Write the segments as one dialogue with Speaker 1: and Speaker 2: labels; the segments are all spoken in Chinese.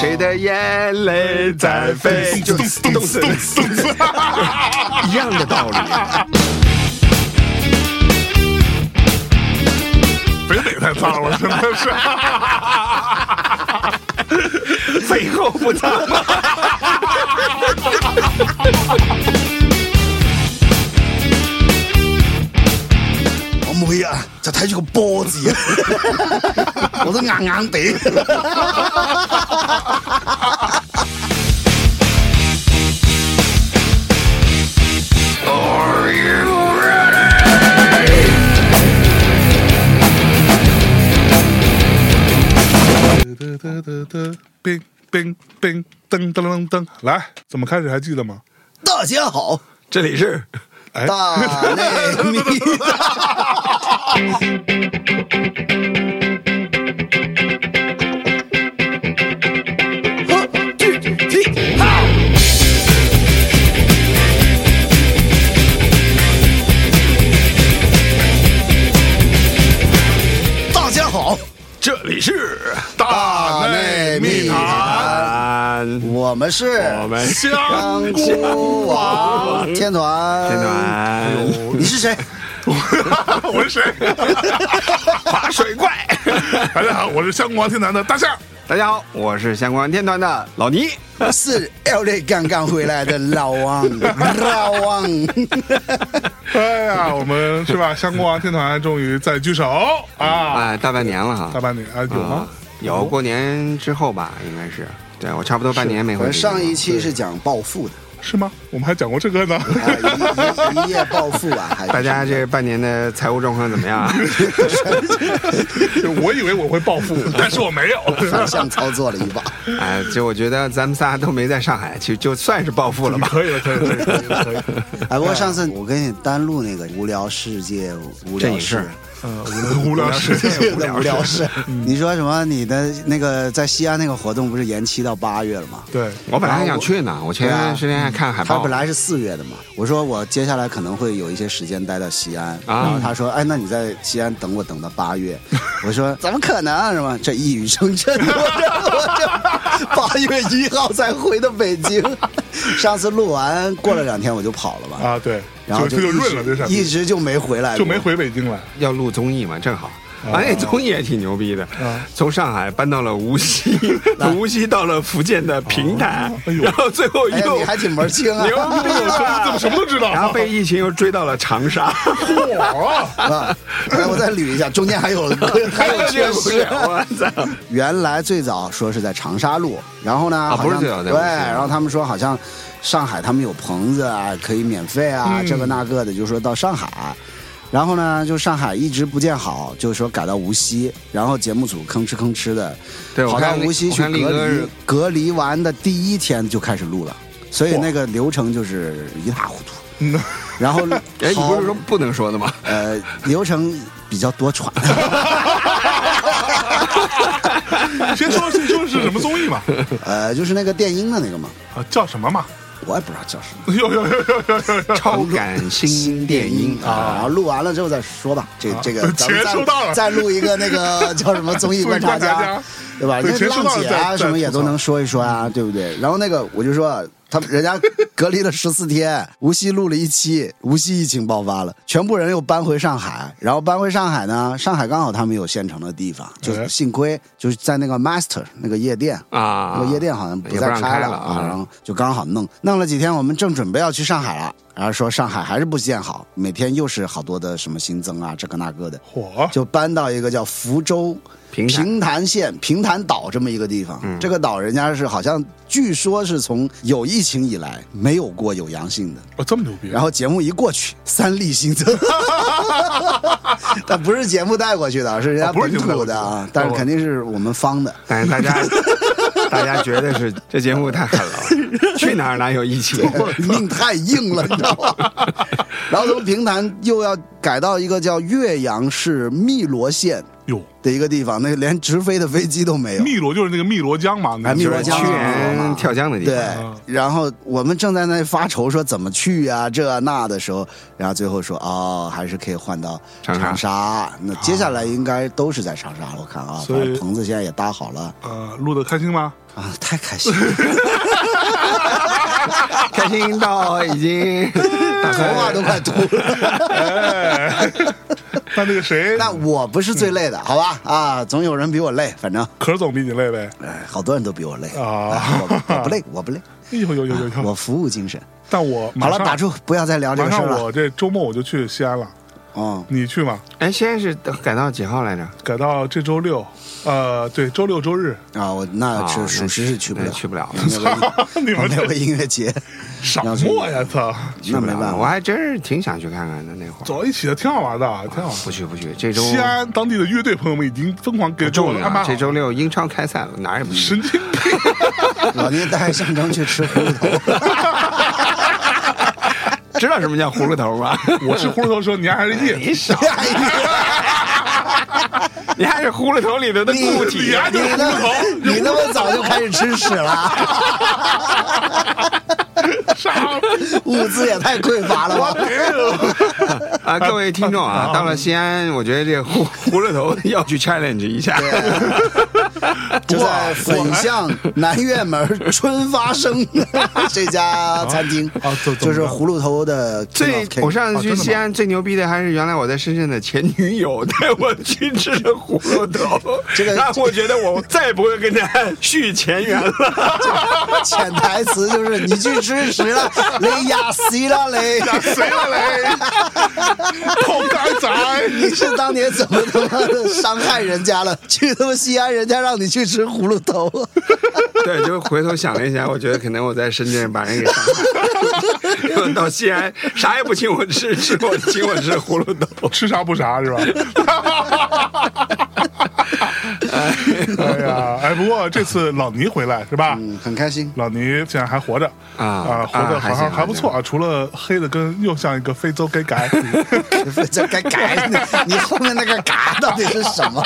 Speaker 1: 谁的眼泪在飞？就咚咚咚咚， 一样的道理。
Speaker 2: 北美太脏了，真的是。
Speaker 1: 最后不脏了。
Speaker 3: 我每日啊就睇住個波字啊，我都硬硬地。
Speaker 2: 哒哒哒，冰冰冰，噔噔噔噔，来，怎么开始还记得吗？
Speaker 3: 大家好，啊
Speaker 1: 这里是
Speaker 2: 哎，
Speaker 3: 大内密 大家好，
Speaker 1: 这里是
Speaker 2: 大内
Speaker 3: 内
Speaker 2: 密
Speaker 3: 密
Speaker 2: 谈
Speaker 3: 谈我们是
Speaker 1: 我们
Speaker 2: 香
Speaker 3: 香菇王天团，
Speaker 1: 天，暖
Speaker 3: 你是谁？
Speaker 1: 哎
Speaker 2: 我是谁？
Speaker 1: 滑水怪。
Speaker 2: 大家好，啊我是香港王天南的大象。
Speaker 1: 大家好，我是相关天团的老倪。
Speaker 3: 我是 L 队刚刚回来的老王，老王，
Speaker 2: 哎呀，我们是吧？ 香菇王天团终于再聚首啊！
Speaker 1: 啊，大半年了哈，
Speaker 2: 大半年啊，有吗
Speaker 1: 啊？有过年之后吧，应该是。对我差不多半年没
Speaker 3: 我
Speaker 1: 回
Speaker 3: 们
Speaker 1: 去。
Speaker 3: 上一期是讲暴富的，
Speaker 2: 是吗？我们还讲过这个呢。
Speaker 3: 啊，一一一夜暴富啊，还是
Speaker 1: 大家这半年的财务状况怎么样？
Speaker 2: 我以为我会暴 富，但是我没有。
Speaker 3: 反向操作了一 把，
Speaker 1: 哎，就我觉得咱们仨都没在上海，就就算是暴富 了吧。
Speaker 2: 可以了，可以了，可以了，可以了。
Speaker 3: 哎，不过上次我跟你单录那个无聊世界无
Speaker 1: 这
Speaker 3: 聊
Speaker 1: 也是
Speaker 3: 事。
Speaker 2: 嗯，无聊无聊世界，
Speaker 3: 这 个无聊事，
Speaker 1: 嗯
Speaker 3: 你说什么？你的那个在西安那个活动不是延期到八月了吗？
Speaker 2: 对，
Speaker 1: 我本来还想去呢，我前
Speaker 3: 对啊
Speaker 1: 段时间还看海
Speaker 3: 他
Speaker 1: 报。
Speaker 3: 本来是四月的嘛，我说我接下来可能会有一些时间待到西安，
Speaker 2: 啊
Speaker 3: 然后他说，哎，那你在西安等我，等到八 月。我说怎么可能？是吧？这一语成谶，我这我这八月一号才回的北京。上次录完过了两天我就跑了嘛，
Speaker 2: 啊，对，
Speaker 3: 然后
Speaker 2: 就就
Speaker 3: 一
Speaker 2: 润了，这
Speaker 3: 直
Speaker 2: 傻
Speaker 3: 一
Speaker 2: 逼
Speaker 3: 直就没回来，
Speaker 2: 就没。回北京来。
Speaker 1: 要录综艺嘛，正好。
Speaker 3: 哦
Speaker 1: 啊，那综艺也挺牛逼的
Speaker 2: 啊，
Speaker 1: 从上海搬到了无 锡，从无锡到了福建的平潭
Speaker 2: 哦哎，呦
Speaker 1: 然后最后
Speaker 3: 哎呀，
Speaker 1: 又
Speaker 3: 你还挺门清啊！
Speaker 1: 牛 逼了，
Speaker 2: 哎怎么什么都知道
Speaker 1: 然 后被疫情又追到了长沙，
Speaker 2: 哇，
Speaker 3: 啊，来我再捋一下，中间还 有 还
Speaker 1: 哎
Speaker 3: 有缺失。
Speaker 1: 我操！
Speaker 3: 原来最早说是在长沙录，然后呢，
Speaker 1: 啊
Speaker 3: 好像
Speaker 1: 不是最早在
Speaker 3: 对，
Speaker 1: 无锡啊
Speaker 3: 然后他们说好像上海他们有棚子啊，可以免费啊，
Speaker 1: 嗯
Speaker 3: 这个那个的，就说到上海。然后呢，就上海一直不见好，就说改到无锡，然后节目组吭哧吭哧的，
Speaker 1: 对我
Speaker 3: 跑
Speaker 1: 看
Speaker 3: 到
Speaker 1: 那
Speaker 3: 无锡
Speaker 1: 我
Speaker 3: 去
Speaker 1: 看力
Speaker 3: 隔
Speaker 1: 哥
Speaker 3: 离
Speaker 1: 是，
Speaker 3: 隔离完的第一天就开始录了，所以
Speaker 2: 哇
Speaker 3: 那个流程就是一塌糊涂。
Speaker 2: 嗯
Speaker 3: 然后
Speaker 1: 哎，你不
Speaker 3: 好
Speaker 1: 是说不能说的 吗？
Speaker 3: 呃，流程比较 多舛。
Speaker 2: 先说先说是什么综艺嘛？
Speaker 3: 呃，就是那个电音的那个嘛，
Speaker 2: 啊，叫什么嘛？
Speaker 3: 我也不知道叫什么
Speaker 2: 有有有有有有有，
Speaker 1: 超感新电音
Speaker 3: 啊。然后录完了之后再说吧，这这 个
Speaker 2: 啊
Speaker 3: 咱们
Speaker 2: 钱收到了
Speaker 3: 再再录一个那 个叫什么综艺观察
Speaker 2: 综艺观察
Speaker 3: 家
Speaker 2: 家，
Speaker 3: 对吧？
Speaker 2: 对
Speaker 3: 那
Speaker 2: 钱收
Speaker 3: 浪
Speaker 2: 到了
Speaker 3: 姐
Speaker 2: 再
Speaker 3: 啊什
Speaker 2: 再
Speaker 3: 么也
Speaker 2: 吐槽
Speaker 3: 都能说一说啊，对不对？然后那个我就说。他们人家隔离了十四天，无锡录了一期，无锡疫情爆发了，全部人又搬回上海，然后搬回上海呢，上海刚好他们有现成的地方，就
Speaker 2: 哎
Speaker 3: 是幸亏就是在那个 Master 那个夜店
Speaker 1: 啊
Speaker 3: 那个夜店好像不
Speaker 1: 也不
Speaker 3: 再
Speaker 1: 让
Speaker 3: 开
Speaker 1: 开
Speaker 3: 了
Speaker 1: 了
Speaker 3: 啊，
Speaker 1: 啊
Speaker 3: 然后就刚好弄弄了几天，我们正准备要去上海了，然后说上海还是不见好，每天又是好多的什么新增啊，这个那个的，
Speaker 2: 火
Speaker 3: 就搬到一个叫福州
Speaker 1: 平潭
Speaker 3: 潭县平潭岛这么一个地方。这个岛人家是好像据说是从有疫情以来没有过有阳性的，
Speaker 2: 哦，这么牛逼！
Speaker 3: 然后节目一过去三例新增， 但不是节目带过去的，是人家
Speaker 2: 哦不是
Speaker 3: 本
Speaker 2: 节目带
Speaker 3: 土
Speaker 2: 过去
Speaker 3: 的
Speaker 2: 的
Speaker 3: 啊，但是肯定是我们方的。
Speaker 1: 但是大 家大家觉得是这节目太狠 了，去哪儿哪有疫情？
Speaker 3: 命太硬了，你知道 吗？然后从平潭又要改到一个叫岳阳市汨罗县，
Speaker 2: 哟，
Speaker 3: 的一个地方，那连直飞的飞机都没有。
Speaker 2: 汨罗就是那个汨罗江嘛，那
Speaker 3: 哎汨罗江
Speaker 1: 屈原跳江的地方。
Speaker 3: 对，然后我们正在那发愁说怎么去呀、这那的时候，然后最后说哦，还是可以换到
Speaker 1: 长沙
Speaker 3: 长沙。那接下来应该都是在长沙了，我看啊，
Speaker 2: 所以
Speaker 3: 反正棚子现在也搭好了
Speaker 2: 呃，录的开心吗？
Speaker 3: 啊，太开 心了，
Speaker 1: 开心到已经 打
Speaker 3: 头发
Speaker 1: 算
Speaker 3: 都快秃了。
Speaker 2: 哎， 那那个谁，
Speaker 3: 那我不是最累的，好吧？啊，总有人比我累，反正
Speaker 2: 壳总比你累呗？
Speaker 3: 哎，好多人都比我累哎
Speaker 2: 啊
Speaker 3: 我我不累，我不 累，
Speaker 2: 哎呦呦呦呦
Speaker 3: 我
Speaker 2: 呦！
Speaker 3: 服务精神。
Speaker 2: 但我
Speaker 3: 好
Speaker 2: 马
Speaker 3: 了，
Speaker 2: 上
Speaker 3: 打住，不要再聊这
Speaker 2: 马
Speaker 3: 个事
Speaker 2: 上
Speaker 3: 儿了。
Speaker 2: 我这周末我就去西安了，
Speaker 3: 嗯，
Speaker 2: 你去吗？
Speaker 1: 哎，现在是改到几号来着？
Speaker 2: 改到这周六，呃，对，周六周日
Speaker 3: 啊，我那
Speaker 1: 啊
Speaker 3: 是属实是去不
Speaker 1: 那
Speaker 3: 了，
Speaker 1: 去不了了
Speaker 3: 那个
Speaker 2: 你们这
Speaker 3: 那个音乐节，
Speaker 2: 傻墨呀，操！
Speaker 1: 去
Speaker 3: 那
Speaker 1: 不
Speaker 3: 没
Speaker 1: 了
Speaker 3: 办
Speaker 1: 了，我
Speaker 3: 法。
Speaker 1: 还真是挺想去看看的那会儿。
Speaker 2: 走一起的，挺好玩的，挺好玩
Speaker 1: 不
Speaker 2: 的。
Speaker 1: 去不去，这周
Speaker 2: 西安当地的乐队朋友们已经疯狂给
Speaker 1: 不
Speaker 2: 给我
Speaker 1: 重
Speaker 2: 安排
Speaker 1: 要。
Speaker 2: 好
Speaker 1: 这周六英超开赛了，哪儿也不去
Speaker 2: 神。经病，
Speaker 3: 老聂带象征去吃葫芦头，
Speaker 1: 知道什么叫葫芦头吗？
Speaker 2: 我是葫芦头说，你还是
Speaker 1: 你
Speaker 2: 叶，
Speaker 1: 少， 你还是葫芦头里头的固体啊
Speaker 2: 你。还
Speaker 3: 你
Speaker 2: 就 是葫芦头，
Speaker 3: 那你那么早就开始吃屎了，
Speaker 2: 傻逼！
Speaker 3: 物资也太匮乏了吧？
Speaker 1: 啊，各位听众啊，到了西安，我觉得这葫葫芦头要去 challenge 一下。
Speaker 3: 就在粉巷南院门春发生 这家餐厅
Speaker 2: 啊怎怎么着
Speaker 3: 就是葫芦头的 King
Speaker 1: 最
Speaker 3: of King
Speaker 1: 我上次
Speaker 2: 啊真的
Speaker 1: 去
Speaker 2: 吗
Speaker 1: 西安最牛逼的还是原来我在深圳的前女友带我去吃的葫芦头，
Speaker 3: 这个
Speaker 1: 让我觉得我再也不会跟他续前缘了。
Speaker 3: 潜台词就是你去吃屎 了，你压死了嘞！
Speaker 2: 谁 要来？臭干仔！
Speaker 3: 你是当年怎么他妈的伤害人家了？去他妈西安，人家让你去吃葫芦头，
Speaker 1: 对，就回头想了一下，我觉得可能我在深圳把人给伤害了， 到西安啥也不请我吃，吃我请我吃葫芦头。
Speaker 2: 吃啥不啥是吧？哎呀，哎，不过这次老倪回来是吧？
Speaker 3: 嗯，很开心。
Speaker 2: 老倪竟然还活着
Speaker 1: 啊
Speaker 2: 活着
Speaker 1: 啊
Speaker 2: 好
Speaker 1: 还
Speaker 2: 像
Speaker 1: 行
Speaker 2: 还不错啊，除了黑的跟又像一个非洲给改，
Speaker 3: 这该改你，你后面那个嘎到底是什么？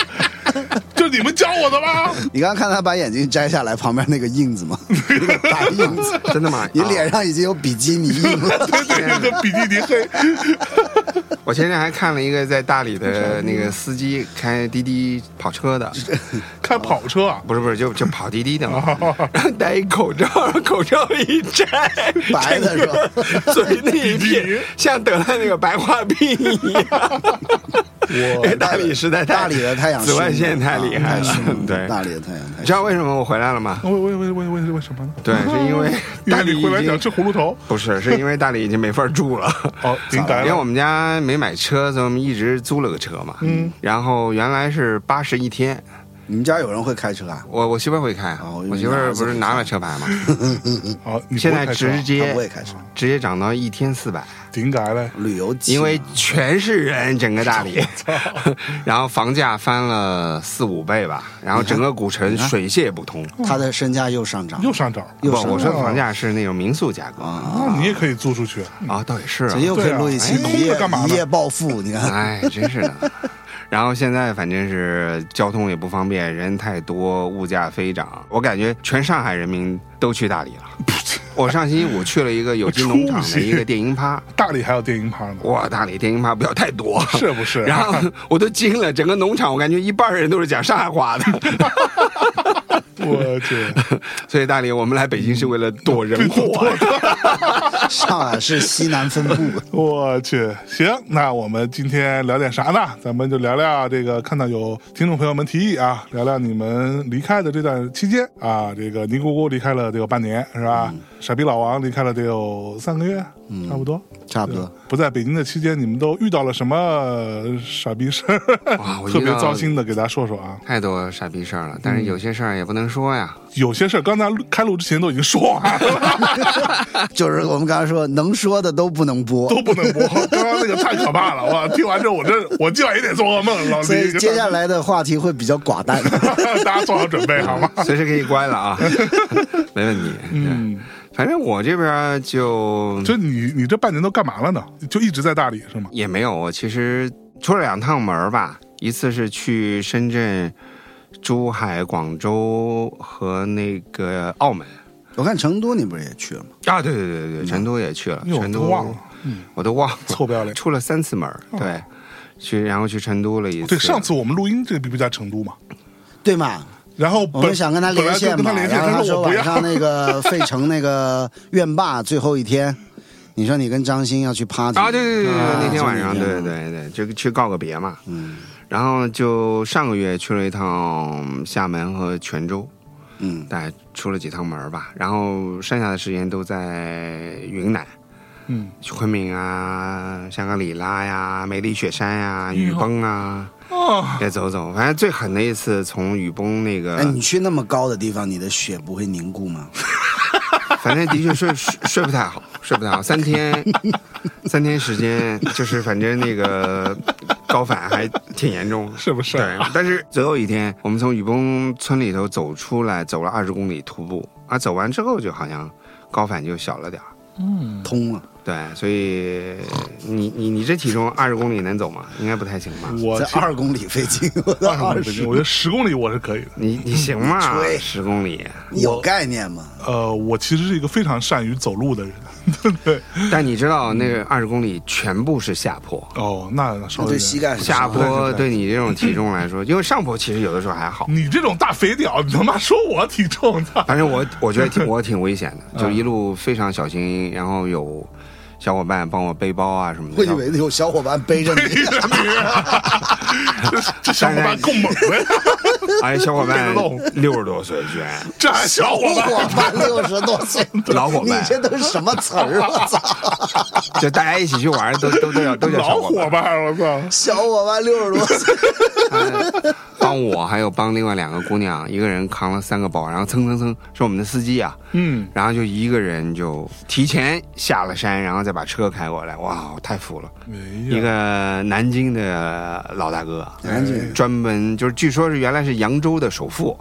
Speaker 2: 就你们教我的吗？
Speaker 3: 你刚刚看他把眼镜摘下来，旁边那个印子 吗？那个大印子，
Speaker 1: 真的 吗？
Speaker 3: 你脸上已经有比基尼印了。
Speaker 2: 对对，那个比基尼黑，
Speaker 1: 我前天还看了一个在大理的那个司机开滴滴跑车的，
Speaker 2: 开跑车啊，
Speaker 1: 不是不是，就就跑滴滴的嘛， 然后戴一口罩，口罩一摘，
Speaker 3: 白的是吧
Speaker 1: 整个嘴那一片像得了那个白化病一样。因为大理实在太
Speaker 3: 哎大理的太阳
Speaker 1: 紫外线太
Speaker 3: 太
Speaker 1: 厉害
Speaker 3: 太
Speaker 1: 了
Speaker 3: 凶，了
Speaker 1: 对。
Speaker 3: 大理的太阳太
Speaker 1: 你
Speaker 3: 凶
Speaker 1: 知道为什么我回来了吗？
Speaker 2: 为为为为为为什么呢？
Speaker 1: 对，是因为
Speaker 2: 因
Speaker 1: 大
Speaker 2: 为
Speaker 1: 理
Speaker 2: 你回来
Speaker 1: 已
Speaker 2: 想
Speaker 1: 经
Speaker 2: 吃葫芦头，
Speaker 1: 不是，是因为大理已经没法住了。
Speaker 2: 哦，您改
Speaker 1: 因为
Speaker 2: 了
Speaker 1: 我们家没买车，所以我们一直租了个车嘛。嗯，然后原来是八十一天，
Speaker 3: 你们家有人会开车啊？
Speaker 1: 我我媳妇儿会开啊
Speaker 3: 哦，
Speaker 1: 我媳妇儿不是拿了车牌嘛，
Speaker 2: 哦，你不
Speaker 1: 现
Speaker 2: 会
Speaker 1: 在
Speaker 2: 开车啊
Speaker 1: 直
Speaker 3: 他
Speaker 1: 接
Speaker 3: 不会开车，
Speaker 1: 直接涨到一天四百，
Speaker 2: 您改了，
Speaker 3: 旅游起
Speaker 1: 因为全是人，整个大理，然后房价翻了四五倍吧，然后整个古城水泄不通。
Speaker 3: 他的身价又上涨，
Speaker 2: 又上涨，
Speaker 1: 不，
Speaker 3: 又上
Speaker 1: 我
Speaker 3: 涨
Speaker 1: 说的房价是那种民宿价格啊，
Speaker 2: 那你也可以租出去，
Speaker 1: 倒也是啊
Speaker 3: 这，又可以录一期
Speaker 2: 对啊哎
Speaker 3: 一
Speaker 2: 空
Speaker 3: 夜
Speaker 2: 着干嘛呢
Speaker 3: 一夜暴富，你看。
Speaker 1: 哎，真是的。然后现在反正是交通也不方便，人太多，物价飞涨，我感觉全上海人民都去大理了。我上星期五去了一个有机农场的一个电音趴，
Speaker 2: 大理还有电音趴呢，
Speaker 1: 哇，大理电音趴不要太多，
Speaker 2: 是不是
Speaker 1: 然 后我都惊了，整个农场我感觉一半人都是讲上海 话的，
Speaker 2: 我去，
Speaker 1: 所以大理我们来北京是为了躲人祸。
Speaker 3: 上海市西南分部，
Speaker 2: 我去，行，那我们今天聊点啥呢？咱们就聊聊这个，看到有听众朋友们提议啊，聊聊你们离开的这段期间啊，这个尼姑姑离开了得有半年是吧？
Speaker 1: 嗯
Speaker 2: 傻逼老王离开了得有三个月，差不多。
Speaker 3: 差不
Speaker 1: 嗯
Speaker 3: 多。
Speaker 2: 不在北京的期间，你们都遇到了什么傻逼事儿？
Speaker 1: 哇我遇到
Speaker 2: 特别糟心的，给大家说说啊。
Speaker 1: 太多傻逼事儿了，但是有些事儿也不能说 呀。
Speaker 2: 有些事儿刚才录开录之前都已经说 完了，
Speaker 3: 就是我们刚才说，能说的都不能播，
Speaker 2: 都不能播。刚刚那个太可怕了，哇！听完之后，我这我今晚也得做噩梦。老
Speaker 3: 所
Speaker 2: 李
Speaker 3: 以，接下来的话题会比较 寡淡。
Speaker 2: 大家做好准备 好吗？
Speaker 1: 随时可以关了 啊，没问题。嗯，反正我这边儿就
Speaker 2: 就你你这半年都干嘛了呢？就一直在大理是吗？
Speaker 1: 也没有，我其实出了两趟门儿吧。一次是去深圳、珠海、广州和那个澳门
Speaker 3: 我看成都你不是也去了吗？
Speaker 1: 啊，对对对对，成都也去了，
Speaker 2: 哟
Speaker 1: 成都
Speaker 2: 都忘了，
Speaker 1: 我都忘了，
Speaker 2: 臭不要脸
Speaker 1: 出了三次门儿，
Speaker 3: 哦
Speaker 1: 对，去然后去成都了一次，
Speaker 2: 对，上次我们录音这个 B B 在成都嘛，
Speaker 3: 对嘛？
Speaker 2: 然后
Speaker 3: 我
Speaker 2: 本
Speaker 3: 们想跟他
Speaker 2: 本
Speaker 3: 连
Speaker 2: 来就
Speaker 3: 线
Speaker 2: 跟
Speaker 3: 嘛，
Speaker 2: 他连线，
Speaker 3: 然后
Speaker 2: 他
Speaker 3: 他说
Speaker 2: 我不
Speaker 3: 晚
Speaker 2: 要
Speaker 3: 上，那 个费城那个院坝最后一天，你说你跟张欣要去 party
Speaker 1: 啊，对对对对，
Speaker 3: 啊
Speaker 1: 那天晚上，
Speaker 3: 就
Speaker 1: 对
Speaker 3: 那
Speaker 1: 对
Speaker 3: 天
Speaker 1: 对对，就去告个别嘛。嗯，然后就上个月去了一趟厦门和泉州，
Speaker 3: 嗯，
Speaker 1: 大概出了几趟门儿吧。然后剩下的时间都在云南，
Speaker 2: 嗯，
Speaker 1: 昆明啊、香格里拉呀、梅里雪山呀、雨崩啊，
Speaker 2: 哎啊，
Speaker 1: 也走走。反正最狠的一次，从雨崩那个
Speaker 3: 哎，，你去那么高的地方，你的血不会凝固
Speaker 1: 嗯
Speaker 3: 吗？
Speaker 1: 反正的确睡睡睡不太好， 睡不太好，三天三天时间，就是反正那个高反还挺严重的。
Speaker 2: 是不是？啊
Speaker 1: 对，但是最后一天，我们从雨崩村里头走出来，走了二十公里徒步啊，走完之后就好像高反就小了点儿。
Speaker 3: 通了，
Speaker 1: 对，所以你你你这体重二十公里能走吗？应该不太行吧？
Speaker 2: 我
Speaker 3: 这
Speaker 2: 去
Speaker 3: 二公里费 劲，我都
Speaker 2: 二
Speaker 3: 二
Speaker 2: 十公里，
Speaker 3: 十，
Speaker 2: 我觉得十公里我是可以的。
Speaker 1: 你你行吗
Speaker 3: 吹？
Speaker 1: 十公里，
Speaker 3: 你有概念吗？
Speaker 2: 呃，我其实是一个非常善于走路的人，对。
Speaker 1: 但你知道那个二十公里全部是下坡，
Speaker 2: 哦，那稍
Speaker 3: 那
Speaker 2: 微
Speaker 3: 对膝。盖是
Speaker 1: 下
Speaker 3: 伤害
Speaker 1: 坡对你这种体重来说，因为上坡其实有的时候还好，
Speaker 2: 你这种大肥屌，你他妈说我体重 操！
Speaker 1: 反正我我觉得 挺我挺危险的，就一路非常小心，然后有小伙伴帮我背包啊什么的。
Speaker 3: 我以为有小伙伴背着你，
Speaker 2: 这这小伙伴够猛的呀，
Speaker 1: 哎，小伙 伴
Speaker 2: 背着弄
Speaker 1: 六十多岁居然，
Speaker 2: 这还小伙
Speaker 3: 小
Speaker 2: 伴
Speaker 3: 伙伴六十多岁，
Speaker 1: 老伙伴
Speaker 3: 你这都是什么词儿？我 操！
Speaker 1: 就大家一起去玩儿都都都叫都叫小
Speaker 2: 老
Speaker 1: 伙
Speaker 2: 伙
Speaker 1: 伴，
Speaker 2: 伴，我操！
Speaker 3: 小伙伴六十 多岁，
Speaker 1: 哎帮我还有帮另外两个姑娘，一个人扛了三个包，然后蹭蹭蹭是我们的司机啊，
Speaker 2: 嗯，
Speaker 1: 然后就一个人就提前下了山，然后再把车开过来，哇，我太服了。
Speaker 2: 没
Speaker 1: 一
Speaker 2: 呀，
Speaker 1: 个南京的老大哥，
Speaker 3: 南京
Speaker 1: 专门就是据说是原来是扬州的首富，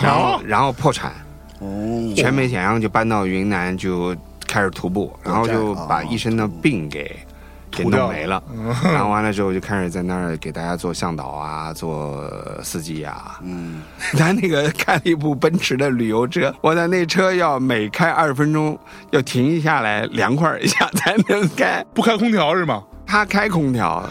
Speaker 1: 然后
Speaker 2: 好
Speaker 1: 然后破产，
Speaker 3: 哦，
Speaker 1: 全没钱，然后就搬到云南就开始徒步，然后就把一身的病给
Speaker 3: 哦
Speaker 1: 给
Speaker 2: 涂掉
Speaker 1: 弄没了， 然后完了之后就开始在那儿给大家做向导啊，做司机啊。
Speaker 3: 嗯，
Speaker 1: 他那个开了一部奔驰的旅游车，我在那车要每开二十分钟要停下来凉快一下才能开，
Speaker 2: 不开空调是吗？
Speaker 1: 他开空 调。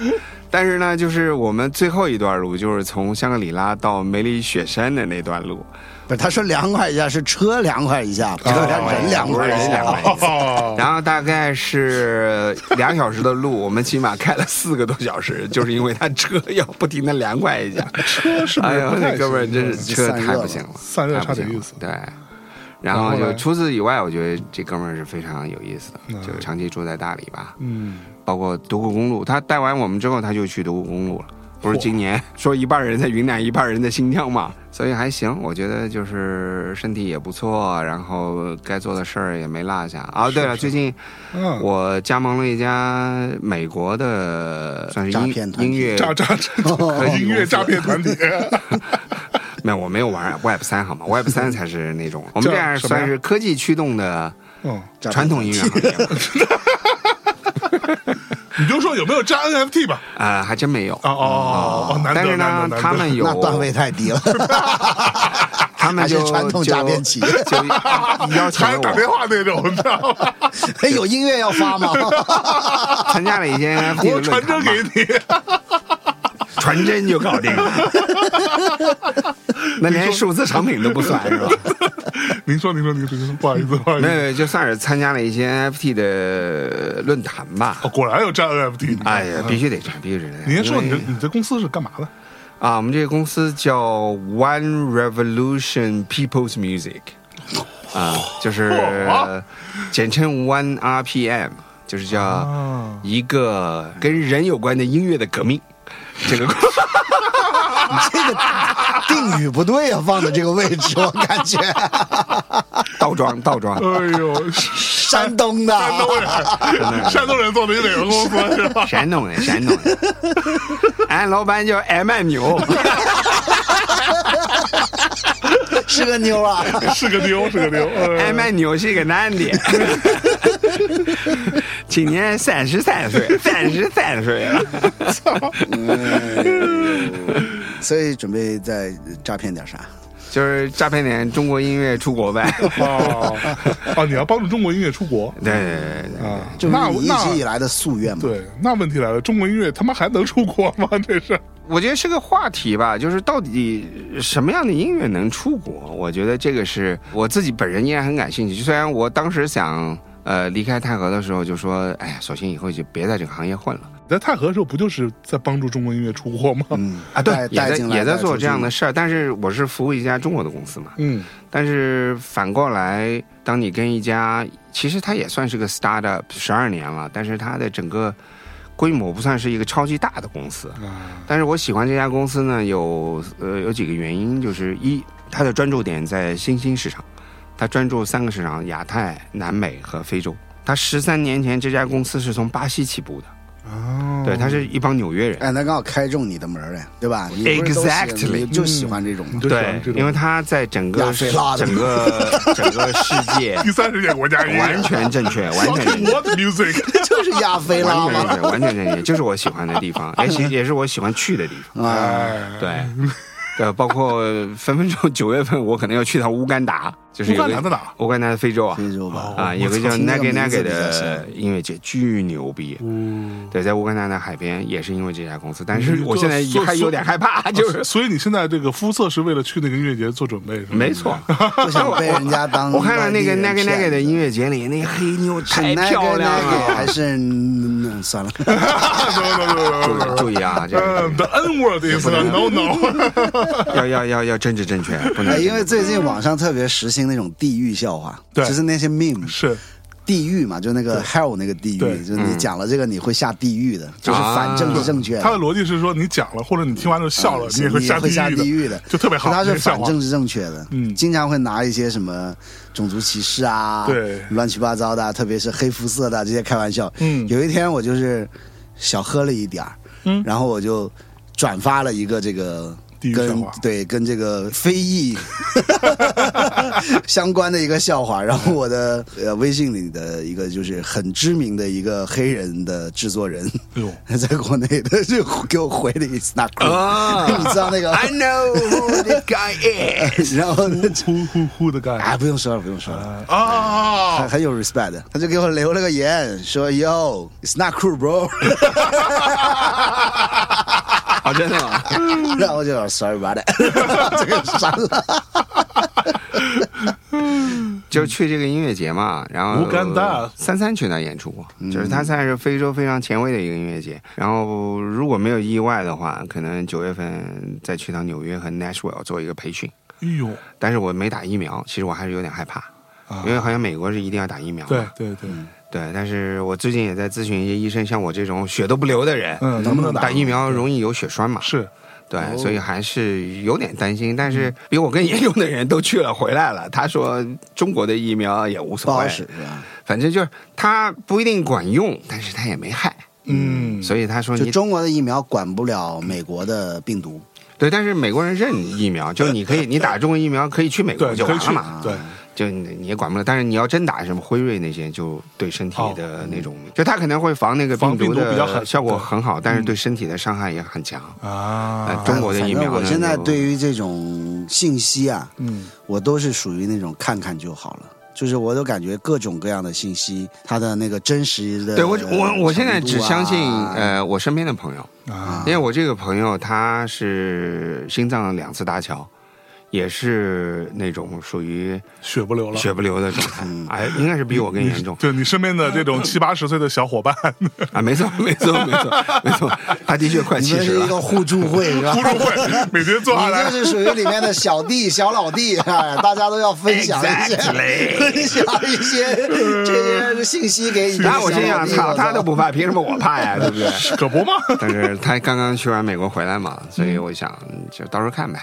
Speaker 1: 但是呢，就是我们最后一段路，就是从香格里拉到梅里雪山的那段路，
Speaker 3: 不是，他说凉快一下是车凉快一下，不是他人凉快一
Speaker 1: 哦人凉
Speaker 3: 下。
Speaker 1: 快一下。
Speaker 2: 哦，
Speaker 1: 然后大概 是两小时的路，我们起码开了四个多小时，就是因为他车要不停的凉快一下。
Speaker 2: 车是不
Speaker 1: 哎
Speaker 2: 是
Speaker 1: 呦
Speaker 2: 不，太
Speaker 1: 那哥们儿
Speaker 2: 行
Speaker 1: 真是车
Speaker 3: 散热
Speaker 1: 太不
Speaker 3: 了
Speaker 1: 行了，
Speaker 2: 散热
Speaker 1: 太不
Speaker 2: 差点
Speaker 1: 行
Speaker 2: 意
Speaker 1: 了
Speaker 2: 思
Speaker 1: 对，然后
Speaker 2: 然后
Speaker 1: 就
Speaker 2: 嘞
Speaker 1: 除此以外，我觉得这哥们儿是非常有意思的，就长期住在大理吧，
Speaker 2: 嗯，
Speaker 1: 包括独库公路。他带完我们之后，他就去独库公路了。不是今年 说一半人在云南，一半人在新疆嘛，所以还行。我觉得就是身体也不错，然后该做的事儿也没落下啊。对了，最近
Speaker 2: 嗯，
Speaker 1: 我加盟了一家美国的，算是
Speaker 3: 诈
Speaker 1: 音
Speaker 3: 骗团体
Speaker 1: 音乐，
Speaker 2: 诈诈 诈，音乐诈骗团体，
Speaker 1: 没有，我没有玩 Web 三，好吗？Web 三才是那种，我们
Speaker 2: 叫
Speaker 1: 这样
Speaker 2: 什么
Speaker 1: 算
Speaker 2: 呀
Speaker 1: 是科技驱动的
Speaker 2: 嗯，
Speaker 3: 诈骗
Speaker 1: 传统音乐行业吧
Speaker 2: 你就说有没有诈 NFT 吧？
Speaker 1: 啊，还真没有。
Speaker 2: 哦哦哦，难
Speaker 1: 嗯但
Speaker 2: 得
Speaker 1: 是
Speaker 2: 难
Speaker 1: 呢
Speaker 2: 得，难得，
Speaker 1: 他们有
Speaker 3: 那段位 太低了，
Speaker 1: 他们
Speaker 3: 还是
Speaker 1: 就
Speaker 3: 传统
Speaker 1: 就
Speaker 3: 诈骗企业
Speaker 1: 就 邀请
Speaker 2: 还
Speaker 1: 了
Speaker 2: 是打电
Speaker 1: 我
Speaker 2: 话那种，你知道 吗？
Speaker 3: 哎，有音乐要发吗？
Speaker 1: 参加了一些 NFT
Speaker 2: 我
Speaker 1: 的论
Speaker 2: 传真
Speaker 1: 坛嘛，
Speaker 2: 给你。
Speaker 1: 传真就搞定 了，那连数字产品都不 算是吧？
Speaker 2: 您说，您说，您说，您说，不好意思，不好意
Speaker 1: 没
Speaker 2: 思。
Speaker 1: 有，就算是参加了一些 NFT 的论坛吧。
Speaker 2: 哦，果然有占 NFT。
Speaker 1: 哎呀，必须得这样，必须得这样。
Speaker 2: 您先说你
Speaker 1: 因
Speaker 2: 这
Speaker 1: 为
Speaker 2: 你这公司是干嘛的？
Speaker 1: 啊，我们这个公司叫 One Revolution People's Music，啊，就是
Speaker 2: 嚯
Speaker 1: 简称 One RPM，就是叫
Speaker 2: 啊
Speaker 1: 一个跟人有关的音乐的革命。这 个公司
Speaker 3: 这个定语不对啊，放在这个位置，我感觉
Speaker 1: 倒装倒装，
Speaker 2: 哎呦，
Speaker 3: 山东的
Speaker 2: 山东人，山东人做的也得有公司 是吧？
Speaker 1: 山东人，山东人。俺哎老板叫艾曼 牛，
Speaker 3: 是个 妞啊，
Speaker 2: 是个牛，是个牛。
Speaker 1: 艾
Speaker 2: 哎
Speaker 1: 曼牛是一个男的，今年三十三岁，三十三岁了。
Speaker 3: 所以准备再诈骗点啥？
Speaker 1: 就是诈骗点中国音乐出国呗。
Speaker 2: 哦哦，你要帮助中国音乐出国
Speaker 1: 对对对对对，
Speaker 2: 啊？
Speaker 3: 就是
Speaker 2: 那
Speaker 3: 你一直以
Speaker 2: 那
Speaker 3: 来的夙愿嘛。
Speaker 2: 对，那问题来了，中国音乐他妈还能出国吗？这是
Speaker 1: 我觉得是个话题吧，就是到底什么样的音乐能出国？我觉得这个是我自己本人依然很感兴趣。虽然我当时想呃离开泰和的时候就说，哎呀，索性以后就别在这个行业混了
Speaker 2: 你 在太和的时候不就是在帮助中国音乐出国吗？
Speaker 3: 嗯
Speaker 1: 啊。对
Speaker 3: 带，
Speaker 1: 也
Speaker 3: 带
Speaker 1: 在
Speaker 3: 进来
Speaker 1: 也在
Speaker 3: 带出
Speaker 1: 做
Speaker 3: 去
Speaker 1: 这样的事儿，但是我是服务一家中国的公司嘛。
Speaker 2: 嗯，
Speaker 1: 但是反过来，当你跟一家其实它也算是个 startup，十二年了，但是它的整个规模不算是一个超级大的公司。
Speaker 2: 啊
Speaker 1: 但是我喜欢这家公司呢，有呃有几个原因，就是一，它的专注点在新兴市场，它专注三个市场：亚太、南美和非洲。它十三年前这家公司是从巴西起步的，
Speaker 2: 哦，
Speaker 1: 对，它是一帮纽约人。
Speaker 3: 嗯哎，那刚好开中你的门儿嘞，哎对吧？你不是都喜
Speaker 1: Exactly
Speaker 3: 你就喜欢这种嘛
Speaker 2: 你。就喜欢
Speaker 1: 对
Speaker 2: 这，种
Speaker 1: 因为它在整个
Speaker 3: 亚非拉的
Speaker 1: 整个整个世 界
Speaker 2: 第三世界国家音乐
Speaker 1: 完全正确，完全 正确。
Speaker 2: What music？
Speaker 3: 就是亚非拉
Speaker 1: 完全
Speaker 3: 嘛。
Speaker 1: 正确，完全正确，就是我喜欢的地方，也 其也是我喜欢去的地方。
Speaker 3: 啊，
Speaker 2: 哎，
Speaker 1: 对，对，包括分分钟九月份我可能要去趟乌干达，就是
Speaker 2: 乌
Speaker 1: 有
Speaker 2: 干
Speaker 1: 个
Speaker 2: 达在哪？
Speaker 1: 乌干达的非洲啊
Speaker 3: 非洲吧，
Speaker 1: 啊，
Speaker 2: 哦
Speaker 1: 有个叫
Speaker 3: 我听这
Speaker 1: Nage
Speaker 3: 个名字
Speaker 1: Nage
Speaker 3: 比较像
Speaker 1: 的音乐节，巨牛逼。
Speaker 2: 嗯，
Speaker 1: 对，在乌干达的海边也是因为这家公司，但
Speaker 2: 你
Speaker 1: 是
Speaker 2: 是
Speaker 1: 我
Speaker 2: 做
Speaker 1: 现在也
Speaker 2: 做
Speaker 1: 还有点害怕， 就是
Speaker 2: 所以你现在这个肤色是为了去那个音乐节做准备，是吗？啊
Speaker 1: 没错。
Speaker 3: 不想被人家当
Speaker 1: 我看了那个 Nage Nage 的音
Speaker 3: 乐，
Speaker 1: 乐节里，那黑妞
Speaker 3: 是
Speaker 1: 太
Speaker 3: Nage
Speaker 1: 漂亮
Speaker 3: Nage 还
Speaker 1: 了。
Speaker 3: 是嗯算 了，
Speaker 1: 注意注意啊，这个
Speaker 2: 嗯，The N word is a no no。嗯
Speaker 1: 要要要要政治正确，不能
Speaker 3: 哎因为最近网上特别时兴那种地狱笑话，
Speaker 2: 对
Speaker 3: 就是那些 meme
Speaker 2: 是，
Speaker 3: 地狱嘛，就那个 hell 那个地
Speaker 2: 对嗯
Speaker 3: 狱，就是你讲了这个你会下地狱的，就是反政治正确的。
Speaker 2: 他的逻辑是说，你讲了或者你听完之后笑了，
Speaker 3: 嗯是
Speaker 2: 你也会
Speaker 3: 你也
Speaker 2: 下
Speaker 3: 会下
Speaker 2: 地
Speaker 3: 地狱的，
Speaker 2: 就特别好。
Speaker 3: 他
Speaker 2: 这
Speaker 3: 是
Speaker 2: 个笑
Speaker 3: 反
Speaker 2: 话
Speaker 3: 政治正确的，
Speaker 2: 嗯
Speaker 3: 经常会拿一些什么种族歧视啊，
Speaker 2: 对
Speaker 3: 乱七八糟的啊，特别是黑肤色的啊这些开玩笑。
Speaker 2: 嗯
Speaker 3: 有一天我就是小喝了一点儿，
Speaker 2: 嗯
Speaker 3: 然后我就转发了一个这个。
Speaker 2: 地狱笑
Speaker 3: 跟
Speaker 2: 话
Speaker 3: 对跟这个非裔 相关的一个笑
Speaker 2: 嗯
Speaker 3: 话，然后我的呃微信里的一个就是很知名的一个黑人的制作人，
Speaker 2: 哎呦，
Speaker 3: 在国内的就给我回了一 s n a c
Speaker 1: 啊
Speaker 3: 你知道那 个
Speaker 1: I know who the guy is。
Speaker 3: 然后那就
Speaker 2: 呼呼呼的干
Speaker 3: 哎，不用说了，不用说了，
Speaker 2: 啊
Speaker 3: 很！很有 respect 的，他就给我留了个言，说 Yo，it's not cool, bro
Speaker 1: 啊，真的吗？
Speaker 3: 然后我就 sorry about it，这 个删了。
Speaker 1: 就去这个音乐节嘛，然后
Speaker 2: 乌干达
Speaker 1: 三三去那儿演出过，
Speaker 2: 嗯
Speaker 1: 就是它算是非洲非常前卫的一个音乐节。然后如果没有意外的话，可能九月份再去趟纽约和 Nashville 做一个培训。
Speaker 2: 哎呦，
Speaker 1: 但是我没打疫苗，其实我还是有点害怕，
Speaker 2: 啊
Speaker 1: 因为好像美国是一定要打疫苗
Speaker 2: 对
Speaker 1: 嘛。
Speaker 2: 对对，
Speaker 1: 对，但是我最近也在咨询一些医生，像我这种血都不流的人，
Speaker 2: 嗯，能不能
Speaker 1: 打疫苗容易有血栓嘛？
Speaker 2: 是哦
Speaker 1: 对，所以还是有点担心。但
Speaker 2: 嗯
Speaker 1: 是比我更严重的人都去了，回来了。他说中国的疫苗也无
Speaker 3: 不
Speaker 1: 所
Speaker 3: 好
Speaker 1: 谓，
Speaker 3: 使是吧？
Speaker 1: 反正就是它不一定管用，但是它也没害。
Speaker 2: 嗯，
Speaker 1: 所以他说
Speaker 3: 就
Speaker 1: 你
Speaker 3: 中国的疫苗管不了美国的病毒，
Speaker 1: 对，但是美国人认疫苗，就是你可 以你打中国疫苗可以去美国
Speaker 2: 对
Speaker 1: 就
Speaker 2: 可
Speaker 1: 完
Speaker 2: 以去
Speaker 1: 了嘛，
Speaker 2: 对，
Speaker 1: 就你你也管不了。但是你要真打什么辉瑞那些，就对身体的那种，就它可能会防那个
Speaker 2: 哦防病毒比
Speaker 1: 的
Speaker 2: 较狠
Speaker 1: 效果
Speaker 2: 对嗯
Speaker 1: 很好，但是对身体的伤害也很强。
Speaker 2: 啊
Speaker 1: 哎，中国的疫苗呢
Speaker 3: 反正我现在
Speaker 1: 就
Speaker 3: 对于这种信息啊，
Speaker 2: 嗯
Speaker 3: 我都是属于那种看看就好了。就是我都感觉各种各样的信息，它的那个真实的
Speaker 1: 对我我我现在只相信
Speaker 3: 程度呃啊
Speaker 1: 呃我身边的朋友。
Speaker 2: 啊
Speaker 1: 因为我这个朋友他是心脏两次搭桥，也是那种属于
Speaker 2: 血不流了。
Speaker 1: 血不流的状态，
Speaker 3: 嗯
Speaker 1: 哎，应该是比我更严重
Speaker 2: 对你身边的这种七八十岁的小 伙伴，
Speaker 1: 啊！没错，没错，没错，没 错，他的确快
Speaker 3: 你
Speaker 1: 七
Speaker 3: 们
Speaker 1: 十
Speaker 3: 是一个
Speaker 1: 了。
Speaker 3: 互助 会是吧？
Speaker 2: 互助会 每天坐下
Speaker 3: 你
Speaker 1: 啊
Speaker 2: 来
Speaker 3: 就是属于里面的小弟、小老弟， 哎大家都要分享一些，
Speaker 1: Exactly
Speaker 3: 分享一 些这些信息给你的小
Speaker 1: 那
Speaker 3: 老
Speaker 1: 我
Speaker 3: 弟。
Speaker 1: 心想，操，他都不怕，凭什么我怕呀？对不 对？
Speaker 2: 可不嘛？
Speaker 1: 但是他刚刚去完美国回来嘛，所
Speaker 3: 嗯
Speaker 1: 以我想嗯就到时候看呗。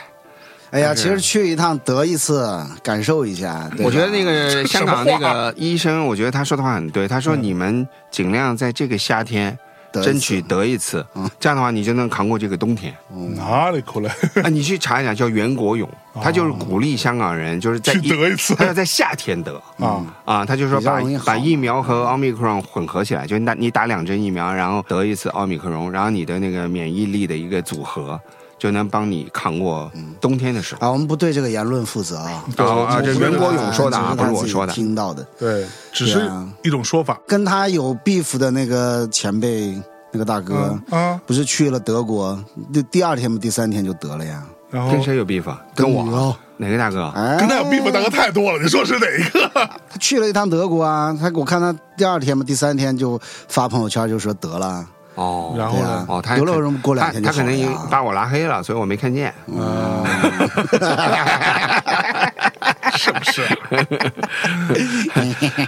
Speaker 3: 哎呀，
Speaker 1: 但是
Speaker 3: 其实去一趟得一次，感受一下。对吧
Speaker 1: 我觉得那个
Speaker 2: 什
Speaker 1: 香
Speaker 2: 么
Speaker 1: 港那
Speaker 2: 话
Speaker 1: 个医生，我觉得他说的话很对。他说你们尽量在这个夏天
Speaker 3: 得一次
Speaker 1: 争取得一次
Speaker 3: 嗯，
Speaker 1: 这样的话你就能扛过这个冬天。
Speaker 2: 哪里苦来？
Speaker 1: 啊，你去查一查，叫袁国勇，他就是鼓励香港人就是在
Speaker 2: 去得一次
Speaker 1: 他要在夏天得
Speaker 2: 啊
Speaker 1: 啊，他就说
Speaker 3: 比较
Speaker 1: 把
Speaker 3: 容易好
Speaker 1: 把疫苗和奥密克戎混合起来，就是那你打两针疫苗，然后得一次奥密克戎，然后你的那个免疫力的一个组合。就能帮你扛过冬天的时候。
Speaker 3: 啊，我们不对这个言论负责啊。
Speaker 1: 哦啊，这
Speaker 3: 只是
Speaker 1: 袁国
Speaker 3: 看
Speaker 1: 勇说的啊，不
Speaker 3: 只
Speaker 1: 是
Speaker 3: 看
Speaker 1: 我
Speaker 3: 自己
Speaker 1: 说的。
Speaker 3: 听到的。
Speaker 2: 对，只是
Speaker 3: 对啊
Speaker 2: 一种说法。
Speaker 3: 跟他有 beef 的那个前辈，那个大哥，
Speaker 2: 嗯啊，
Speaker 3: 不是去了德国，第第二天不第三天就得了呀？
Speaker 2: 然后
Speaker 1: 跟谁有 beef？啊跟我
Speaker 3: 女
Speaker 1: 啊
Speaker 3: 哦
Speaker 1: 哪个大哥？
Speaker 3: 哎，
Speaker 2: 跟他有 beef 大哥太多了，你说是哪一 个？
Speaker 3: 他去了一趟德国啊，他我看他第二天嘛，第三天就发朋友圈就说得了，
Speaker 1: 哦，
Speaker 2: 然后
Speaker 3: 对
Speaker 2: 呢
Speaker 3: 啊？
Speaker 1: 哦，他
Speaker 3: 得了为什么过两天就
Speaker 1: 他他可能已
Speaker 3: 好了嗯
Speaker 1: 经
Speaker 3: 呀
Speaker 1: 把我拉黑了，所以我没看见。 嗯
Speaker 2: 是不是？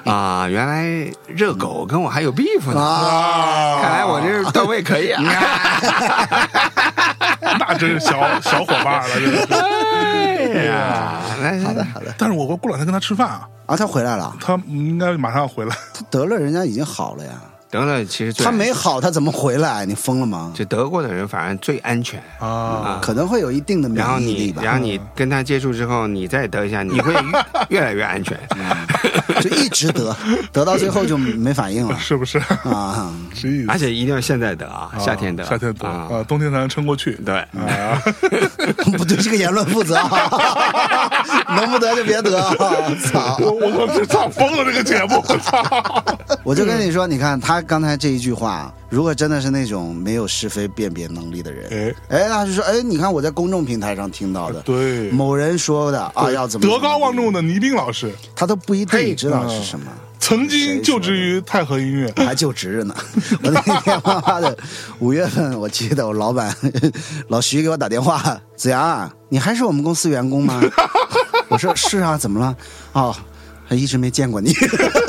Speaker 1: 啊，原来热狗跟我还有 beef 呢，
Speaker 2: 啊，
Speaker 1: 看来我这段位可 以啊。
Speaker 2: 那真 是小小伙伴了，真的。
Speaker 1: 哎呀，好的好的，
Speaker 2: 但是我过两天跟他吃饭啊，
Speaker 3: 啊，他回来了，
Speaker 2: 他应该马上要回来。
Speaker 3: 他得了，人家已经好了呀，
Speaker 1: 得了，其实最
Speaker 3: 他没好，他怎么回来？你疯了吗？
Speaker 1: 就德国的人，反正最安全。
Speaker 2: 啊，
Speaker 3: 可能会有一定的免
Speaker 1: 然后
Speaker 3: 疫力
Speaker 1: 你，
Speaker 3: 吧，
Speaker 1: 然后你跟他接触之后，你再得一下，你 会越越来越安全。
Speaker 3: 嗯就一直得，得到最后就没 反应了
Speaker 2: 是不是？
Speaker 3: 啊。
Speaker 2: 这意思
Speaker 1: 而且一定要现在得啊，夏天得，
Speaker 2: 夏天得
Speaker 1: 啊，
Speaker 2: 啊，冬天才能撑过去。
Speaker 1: 对。
Speaker 2: 啊，
Speaker 3: 不对这个言论负责，啊能不得就别得。啊操！
Speaker 2: 我我我这操疯了这个节目，我操！
Speaker 3: 我就跟你说，你看他刚才这一句话，如果真的是那种没有是非辨别能力的人，
Speaker 2: 哎，
Speaker 3: 哎，他就说，哎，你看我在公众平台上听到的，
Speaker 2: 对，
Speaker 3: 某人说的啊，要怎么
Speaker 2: 德高望重，的倪斌老师，
Speaker 3: 他都不一定知道是什么。
Speaker 2: 曾经就职于太和音 乐。
Speaker 3: 还就职着呢，我那天他妈的五月份，我记得我老板老徐给我打电话，子阳啊，你还是我们公司员工吗？ 我说是啊，怎么了？哦，还一直没见过你，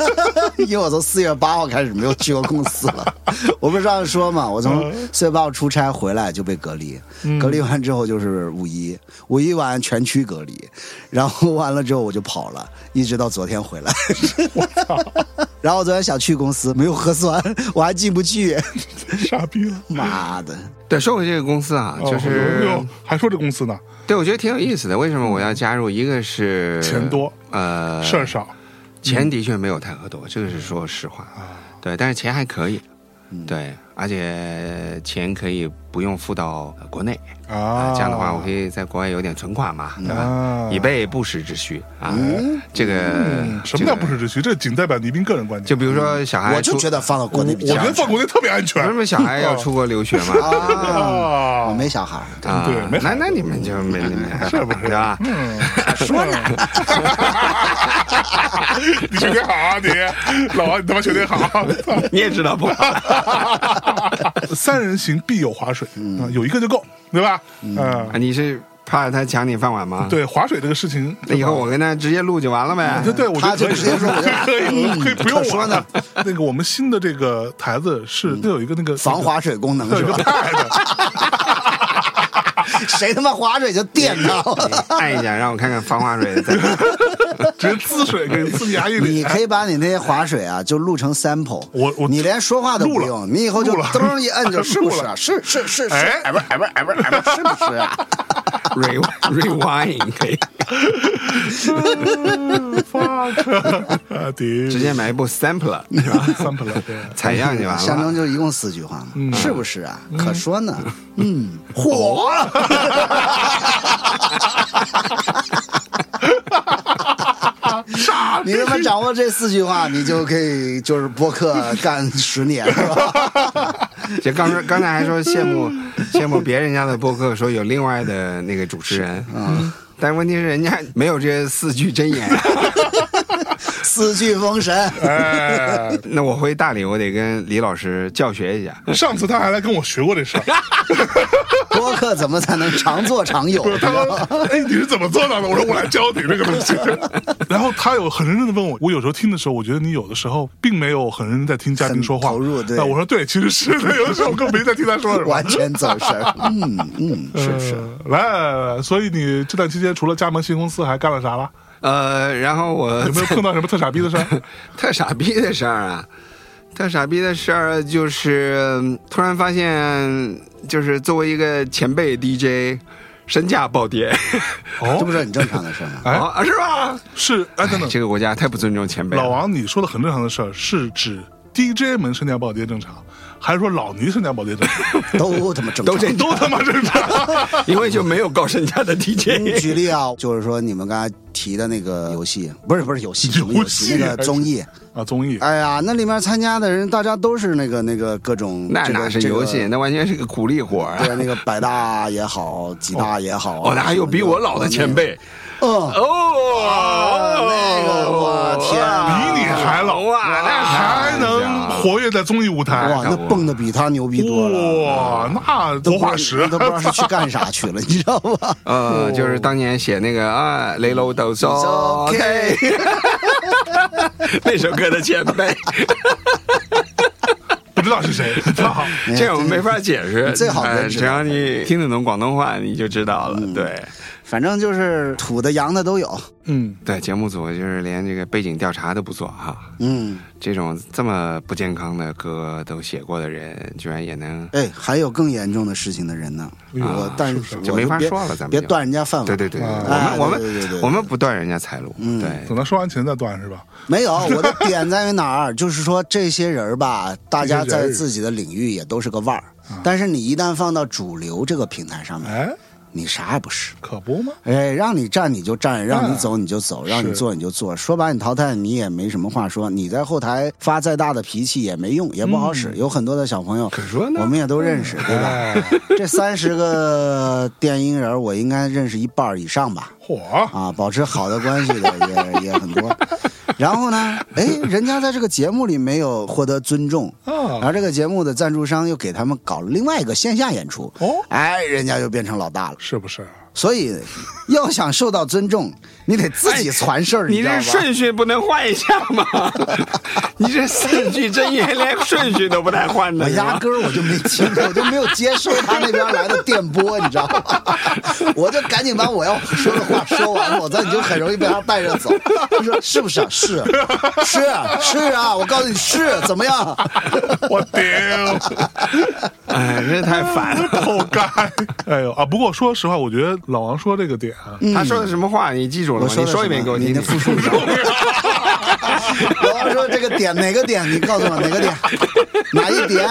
Speaker 3: 因为我从四月八号开始没有去过公司了。 我不是这样说嘛，我从
Speaker 2: 嗯
Speaker 3: 四月八号出差回来就被隔离，隔离完之后就是五一，五一完全区隔离，然后完了之后我就跑了，一直到昨天回 来。然后我昨天想去公司，没有核酸，我还进不去。
Speaker 2: 傻逼了。
Speaker 3: 妈的，
Speaker 1: 对，说回这个公司啊，就
Speaker 2: 哦
Speaker 1: 是
Speaker 2: 呦呦还说这公司呢，
Speaker 1: 对我觉得挺有意思的。为什么我要加入？一个是
Speaker 2: 钱多，
Speaker 1: 呃，
Speaker 2: 事儿少，
Speaker 1: 钱的确没有太和多，这个是说实话。
Speaker 2: 啊
Speaker 1: 对，但是钱还可以，
Speaker 2: 嗯
Speaker 1: 对，而且钱可以不用付到呃国内
Speaker 2: 啊
Speaker 1: 这样的话我可以在国外有点存款嘛，对吧
Speaker 2: 啊？
Speaker 1: 以备不时之需啊。这个
Speaker 2: 嗯什么叫
Speaker 1: 这
Speaker 2: 不？时
Speaker 1: 个
Speaker 2: 之需？这仅代表倪斌个人观点。
Speaker 1: 就比如说小哎孩出，
Speaker 3: 我就觉得放到国
Speaker 2: 我
Speaker 3: 内
Speaker 2: 我
Speaker 3: 比较
Speaker 2: 觉得
Speaker 3: 安全
Speaker 2: 放国内特别安全
Speaker 1: 为什么小孩
Speaker 2: 哦
Speaker 1: 要出国留学嘛？
Speaker 3: 啊。我
Speaker 2: 啊，
Speaker 3: 没小孩儿，
Speaker 1: 啊，
Speaker 2: 对没
Speaker 1: 那那你们就没没没，
Speaker 2: 是不是嗯
Speaker 1: 对吧？
Speaker 2: 说呢。你学点好啊，你老王，你他妈学点好 啊。
Speaker 1: 你也知道不好，
Speaker 2: 三人行必有划水
Speaker 1: 嗯
Speaker 2: 啊，有一个就够，对吧？啊，
Speaker 1: 你是怕他抢你饭碗吗？，
Speaker 2: 对划水这个事情，
Speaker 1: 那以后我跟他直接录就完了呗。
Speaker 2: 哎对对，我觉
Speaker 3: 他
Speaker 2: 得
Speaker 3: 就
Speaker 2: 可以
Speaker 3: 直接说我就 嗯
Speaker 2: 可以，可以不用
Speaker 3: 可说呢。 嗯
Speaker 2: 那个我们新的这个台子是都有一个那个
Speaker 3: 防滑水功能
Speaker 2: 都有
Speaker 3: 是
Speaker 2: 一个
Speaker 3: 吧？
Speaker 2: pad
Speaker 3: 谁他妈划水就电到。
Speaker 1: 按一下，让我看看防滑水 在哪。
Speaker 2: 直接滋水给自己牙 一
Speaker 3: 你
Speaker 2: 脸。
Speaker 3: 可以把你那些划水啊，就录成 sample。
Speaker 2: 哎我我
Speaker 3: 你连说话都不
Speaker 2: 录了
Speaker 3: 用，你以后就
Speaker 2: 录了
Speaker 3: 噔一摁就是不
Speaker 2: 录
Speaker 3: 是
Speaker 2: 了
Speaker 3: 啊？是是是是，
Speaker 2: 哎
Speaker 3: 哎不哎不哎不哎不，是不是啊？
Speaker 1: Re rewind 可以
Speaker 2: fuck 啊， 顶
Speaker 1: 直接买一部 sampler 是吧？
Speaker 2: 三不了，嗯对
Speaker 1: 采样就完
Speaker 3: 象
Speaker 1: 了。
Speaker 3: 征就一共四句话嘛，是不是啊？可说 呢，嗯，火。
Speaker 2: 哦 傻
Speaker 3: 你他妈掌握这四句话，你就可以就是播客干十年，是 吧？
Speaker 1: 就刚说刚才还说羡慕羡慕别人家的播客，说有另外的那个主持人，嗯，但问题是人家没有这四句真言。
Speaker 3: 四句封神，
Speaker 2: 哎，
Speaker 1: 那我回大理，我得跟李老师教学一下。
Speaker 2: 上次他还来跟我学过这事儿，
Speaker 3: 播客怎么才能长做长有？
Speaker 2: 他说：“哎，你是怎么做到的？”我说：“我来教你这个东西。” 然后他有很认真的问我，我有时候听的时候，我觉得你有的时候并没有很认真在听嘉宾说话，
Speaker 3: 很投入对
Speaker 2: 那我说：“对，其实是的，有的时候我根本没在听他 说什么。
Speaker 3: 完全走神儿， 嗯嗯，是是。
Speaker 2: 呃来来来，所以你这段期间除了加盟新公司，还干了啥了？
Speaker 1: 呃，然后我
Speaker 2: 有没有碰到什么特傻逼的事儿？
Speaker 1: 特傻逼的事儿啊，特傻逼的事儿就是嗯突然发现，就是作为一个前辈 DJ，身价暴跌，
Speaker 3: 这
Speaker 2: 哦，
Speaker 1: 嗯
Speaker 3: 不是很正常的 事吗？
Speaker 2: 哎
Speaker 1: 啊，是吧？
Speaker 2: 是哎，等等
Speaker 1: 这，个国家太不尊重前辈了。
Speaker 2: 老王，你说的很正常的事儿，是指 DJ 们身价暴跌正常，还是说老倪身价暴跌 正常？
Speaker 3: 都他妈正常。
Speaker 1: 都这
Speaker 2: 都他妈正 常。
Speaker 1: 因为就没有高身 价的 DJ。
Speaker 3: 嗯举例啊，就是说你们刚才提的那个游戏，不是不是游戏，什么游戏
Speaker 2: 游戏
Speaker 3: 那个综艺，
Speaker 2: 啊，综艺
Speaker 3: 哎呀，那里面参加的人，大家都是那个那个各种
Speaker 1: 那
Speaker 3: 这个
Speaker 1: 哪是
Speaker 3: 这个
Speaker 1: 游戏，那完全是个苦力活儿啊。
Speaker 3: 对，那个百大也好，几大也好，
Speaker 1: 哦，那还有比我老的前辈
Speaker 3: 嗯，
Speaker 1: 哦，那
Speaker 3: 那个我天
Speaker 2: 比你还老
Speaker 1: 啊，那
Speaker 2: 还能活跃在综艺舞
Speaker 1: 哎
Speaker 2: 台，
Speaker 3: 哇，那蹦的比他牛逼多了，
Speaker 2: 哇，那
Speaker 3: 都不知道
Speaker 2: 活化石
Speaker 3: 都不知道是去干啥去了，你知道 吗？
Speaker 1: 呃，就是当年写那个啊，雷楼
Speaker 2: 嗯
Speaker 1: 抖擞
Speaker 3: OK
Speaker 1: 那首歌的前辈，
Speaker 2: 不知道 是谁，不知道
Speaker 1: 哎这我们没法解释。
Speaker 3: 最好
Speaker 1: 呃
Speaker 3: 认识
Speaker 1: 只要你听得懂广东话，你就知道了。对
Speaker 3: 反正就是土的、洋的都有，
Speaker 2: 嗯，
Speaker 1: 对，节目组就是连这个背景调查都不做哈、
Speaker 3: 嗯，
Speaker 1: 这种这么不健康的歌都写过的人，居然也能
Speaker 3: 哎，还有更严重的事情的人呢，
Speaker 1: 哎
Speaker 3: 我但是
Speaker 1: 就
Speaker 3: 我
Speaker 1: 没法
Speaker 3: 别
Speaker 1: 说了，咱们
Speaker 3: 别
Speaker 1: 就
Speaker 3: 断人家饭碗，
Speaker 1: 对对对，嗯对
Speaker 2: 啊
Speaker 1: 我们我
Speaker 3: 对对对对
Speaker 1: 们我们不断人家财路，
Speaker 3: 嗯
Speaker 1: 对，
Speaker 2: 等他说完钱再断是吧？
Speaker 3: 没有，我的点在于哪儿？ 就是说这些人儿 吧，大家在自己的领域也都是个腕儿，
Speaker 1: 啊
Speaker 3: 但是你一旦放到主流这个平台上面，
Speaker 2: 哎，
Speaker 3: 你啥也不是。
Speaker 2: 可不嘛，
Speaker 3: 哎，让你站你就
Speaker 1: 啊
Speaker 3: 站，让你走你就走，
Speaker 2: 是
Speaker 3: 让你坐你就坐。说白你淘汰你也没什么话说，你在后台发再大的脾气也没用，也不好使。有很多的小朋友，
Speaker 1: 嗯可嗯说呢
Speaker 3: 我们也都认识，对吧？
Speaker 2: 哎，
Speaker 3: 这三十个电音人儿，我应该认识一半儿以上吧。
Speaker 2: 嚯，
Speaker 3: 啊，保持好的关系的也也很多。然后呢，哎，人家在这个节目里没有获得尊重，然
Speaker 2: 啊，
Speaker 3: 后这个节目的赞助商又给他们搞了另外一个线下演出，
Speaker 2: 哦，
Speaker 3: 哎，人家就变成老大了。
Speaker 2: 是不是？
Speaker 3: 所以，要想受到尊重，你得自己传事儿，
Speaker 1: 你
Speaker 3: 知道
Speaker 1: 这
Speaker 3: 吧？
Speaker 1: 顺序不能换一下吗？ 你这四句真言连顺序都不带换的，
Speaker 3: 我压根儿我就没听，我就没有接收他那边来的电波，你知道吗？我就赶紧把我要说的话说完，否则你就很容易被他带着走。他说是不是啊？是啊，是啊是啊，我告诉你是怎么样？
Speaker 2: 我丢，
Speaker 1: 哎，这太烦了。
Speaker 2: 活该！哎呦啊！不过说实话，我觉得老王说这个点 啊，
Speaker 1: 他说的什么话你记住了
Speaker 3: 我
Speaker 1: 吗？你
Speaker 3: 的
Speaker 1: 说一
Speaker 3: 什
Speaker 1: 遍嗯
Speaker 3: 么
Speaker 1: 给我听
Speaker 3: 你
Speaker 1: 听
Speaker 3: 的。复述一下。老王说这个点哪个点？你告诉我哪个点？哪一点？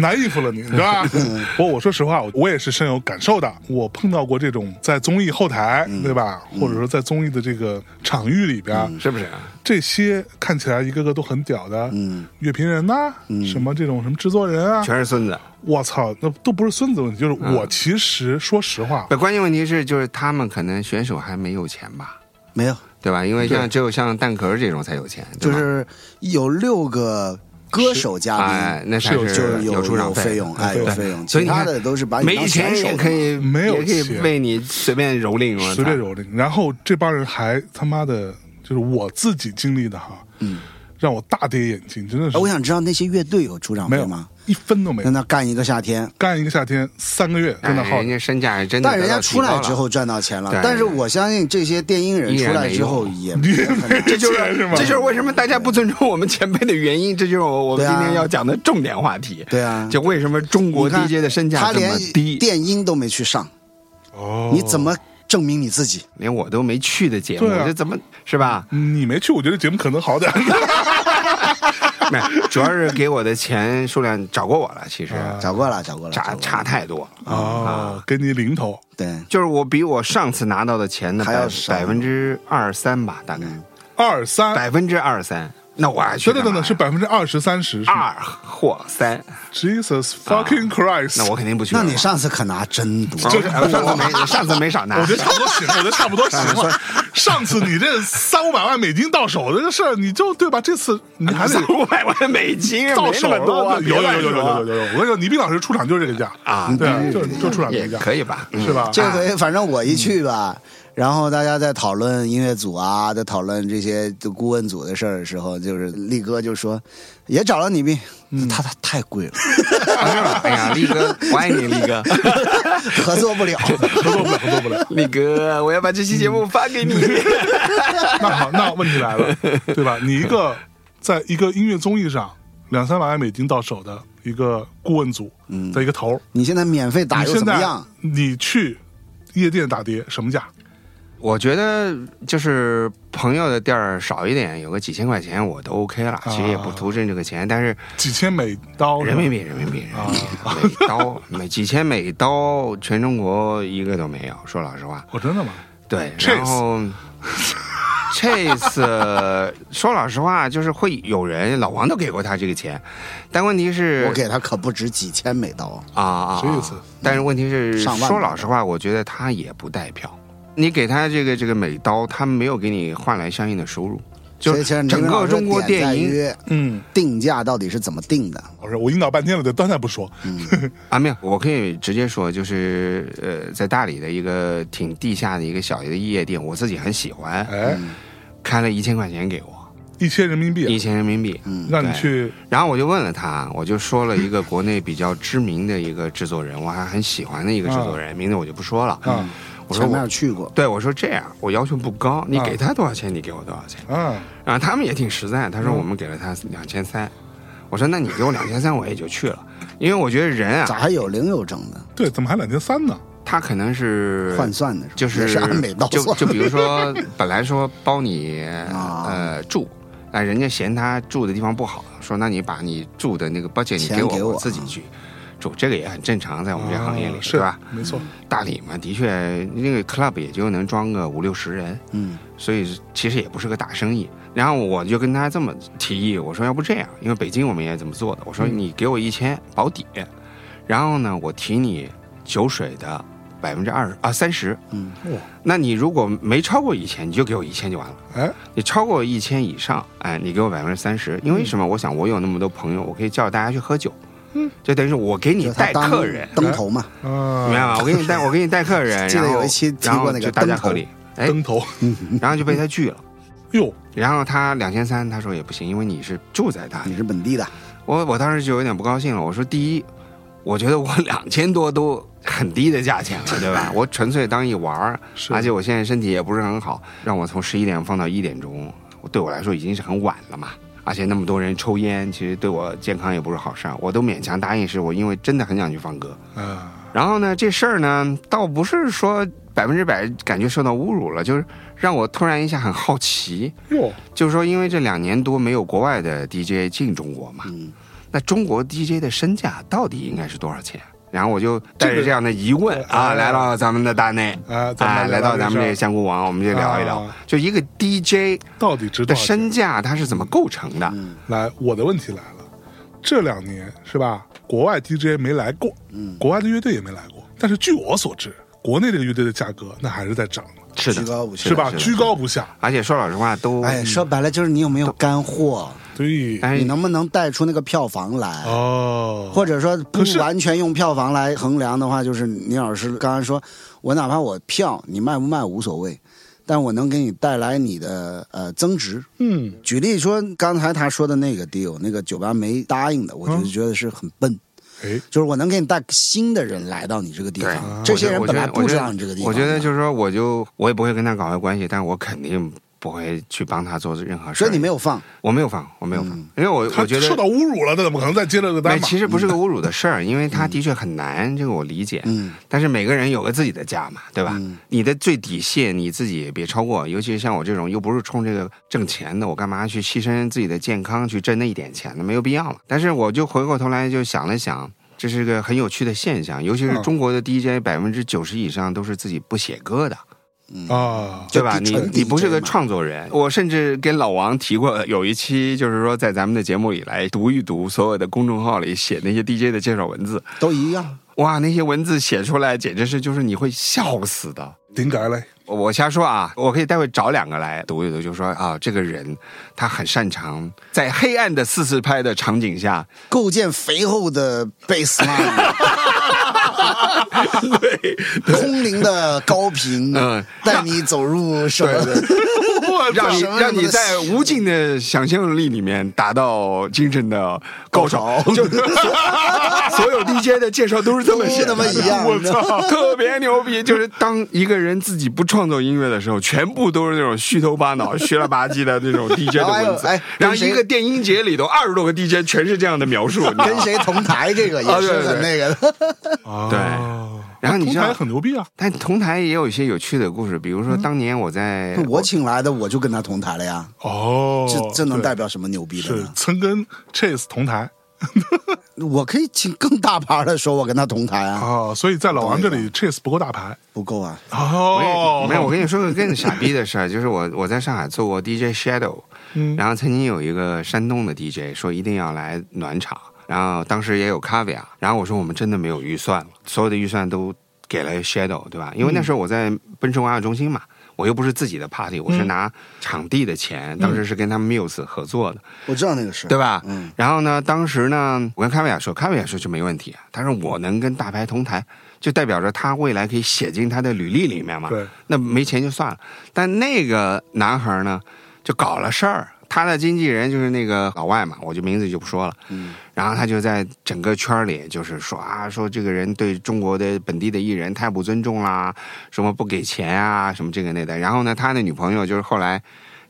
Speaker 2: 难应付了你，对吧？
Speaker 1: 嗯
Speaker 2: 不过我说实话，我我也是深有感受的。我碰到过这种在综艺后台，
Speaker 1: 嗯
Speaker 2: 对吧？或者说在综艺的这个场域里边，
Speaker 1: 是啊不是？
Speaker 2: 这些看起来一个个都很屌的，
Speaker 3: 嗯，
Speaker 2: 乐评人呐、什么这种什么制作人啊，
Speaker 1: 嗯全是嗯孙子。
Speaker 2: 我操，那都不是孙子问题，就是我其实说实话，
Speaker 1: 不，关键问题是，就是他们可能选手还没有钱吧，
Speaker 3: 没有，
Speaker 1: 对吧？因为像只有像蛋壳这种才有钱，对
Speaker 3: 就
Speaker 1: 吧
Speaker 3: 是有六个歌手嘉宾
Speaker 1: 哎，。那才
Speaker 2: 是
Speaker 3: 就是有
Speaker 1: 有出场
Speaker 3: 费用，哎，有
Speaker 2: 对
Speaker 3: 费用，
Speaker 1: 所以
Speaker 3: 其
Speaker 1: 你看
Speaker 3: 他的都是把你
Speaker 1: 没
Speaker 3: 当选
Speaker 1: 钱
Speaker 3: 手
Speaker 1: 也
Speaker 3: 的
Speaker 1: 可以，
Speaker 2: 没有
Speaker 1: 也可以
Speaker 2: 钱
Speaker 1: 被你随便蹂躏了，
Speaker 2: 随便蹂躏。然后这帮人还他妈的，就是我自己经历的哈，嗯，让我大跌眼镜，真的是
Speaker 3: 哎我想知道那些乐队有出场
Speaker 2: 没
Speaker 3: 费
Speaker 2: 有
Speaker 3: 吗？？
Speaker 2: 一分都没
Speaker 3: 让
Speaker 2: 有。
Speaker 3: 他干一个夏天，
Speaker 2: 干一个夏天三个月，
Speaker 1: 哎
Speaker 2: 真的好
Speaker 1: 人，家身价是真的
Speaker 3: 但
Speaker 1: 得到
Speaker 3: 人
Speaker 1: 提高
Speaker 3: 家
Speaker 1: 了，
Speaker 3: 出来之后赚到钱了
Speaker 1: 对。
Speaker 3: 但是我相信这些电音人
Speaker 1: 依
Speaker 3: 出
Speaker 1: 然
Speaker 3: 来之后
Speaker 1: 没
Speaker 3: 也
Speaker 2: 你没
Speaker 1: 这就是
Speaker 2: 钱是吗？
Speaker 1: 这就是为什么大家不尊重我们前辈的原因，这就是我我们
Speaker 3: 对啊
Speaker 1: 今天要讲的重点话题。
Speaker 3: 对啊
Speaker 1: 就为什么中国
Speaker 3: 你看
Speaker 1: DJ 的身价
Speaker 3: 他
Speaker 1: 这么
Speaker 3: 连
Speaker 1: 低，
Speaker 3: 电音都没去上，
Speaker 2: 哦
Speaker 3: 你怎么证明你自己？
Speaker 1: 连我都没去的节目，
Speaker 2: 对啊？
Speaker 1: 这怎么是吧
Speaker 2: 嗯你没去？我觉得节目可能好点儿。
Speaker 1: 没有，主要是给我的钱数量找过我了，其实
Speaker 3: 找过了，找过了，
Speaker 1: 差
Speaker 3: 找过
Speaker 1: 啊
Speaker 3: 了
Speaker 1: 差太多了。
Speaker 2: 哦，给你零头，
Speaker 3: 对，
Speaker 1: 就是我比我上次拿到的钱的
Speaker 3: 还要
Speaker 1: 百
Speaker 3: 少
Speaker 1: 百分之二三吧，大概
Speaker 2: 二三，
Speaker 1: 百分之二三。那我还去
Speaker 2: 等
Speaker 1: 干
Speaker 2: 等
Speaker 1: 嘛呀？
Speaker 2: 等等，是百分之二十三十。是吗
Speaker 1: 二或三，
Speaker 2: Jesus fucking Christ！
Speaker 1: 啊那我肯定不去了
Speaker 3: 那
Speaker 1: 嘛。
Speaker 3: 你上次可拿真多，
Speaker 1: 我我上次没上次没少拿，
Speaker 2: 我觉得差不多行了，我觉得差不多行了。上次你这三五百万美金到手的这事儿，你就对吧？这次你还得
Speaker 1: 三五百万美金，
Speaker 2: 到
Speaker 1: 没
Speaker 2: 手
Speaker 1: 那么多
Speaker 2: 了，
Speaker 1: 啊，
Speaker 2: 有有有有有有有
Speaker 1: 有
Speaker 2: 有。我跟你说，倪斌老师出场就是这个价
Speaker 1: 啊
Speaker 2: 对啊，就就出场这
Speaker 1: 也
Speaker 2: 个价，
Speaker 1: 可以吧？
Speaker 2: 是吧？
Speaker 3: 这回反正我一去吧，然后大家在讨论音乐组啊，在讨论这些就顾问组的事儿的时候，就是力哥就说，也找了你病，
Speaker 1: 嗯
Speaker 3: 他他太贵了，
Speaker 1: 哎呀，力哥，我爱你，力哥，
Speaker 3: 合作不了。
Speaker 2: 合作不了，合作不了。
Speaker 1: 力哥，我要把这期节目发给你。
Speaker 2: 哎那好，那问题来了，对吧？你一个在一个音乐综艺上两三百万美金到手的一个顾问组，
Speaker 1: 嗯
Speaker 2: 在一个头儿，
Speaker 3: 你现在免费打
Speaker 2: 你
Speaker 3: 又怎
Speaker 2: 现
Speaker 3: 么
Speaker 2: 在
Speaker 3: 样？
Speaker 2: 你去夜店打碟什么价？
Speaker 1: 我觉得就是朋友的地儿少一点，有个几千块钱我都 OK
Speaker 3: 啊
Speaker 1: 了，其实也不图挣这个钱，但是
Speaker 2: 几千每刀
Speaker 1: 人民币，人民币，
Speaker 3: 啊
Speaker 1: 人民币，每刀每几千每刀，全中国一个都没有。说老实话，
Speaker 2: 我哦真的吗？
Speaker 1: 对，
Speaker 2: Chase
Speaker 1: 然后 Chase 说老实话，就是会有人，老王都给过他这个钱，但问题是
Speaker 3: 我给他可不止几千美刀，
Speaker 1: 啊啊，
Speaker 2: 谁
Speaker 1: 啊
Speaker 2: 有次
Speaker 1: 但是问题是，
Speaker 3: 上万
Speaker 1: 说
Speaker 3: 吧
Speaker 1: 老实话，我觉得他也不带票。你给他这个这个美刀，他没有给你换来相应的收入。就
Speaker 3: 所以其实
Speaker 1: 整个中国电影
Speaker 3: 影
Speaker 2: 嗯，
Speaker 3: 定价到底是怎么定的？
Speaker 2: 我说我引导半天了，就刚才不说，
Speaker 1: 啊，没有，我可以直接说，就是呃，在大理的一个挺地下的一个小的夜店，我自己很喜欢，
Speaker 2: 哎，
Speaker 1: 开了一千块钱给我，
Speaker 2: 一千人民币
Speaker 1: 嗯一千人民币。
Speaker 3: 嗯
Speaker 2: 让你
Speaker 1: 对
Speaker 2: 去
Speaker 1: 然后我就问了他，我就说了一个国内比较知名的一个制作人，我还很喜欢的一个制作人，名字我就不说了。
Speaker 2: 啊
Speaker 1: 我说
Speaker 3: 啊前
Speaker 1: 我
Speaker 3: 面去过，
Speaker 1: 对，我说这样，我要求不高，你
Speaker 2: 啊
Speaker 1: 给他多少钱，你给我多少钱。
Speaker 2: 啊，
Speaker 1: 然后他们也挺实在，他说
Speaker 3: 嗯
Speaker 1: 我们给了他两千三，我说那你给我两千三，我也就去了，因为我觉得人
Speaker 3: 咋
Speaker 1: 啊，
Speaker 3: 还有零有整的？
Speaker 2: 对，怎么还两千三呢？
Speaker 1: 他可能是
Speaker 3: 换算的时候
Speaker 1: 就
Speaker 3: 也是按美刀
Speaker 1: 就
Speaker 3: 算
Speaker 1: 就比如 说本来说包你
Speaker 3: 啊
Speaker 1: 呃住。那人家嫌他住的地方不好，说那你把你住的那个 budget 你
Speaker 3: 钱
Speaker 1: 给
Speaker 3: 给
Speaker 1: 我，
Speaker 3: 我啊哦
Speaker 1: 自己去住，这个也很正常，在我们这行业里，
Speaker 2: 啊
Speaker 1: 对
Speaker 2: 是
Speaker 1: 吧？？
Speaker 2: 没错，
Speaker 1: 大理嘛，的确那个 club 也就能装个五六十人，
Speaker 3: 嗯，
Speaker 1: 所以其实也不是个大生意。然后我就跟他这么提议，我说要不这样，因为北京我们也这么做的，我说
Speaker 3: 嗯
Speaker 1: 你给我一千保底，然后呢，我提你酒水的百分之二十啊三十，
Speaker 3: 嗯，
Speaker 1: 那你如果没超过一千，你就给我一千就完了。
Speaker 2: 哎，
Speaker 1: 你超过一千以上，哎，你给我百分之三十，
Speaker 3: 嗯
Speaker 1: 因为什么？我想我有那么多朋友，我可以叫大家去喝酒，嗯，就等于是我给你
Speaker 3: 就他
Speaker 1: 带
Speaker 3: 当
Speaker 1: 客人，
Speaker 3: 灯头嘛，
Speaker 2: 啊，
Speaker 1: 明白吗？我给你 带我给你带客人，
Speaker 3: 记得
Speaker 1: 然后
Speaker 3: 有一期提
Speaker 1: 然后
Speaker 3: 过那个
Speaker 1: 就大家
Speaker 3: 灯头
Speaker 1: 合理，哎，
Speaker 2: 灯头，
Speaker 1: 然后就被他拒了。
Speaker 2: 哟，
Speaker 1: 然后他两千三，他说也不行，因为你是住在大理
Speaker 3: 你。是本地的，
Speaker 1: 我我当时就有点不高兴了，我说第一，我觉得我两千多都很低的价钱了，对吧？我纯粹当一玩儿，
Speaker 2: 是
Speaker 1: 而且我现在身体也不是很好，让我从十一点放到一点钟，对我来说已经是很晚了嘛。而且那么多人抽烟，其实对我健康也不是好事儿，我都勉强答应，是我因为真的很想去放歌。
Speaker 2: 啊，
Speaker 1: 然后呢，这事儿呢，倒不是说百分之百感觉受到侮辱了，就是让我突然一下很好奇，
Speaker 2: 哟，
Speaker 1: 就是说，因为这两年多没有国外的 DJ 进中国嘛，
Speaker 3: 嗯，
Speaker 1: 那中国 DJ 的身价到底应该是多少钱？然后我就带
Speaker 2: 这
Speaker 1: 着
Speaker 2: 个
Speaker 1: 这样的疑问啊，
Speaker 2: 哎
Speaker 1: 来到咱们的大内，
Speaker 2: 啊，咱
Speaker 1: 哎，
Speaker 2: 们
Speaker 1: 来到咱们这个
Speaker 2: 下，
Speaker 1: 香菇王，我们就聊一聊
Speaker 2: 啊，
Speaker 1: 就一个 DJ
Speaker 2: 到底值
Speaker 1: 的
Speaker 2: 多少钱？
Speaker 1: 身价它是怎么构成的？
Speaker 3: 嗯
Speaker 2: 来，我的问题来了，这两年是吧？国外 DJ 没来过，嗯，国外的乐队也没来过，但是据我所知，国内这个乐队的价格那还是在涨的，
Speaker 1: 是
Speaker 3: 居
Speaker 1: 的，
Speaker 3: 高不下
Speaker 2: 是吧？
Speaker 1: 是的
Speaker 2: 居高不下，
Speaker 1: 而且说老实话，都
Speaker 3: 哎，说白了就是你有没有干货，
Speaker 2: 对，
Speaker 1: 但
Speaker 3: 你
Speaker 1: 是
Speaker 3: 能不能带出那个票房来？
Speaker 2: 哦，
Speaker 3: 或者说不
Speaker 2: 可是
Speaker 3: 完全用票房来衡量的话，就是倪老师刚刚说，我哪怕我票你卖不卖无所谓，但我能给你带来你的呃增值。
Speaker 2: 嗯，
Speaker 3: 举例说，刚才他说的那个 deal，那个酒吧没答应的，
Speaker 1: 嗯
Speaker 3: 我就觉得是很笨。
Speaker 2: 哎，
Speaker 3: 就是我能给你带新的人来到你这个地
Speaker 1: 对
Speaker 3: 方，，这些人
Speaker 1: 我
Speaker 3: 本
Speaker 1: 觉
Speaker 3: 来
Speaker 1: 得我
Speaker 3: 不
Speaker 1: 觉
Speaker 3: 知
Speaker 1: 得
Speaker 3: 道你这个地方
Speaker 1: 我
Speaker 3: 的。
Speaker 1: 觉得就是说，我就我也不会跟他搞坏关系，但我肯定不会去帮他做任何事
Speaker 3: 所
Speaker 1: 儿。
Speaker 3: 以你没有嗯放，
Speaker 1: 我没有放，我没有放，因为我
Speaker 2: 他
Speaker 1: 我觉得
Speaker 2: 受到侮辱了，他怎么可能再接着个单
Speaker 1: 没，
Speaker 2: 嘛？
Speaker 1: 其实不是个侮辱的事儿，因为它的确很难，这个我理解。
Speaker 3: 嗯，
Speaker 1: 但是每个人有个自己的价嘛，对吧？
Speaker 3: 嗯
Speaker 1: 你的最底线你自己也别超过，尤其是像我这种又不是冲这个挣钱的，我干嘛去牺牲自己的健康去挣那一点钱呢？没有必要嘛。但是我就回过头来就想了想。这是个很有趣的现象，尤其是
Speaker 2: 嗯
Speaker 1: 中国的 DJ 百分之九十以上都是自己不写歌的，
Speaker 3: 嗯
Speaker 2: 啊，
Speaker 1: 对吧？你
Speaker 3: 就纯
Speaker 1: 你不是
Speaker 3: DJ
Speaker 1: 个
Speaker 3: 嘛
Speaker 1: 创作人，我甚至跟老王提过，有一期就是说在咱们的节目里来读一读所有的公众号里写那些 DJ 的介绍文字，
Speaker 3: 都一样。
Speaker 1: 哇，那些文字写出来简直是就是你会笑死的。
Speaker 2: 顶改嘞，
Speaker 1: 我瞎说啊，我可以待会找两个来读一读，就说啊，这个人他很擅长在黑暗的四四拍的场景下，
Speaker 3: 构建肥厚的 baseline，
Speaker 1: 对，
Speaker 3: 空灵的高频
Speaker 1: 嗯，
Speaker 3: 带你走入什么？
Speaker 1: 让你
Speaker 3: 什么
Speaker 1: 让你
Speaker 3: 什么
Speaker 1: 在无尽的想象力里面达到精神的高潮，就 所有 DJ 的介绍都是这么写的，
Speaker 3: 都他妈一样
Speaker 1: 我
Speaker 3: 你知道
Speaker 1: 操，特别牛逼！就是当一个人自己不创作音乐的时候，全部都是那种虚头巴脑、虚了吧唧的 那种 DJ 的
Speaker 3: 然后还有
Speaker 1: 文字
Speaker 3: 哎，
Speaker 1: 然后
Speaker 3: 跟谁
Speaker 1: 一个电音节里头二十多个 DJ 全是这样的描述，你知道吗
Speaker 3: 跟谁同台？这个也是
Speaker 1: 啊对
Speaker 3: 很那个的。
Speaker 1: 对
Speaker 2: 啊，
Speaker 1: 然后但你
Speaker 2: 同
Speaker 1: 知
Speaker 2: 台
Speaker 1: 道，
Speaker 2: 很牛逼啊，
Speaker 1: 但同台也有一些有趣的故事，比如说当年哎我在、
Speaker 3: 嗯那我请来的我就跟他同台了呀，
Speaker 2: 哦，
Speaker 3: 这这能
Speaker 2: 对
Speaker 3: 代表什么牛逼的
Speaker 2: 是
Speaker 1: 啊
Speaker 3: 呢？
Speaker 2: 曾跟 Chase 同台
Speaker 3: 我可以请更大牌的说我跟他同台
Speaker 1: 嗯
Speaker 3: 啊，
Speaker 2: 啊，所以在老王这里 Chase 不够大牌
Speaker 3: 不够啊，
Speaker 1: 我也
Speaker 2: 哦，
Speaker 1: 没有，我跟你说个更傻逼的事儿，就是我我在上海做过 DJ Shadow，、
Speaker 2: 嗯
Speaker 1: 然后曾经有一个山东的 DJ 说一定要来暖场，然后当时也有 Caviar，然后我说我们真的没有预算了，所有的预算都给了 Shadow，对吧？因为
Speaker 2: 嗯
Speaker 1: 那时候我在奔驰文化中心嘛。我又不是自己的 party，我是
Speaker 2: 嗯
Speaker 1: 拿场地的钱，当时是跟他们 Muse 合作的，
Speaker 3: 我知道那个事，
Speaker 1: 对？吧？
Speaker 3: 嗯，
Speaker 1: 然后呢，当时呢，我跟卡维亚说，卡维亚说就没问题啊。他说我能跟大牌同台，就代表着他未来可以写进他的履历里面嘛。
Speaker 2: 对，
Speaker 1: 那没钱就算了。但那个男孩呢，就搞了事儿。他的经纪人就是那个老外嘛，我就名字就不说了。
Speaker 3: 嗯，
Speaker 1: 然后他就在整个圈儿里，就是说啊，说这个人对中国的本地的艺人太不尊重啦，什么不给钱啊，什么这个那的。然后呢，他的女朋友就是后来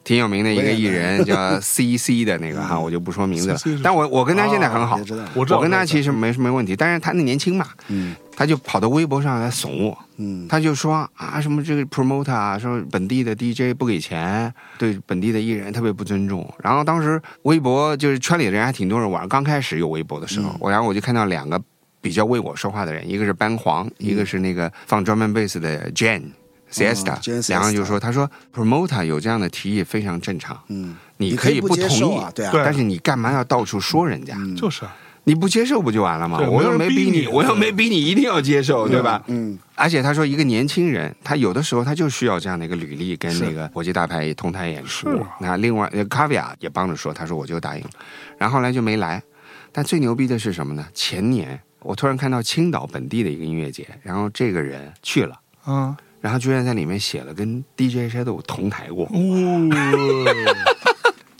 Speaker 1: 挺有名的一个艺人，叫 C C 的那个哈，我就不说名字了
Speaker 2: CC 是。
Speaker 1: 但我我跟他现在很好
Speaker 3: 别，哦知道，
Speaker 2: 我知道
Speaker 1: 我跟他其实没什么问题，但是他那年轻嘛，
Speaker 3: 嗯
Speaker 1: 他就跑到微博上来怂我，
Speaker 3: 嗯，
Speaker 1: 他就说啊什么这个 promoter 啊，说本地的 DJ 不给钱，对本地的艺人特别不尊重。然后当时微博就是圈里的人还挺多人玩，刚开始有微博的时
Speaker 3: 嗯
Speaker 1: 候，我然后我就看到两个比较为我说话的人，一个是班黄，一
Speaker 3: 嗯
Speaker 1: 个是那个放专门贝斯的 Jane。Siesta，、
Speaker 3: 哦 Jane
Speaker 1: 两个人
Speaker 3: Siesta
Speaker 1: 就说，他说 promoter 有这样的提议非常正常，
Speaker 3: 嗯，
Speaker 1: 你
Speaker 3: 可
Speaker 1: 可
Speaker 3: 以
Speaker 1: 以不
Speaker 3: 接
Speaker 1: 同
Speaker 3: 受
Speaker 1: 意，
Speaker 3: 啊，对啊，
Speaker 2: 对
Speaker 1: 但是你干嘛要到处说人家？
Speaker 3: 嗯
Speaker 2: 就是啊，
Speaker 1: 你不接受不就完了吗
Speaker 2: 对？
Speaker 1: 我又
Speaker 2: 没有人
Speaker 1: 没
Speaker 2: 逼
Speaker 1: 逼
Speaker 2: 你
Speaker 1: 你，我又
Speaker 2: 对
Speaker 1: 没逼你一定要接受，对吧？
Speaker 3: 嗯，
Speaker 1: 而且他说，一个年轻人，他有的时候他就需要这样的一个履历，跟那个国际大牌同台演出
Speaker 2: 是啊。
Speaker 1: 那另外，呃卡维亚也帮着说，他说我就答应了，然后后来就没来。但最牛逼的是什么呢？前年我突然看到青岛本地的一个音乐节，然后这个人去了，
Speaker 2: 嗯，
Speaker 1: 然后居然在里面写了跟 DJ Shadow 同台过。嗯
Speaker 2: 哦，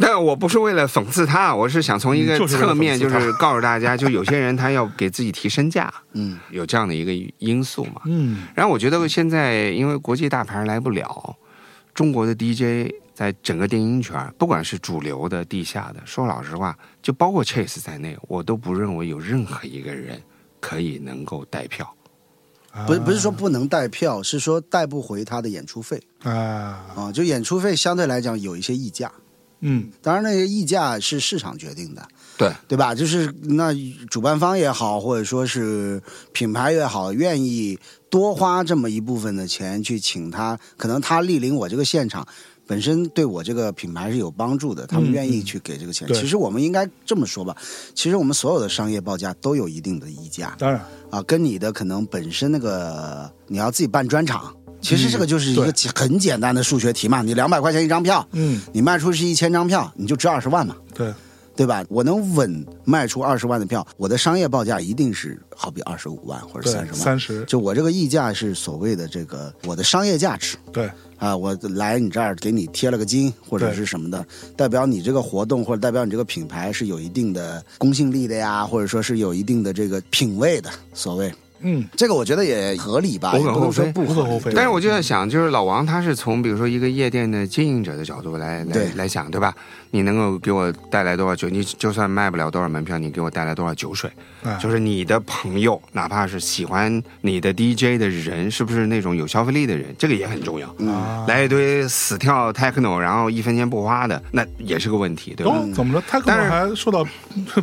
Speaker 1: 但我不是为了讽刺他，我是想从一个
Speaker 2: 你就是为了
Speaker 1: 侧面，就
Speaker 2: 讽刺
Speaker 1: 是告诉大家，就有些人他要给自己提身价，
Speaker 3: 嗯，
Speaker 1: 有这样的一个因素嘛。
Speaker 2: 嗯，
Speaker 1: 然后我觉得现在因为国际大牌来不了，中国的 DJ 在整个电音圈，不管是主流的、地下的，说老实话，就包括 Chase 在内，我都不认为有任何一个人可以能够带票。
Speaker 3: 不是不是说不能带票，是说带不回他的演出费
Speaker 2: 啊，
Speaker 3: 啊，就演出费相对来讲有一些溢价，
Speaker 2: 嗯，
Speaker 3: 当然那些溢价是市场决定的，
Speaker 1: 对
Speaker 3: 对吧？就是那主办方也好，或者说是品牌也好，愿意多花这么一部分的钱去请他，可能他莅临我这个现场，本身对我这个品牌是有帮助的，他们
Speaker 2: 嗯
Speaker 3: 愿意去给这个钱。
Speaker 2: 对
Speaker 3: 其实我们应该这么说吧，其实我们所有的商业报价都有一定的溢价
Speaker 2: 当然，
Speaker 3: 啊，跟你的可能本身那个你要自己办专场，其实这个就是一个
Speaker 2: 嗯对
Speaker 3: 简很简单的数学题嘛，你两百块钱一张票。
Speaker 2: 嗯，
Speaker 3: 你卖出是一千张票，你就值二十万嘛，
Speaker 2: 对，
Speaker 3: 对吧？我能稳卖出二十万的票，我的商业报价一定是好比二十五万或者三
Speaker 2: 对，
Speaker 3: 十万。
Speaker 2: 三十，
Speaker 3: 就我这个溢价是所谓的这个我的商业价值
Speaker 2: 对，
Speaker 3: 啊，我来你这儿给你贴了个金或者
Speaker 2: 对
Speaker 3: 是什么的，代表你这个活动或者代表你这个品牌是有一定的公信力的呀，或者说是有一定的这个品味的。所谓
Speaker 2: 嗯，
Speaker 3: 这个，我觉得也合理吧，
Speaker 1: 无
Speaker 3: 也
Speaker 1: 可
Speaker 3: 不能
Speaker 1: 厚非
Speaker 3: 说不
Speaker 2: 无可厚
Speaker 3: 合理
Speaker 2: 非
Speaker 1: 但是我就在想，就是老王他是从比如说一个夜店的经营者的角度来来
Speaker 3: 对
Speaker 1: 来想，对吧？你能够给我带来多少酒？你就算卖不了多少门票，你给我带来多少酒水？
Speaker 2: 啊，
Speaker 1: 就是你的朋友，哪怕是喜欢你的 DJ 的人，是不是那种有消费力的人？这个也很重要。
Speaker 2: 啊
Speaker 1: 来一堆死跳 techno，然后一分钱不花的，那也是个问题，对吧？
Speaker 2: 哦，怎么着？他可
Speaker 1: 但
Speaker 2: 能
Speaker 1: 是
Speaker 2: 还受到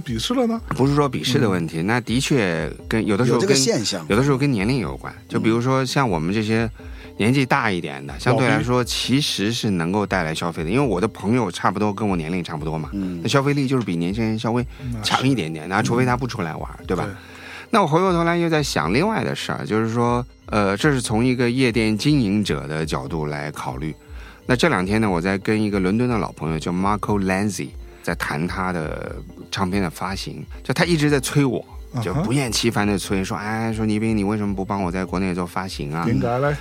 Speaker 2: 鄙视了呢？
Speaker 1: 不是说鄙视的问题，那的确跟有的时
Speaker 3: 有
Speaker 1: 候
Speaker 3: 这个
Speaker 1: 跟
Speaker 3: 现象。
Speaker 1: 有的时候跟年龄有关。就比如说像我们这些年纪大一点的，相对来说其实是能够带来消费的，因为我的朋友差不多跟我年龄差不多嘛，
Speaker 3: 嗯
Speaker 1: 那消费力就是比年轻人稍微
Speaker 2: 那啊是
Speaker 1: 强一点点，那除非他不出来玩，对吧？
Speaker 2: 对
Speaker 1: 那我回过头来又在想另外的事儿，就是说，呃，这是从一个夜店经营者的角度来考虑。那这两天呢，我在跟一个伦敦的老朋友叫 Marco Lanzi 在谈他的唱片的发行，就他一直在催我，就
Speaker 2: 嗯哼
Speaker 1: 不厌其烦的催，说，哎，说倪斌，你为什么不帮我在国内做发行啊？
Speaker 2: 应该来，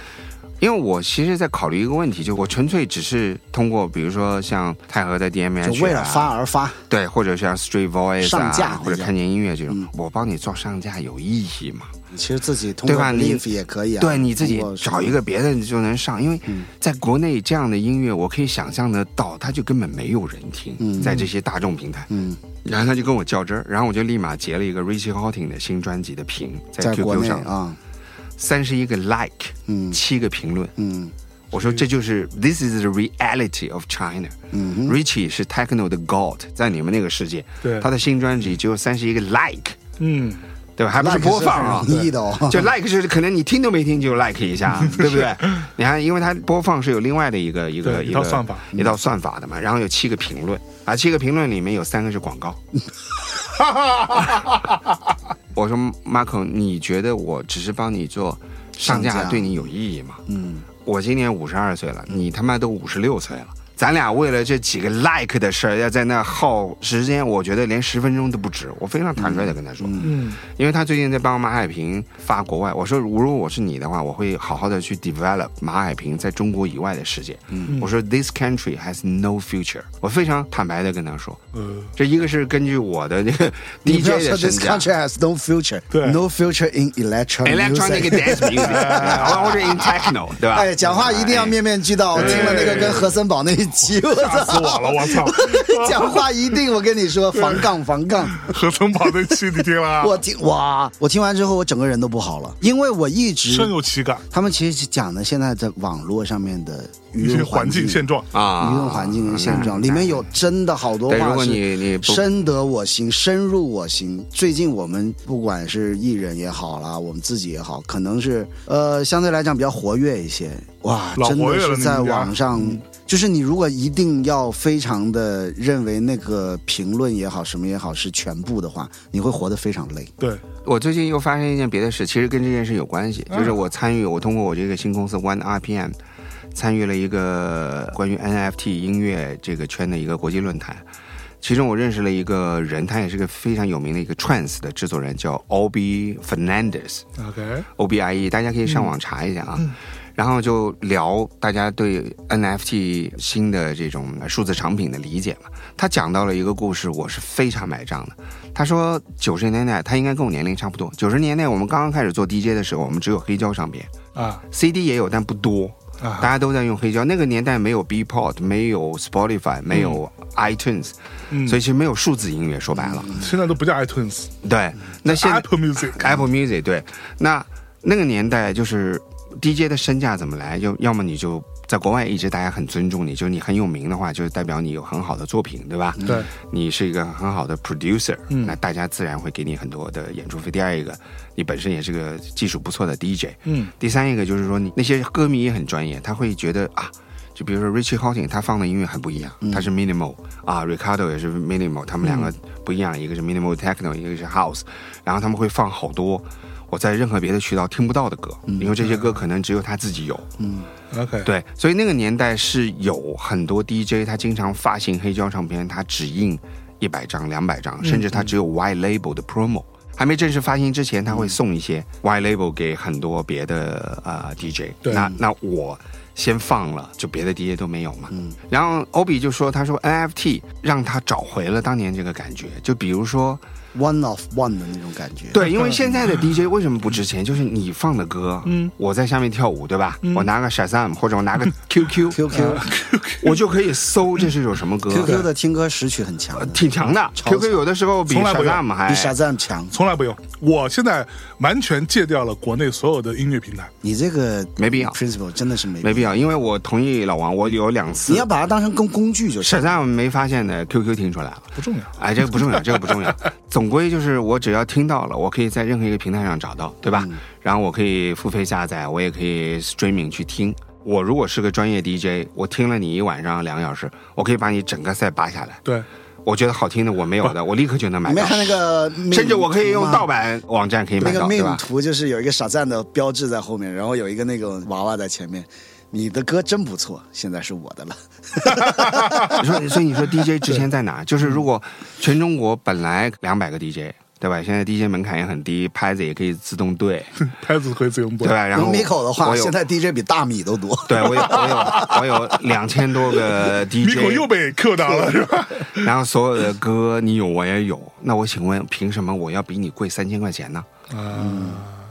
Speaker 1: 因为我其实在考虑一个问题，就我纯粹只是通过，比如说像泰和在 DMH，、啊、
Speaker 3: 就为了发而发，
Speaker 1: 对，或者像 Street Voice 啊，
Speaker 3: 上架
Speaker 1: 或者
Speaker 3: 那叫
Speaker 1: 看见音乐这种，
Speaker 3: 嗯
Speaker 1: 我帮你做上架有意义吗？
Speaker 3: 你其实自己通
Speaker 1: 对
Speaker 3: 过
Speaker 1: 吧
Speaker 3: l
Speaker 1: 你
Speaker 3: i v 也可以啊，
Speaker 1: 对你自己
Speaker 3: 通过什么
Speaker 1: 找一个别的你就能上，因为
Speaker 3: 嗯
Speaker 1: 在国内这样的音乐，我可以想象得到，它就根本没有人听，
Speaker 3: 嗯
Speaker 1: 在这些大众平台。
Speaker 3: 嗯，
Speaker 1: 然后他就跟我较真儿，然后我就立马截了一个 Richie Hawtin 的新专辑的屏
Speaker 3: 在国
Speaker 1: QQ
Speaker 3: 内
Speaker 1: 上，
Speaker 3: 啊，
Speaker 1: 三十一个 like，
Speaker 3: 嗯
Speaker 1: 七个评论。
Speaker 3: 嗯
Speaker 1: 我说这就是 This is the reality of China。
Speaker 3: 嗯
Speaker 1: Richie 是 Techno 的 God，在你们那个世界，
Speaker 2: 对
Speaker 1: 他的新专辑只有三十一个 like，
Speaker 2: 嗯，
Speaker 1: 对吧？还不是
Speaker 3: like
Speaker 1: 播放啊
Speaker 3: 是，很容易的哦
Speaker 1: 就 like 是可能你听都没听就 like 一下，对不对？你看，因为它播放是有另外的一个一个
Speaker 2: 对
Speaker 1: 一
Speaker 2: 一套
Speaker 1: 个
Speaker 2: 算法
Speaker 1: 一套算法的嘛，然后有七个评论啊，七个评论里面有三个是广告。我说 Marco，你觉得我只是帮你做上
Speaker 3: 上
Speaker 1: 架
Speaker 3: 架
Speaker 1: 对你有意义吗？
Speaker 3: 嗯，
Speaker 1: 我今年五十二岁了，你他妈都五十六岁了。咱俩为了这几个 like 的事儿，要在那耗时间，我觉得连十分钟都不止。我非常坦率的跟他说，
Speaker 2: 嗯，
Speaker 1: 因为他最近在帮马海平发国外，我说如果我是你的话，我会好好的去 develop 马海平在中国以外的世界。
Speaker 3: 嗯
Speaker 1: 我说 this country has no future，我非常坦白的跟他说，
Speaker 2: 呃，
Speaker 1: 这一个是根据我的这个
Speaker 3: 嗯你不要
Speaker 1: DJ
Speaker 3: 说
Speaker 1: 的
Speaker 3: this
Speaker 1: 身
Speaker 3: country
Speaker 1: 价。
Speaker 3: has no future，
Speaker 2: 对
Speaker 3: ，no future in electronic
Speaker 1: Electronic
Speaker 3: music。
Speaker 1: dance music，或者 in techno，对吧？哎
Speaker 3: 哎，讲话一定要面面俱到。我听了那个跟何森堡那一集，我
Speaker 2: 吓死我
Speaker 3: 操！
Speaker 2: 了，我 操！
Speaker 3: 讲话一定，我跟你说，防杠防杠。
Speaker 2: 何森堡那期你听了啊？
Speaker 3: 我听哇，我听完之后我整个人都不好了，因为我一直
Speaker 2: 深有其感，
Speaker 3: 他们其实讲的现在在网络上面的
Speaker 2: 一
Speaker 3: 舆
Speaker 2: 些
Speaker 3: 论
Speaker 2: 环境现状。
Speaker 1: 啊，嗯
Speaker 3: 舆论环境跟现状，里面有真的好多
Speaker 1: 对如
Speaker 3: 话
Speaker 1: 果
Speaker 3: 是
Speaker 1: 你你不
Speaker 3: 深得我心、深入我心。最近我们不管是艺人也好啦，我们自己也好，可能是呃相对来讲比较活跃一些。哇，
Speaker 2: 老
Speaker 3: 真
Speaker 2: 活跃
Speaker 3: 的
Speaker 2: 了
Speaker 3: 是在
Speaker 2: 你们家嗯
Speaker 3: 网上，就是你如果一定要非常的认为那个评论也好、什么也好是全部的话，你会活得非常累。
Speaker 2: 对，
Speaker 1: 我最近又发生一件别的事，其实跟这件事有关
Speaker 3: 嗯
Speaker 1: 系，就是我参与，我通过我这个新公司 One RPM 参与了一个关于 NFT 音乐这个圈的一个国际论坛，其中我认识了一个人，他也是个非常有名的一个 trance 的制作人，叫 Obi Fernandez。
Speaker 2: OK，
Speaker 1: O B I E，大家可以上网查一下啊。然后就聊大家对 NFT 新的这种数字产品的理解嘛。他讲到了一个故事，我是非常买账的。他说九十年代，他应该跟我年龄差不多。九十年代我们刚刚开始做 DJ 的时候，我们只有黑胶唱片
Speaker 2: 啊
Speaker 1: ，CD 也有，但不多。
Speaker 2: 啊
Speaker 1: 大家都在用黑胶，那个年代没有 Beatport，没有 Spotify，没有 iTunes，、
Speaker 2: 嗯
Speaker 1: 所以其实没有数字音乐。说白了，
Speaker 2: 现在都不叫 iTunes，
Speaker 1: 对，那现在
Speaker 2: Apple Music，
Speaker 1: Apple Music 对，那那个年代就是 DJ 的身价怎么来，就要么你就在国外一直大家很尊重你，就是你很有名的话，就是代表你有很好的作品，对吧？
Speaker 2: 对，
Speaker 1: 你是一个很好的 producer，、那大家自然会给你很多的演出费。第二一个，你本身也是个技术不错的 DJ，
Speaker 2: 嗯，
Speaker 1: 第三一个就是说，你那些歌迷也很专业，他会觉得啊，就比如说 Richie Hawtin，他放的音乐很不一样，他是 minimal 啊，Ricardo 也是 minimal，他们两个不一样，一个是 minimal techno，一个是 house，然后他们会放好多我在任何别的渠道听不到的歌，因为这些歌可能只有他自己有。
Speaker 2: OK，，
Speaker 1: 对，所以那个年代是有很多 DJ，他经常发行黑胶唱片，他只印一百张、两百
Speaker 2: 嗯
Speaker 1: 张，甚至他只有 Y label 的 promo。还没正式发行之前，他会送一些 Y label 给很多别的呃 DJ。
Speaker 2: 嗯对
Speaker 1: 那那我先放了，就别的 DJ 都没有嘛。嗯。然后欧比就说：“他说 NFT 让他找回了当年这个感觉，就比如说
Speaker 3: One of one 的那种感觉。
Speaker 1: 对，因为现在的 DJ 为什么不值钱？就是你放的歌，嗯，我在下面跳舞，对吧？我拿个 Shazam 或者我拿个 QQ，
Speaker 3: ，QQ
Speaker 1: 我就可以搜这是首什么歌，
Speaker 3: QQ 的听歌识曲很强的，
Speaker 1: 挺强的。
Speaker 3: 超
Speaker 1: QQ 有的时候比
Speaker 2: 从来不用
Speaker 1: Shazam 还
Speaker 3: 比 Shazam 强。
Speaker 2: 从来不用。我现在完全戒掉了国内所有的音乐平台。
Speaker 3: 你这个
Speaker 1: 没必要
Speaker 3: principle 真的是没必要
Speaker 1: 没必要，因为我同意老王，我有两
Speaker 3: 你
Speaker 1: 次
Speaker 3: 要把它当成工工具就是。
Speaker 1: Shazam 没发现的 QQ 听出来了。
Speaker 2: 不重要。
Speaker 1: 哎，这个不重要，这个不重要。总归就是我只要听到了，我可以在任何一个平台上找到，对吧？
Speaker 3: 嗯
Speaker 1: 然后我可以付费下载，我也可以 streaming 去听。我如果是个专业 DJ，我听了你一晚上两个小时，我可以把你整个赛拔下来。
Speaker 2: 对，
Speaker 1: 我觉得好听的我没有的，我立刻就能买
Speaker 3: 你没
Speaker 1: 到。
Speaker 3: 看那个 meme 图吗，
Speaker 1: 甚至我可以用盗版网站可以
Speaker 3: 那
Speaker 1: 买
Speaker 3: 个
Speaker 1: 到，对吧
Speaker 3: meme？图，就是有一个傻赞的标志在后面，然后有一个那种娃娃在前面。你的歌真不错，现在是我的了。
Speaker 1: 你说，所以你说 DJ 值钱在哪儿？
Speaker 3: 嗯
Speaker 1: 就是如果全中国本来两百个 DJ，对吧？现在 DJ 门槛也很低，拍子也可以自动 对，
Speaker 2: 拍子可以自由播
Speaker 1: 对。吧？然后
Speaker 3: 有米口的话，
Speaker 1: 我有
Speaker 3: 现在 DJ 比大米都多。
Speaker 1: 对我有我有我有两千多 个
Speaker 2: 米口又
Speaker 1: DJ，
Speaker 2: 被 Q 到了，是吧？
Speaker 1: 然后所有的歌你有我也有，那我请问凭什么我要比你贵三千块钱呢？
Speaker 2: 啊，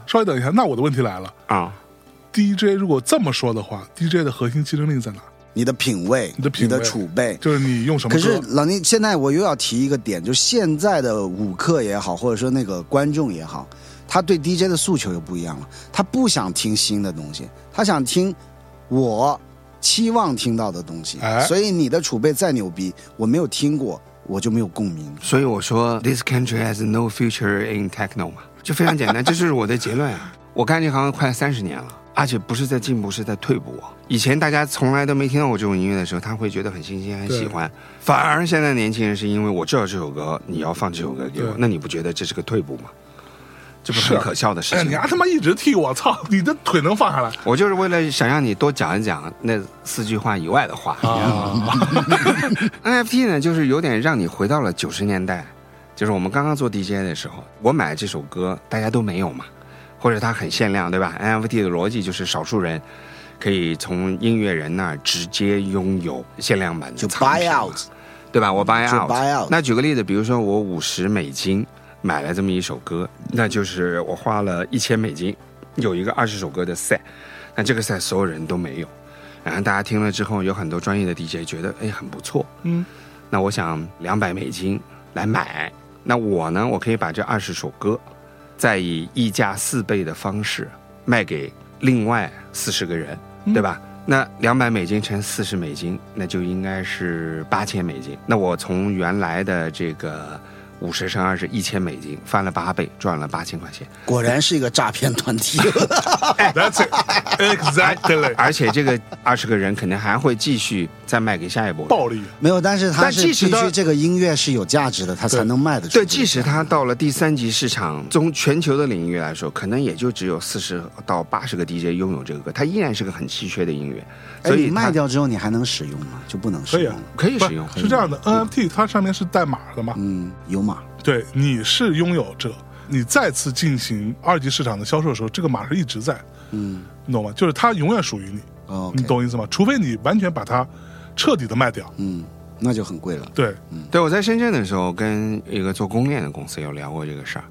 Speaker 2: 稍微等一下，那我的问题来了
Speaker 1: 啊，
Speaker 2: ，DJ 如果这么说的话，DJ 的核心竞争力在哪？
Speaker 3: 你的品味，
Speaker 2: 你的品味
Speaker 3: 储备。
Speaker 2: 就是你用什么
Speaker 3: 可是
Speaker 2: 歌？
Speaker 3: 老宁，现在我又要提一个点，就是现在的舞客也好，或者说那个观众也好，他对 DJ 的诉求又不一样了，他不想听新的东西，他想听我期望听到的东西。
Speaker 2: 哎
Speaker 3: 所以你的储备再牛逼，我没有听过，我就没有共鸣。
Speaker 1: 所以我说，this country has no future in techno 嘛，就非常简 单，这就是我的结论啊。我干这行快三十年了，而且不是在进步，是在退步。以前大家从来都没听到过这种音乐的时候，他会觉得很新鲜，很
Speaker 2: 对
Speaker 1: 喜欢。反而现在年轻人是因为我知道这首歌，你要放这首歌给我
Speaker 2: 对，
Speaker 1: 那你不觉得这是个退步吗？这不是
Speaker 2: 是
Speaker 1: 很可笑的事
Speaker 2: 哎呀，
Speaker 1: 情
Speaker 2: 你
Speaker 1: 吗？
Speaker 2: 丫他妈一直踢我，操！你的腿能放下来
Speaker 1: 我就是为了想让你多讲一讲那四句话以外的话。
Speaker 2: 啊？
Speaker 1: NFT 呢，就是有点让你回到了九十年代，就是我们刚刚做 DJ 的时候，我买这首歌大家都没有嘛，或者它很限量，对吧？NFT 的逻辑就是少数人可以从音乐人那儿直接拥有限量版的
Speaker 3: 就
Speaker 1: 藏
Speaker 3: buy
Speaker 1: 品嘛
Speaker 3: out，
Speaker 1: 对吧？我 buy
Speaker 3: 就
Speaker 1: out。
Speaker 3: buy out
Speaker 1: 那举个例子，比如说我五十美金买了这么一首歌，那就是我花了一千美金，有一个二十首歌的赛，那这个赛所有人都没有。然后大家听了之后，有很多专业的 DJ 觉得哎很不错，
Speaker 2: 嗯，
Speaker 1: 那我想两百美金来买。那我呢，我可以把这二十首歌，再以溢价四倍的方式卖给另外四十个人，
Speaker 2: 嗯
Speaker 1: 对吧？那两百美金乘四十美金，那就应该是八千美金。那我从原来的这个五十乘二十一千美金翻了八倍，赚了八千块钱。
Speaker 3: 果然是一个诈骗 团体。
Speaker 2: That's it, exactly。
Speaker 1: 而且这个 二十个人肯定还会继续再卖给下一波人。
Speaker 2: 暴力，
Speaker 3: 没有，但是他
Speaker 1: 但
Speaker 3: 是
Speaker 1: 即
Speaker 3: 必
Speaker 1: 使他
Speaker 3: 须这个音乐是有价值的，他才能卖得出去。
Speaker 1: 对，即使它到了第三级市场，从全球的领域来说，可能也就只有四十到八十个 DJ 拥有这个歌，它依然是个很稀缺的音乐，
Speaker 3: 哎，
Speaker 1: 所
Speaker 3: 你
Speaker 1: 以
Speaker 3: 卖
Speaker 1: 它
Speaker 3: 掉之后你还能使用吗？就不能
Speaker 2: 可
Speaker 3: 使
Speaker 2: 以
Speaker 3: 用
Speaker 2: 啊
Speaker 3: 了。
Speaker 1: 可以
Speaker 2: 不
Speaker 1: 使用。
Speaker 2: 是这样的，NFT 它上面是代码的嘛？
Speaker 3: 嗯，有码。
Speaker 2: 对，你是拥有者，你再次进行二级市场的销售的时候，这个码是一直在，
Speaker 3: 嗯
Speaker 2: 你懂吗？就是它永远属于你，
Speaker 3: ，OK，
Speaker 2: 你懂意思吗？除非你完全把它彻底的卖掉。
Speaker 3: 嗯，那就很贵了。
Speaker 2: 对，
Speaker 1: 对，我在深圳的时候跟一个做公链的公司有聊过这个事儿，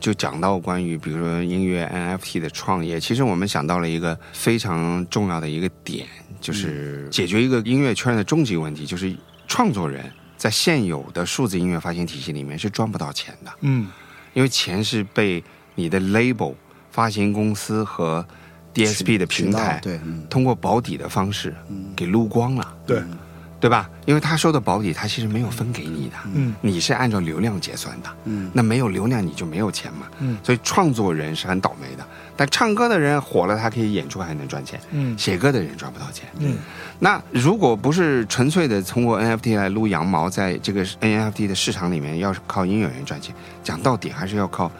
Speaker 1: 就讲到关于比如说音乐 NFT 的创业，其实我们想到了一个非常重要的一个点，
Speaker 3: 嗯
Speaker 1: 就是解决一个音乐圈的终极问题，就是创作人在现有的数字音乐发行体系里面是赚不到钱的。
Speaker 2: 嗯，
Speaker 1: 因为钱是被你的 label 发行公司和 DSP 的平台
Speaker 3: 渠道对，嗯，
Speaker 1: 通过保底的方式给撸光了，
Speaker 2: 对，
Speaker 1: 对吧？因为他说的保底，他其实没有分给你的，
Speaker 2: 嗯
Speaker 1: 你是按照流量结算的，
Speaker 3: 嗯，
Speaker 1: 那没有流量你就没有钱嘛，
Speaker 2: 嗯
Speaker 1: 所以创作人是很倒霉的，但唱歌的人火了，他可以演出还能赚钱，
Speaker 2: 嗯
Speaker 1: 写歌的人赚不到钱，
Speaker 2: 嗯，
Speaker 1: 那如果不是纯粹的通过 NFT 来撸羊毛，在这个 NFT 的市场里面，要是靠音乐人赚钱，讲到底还是要靠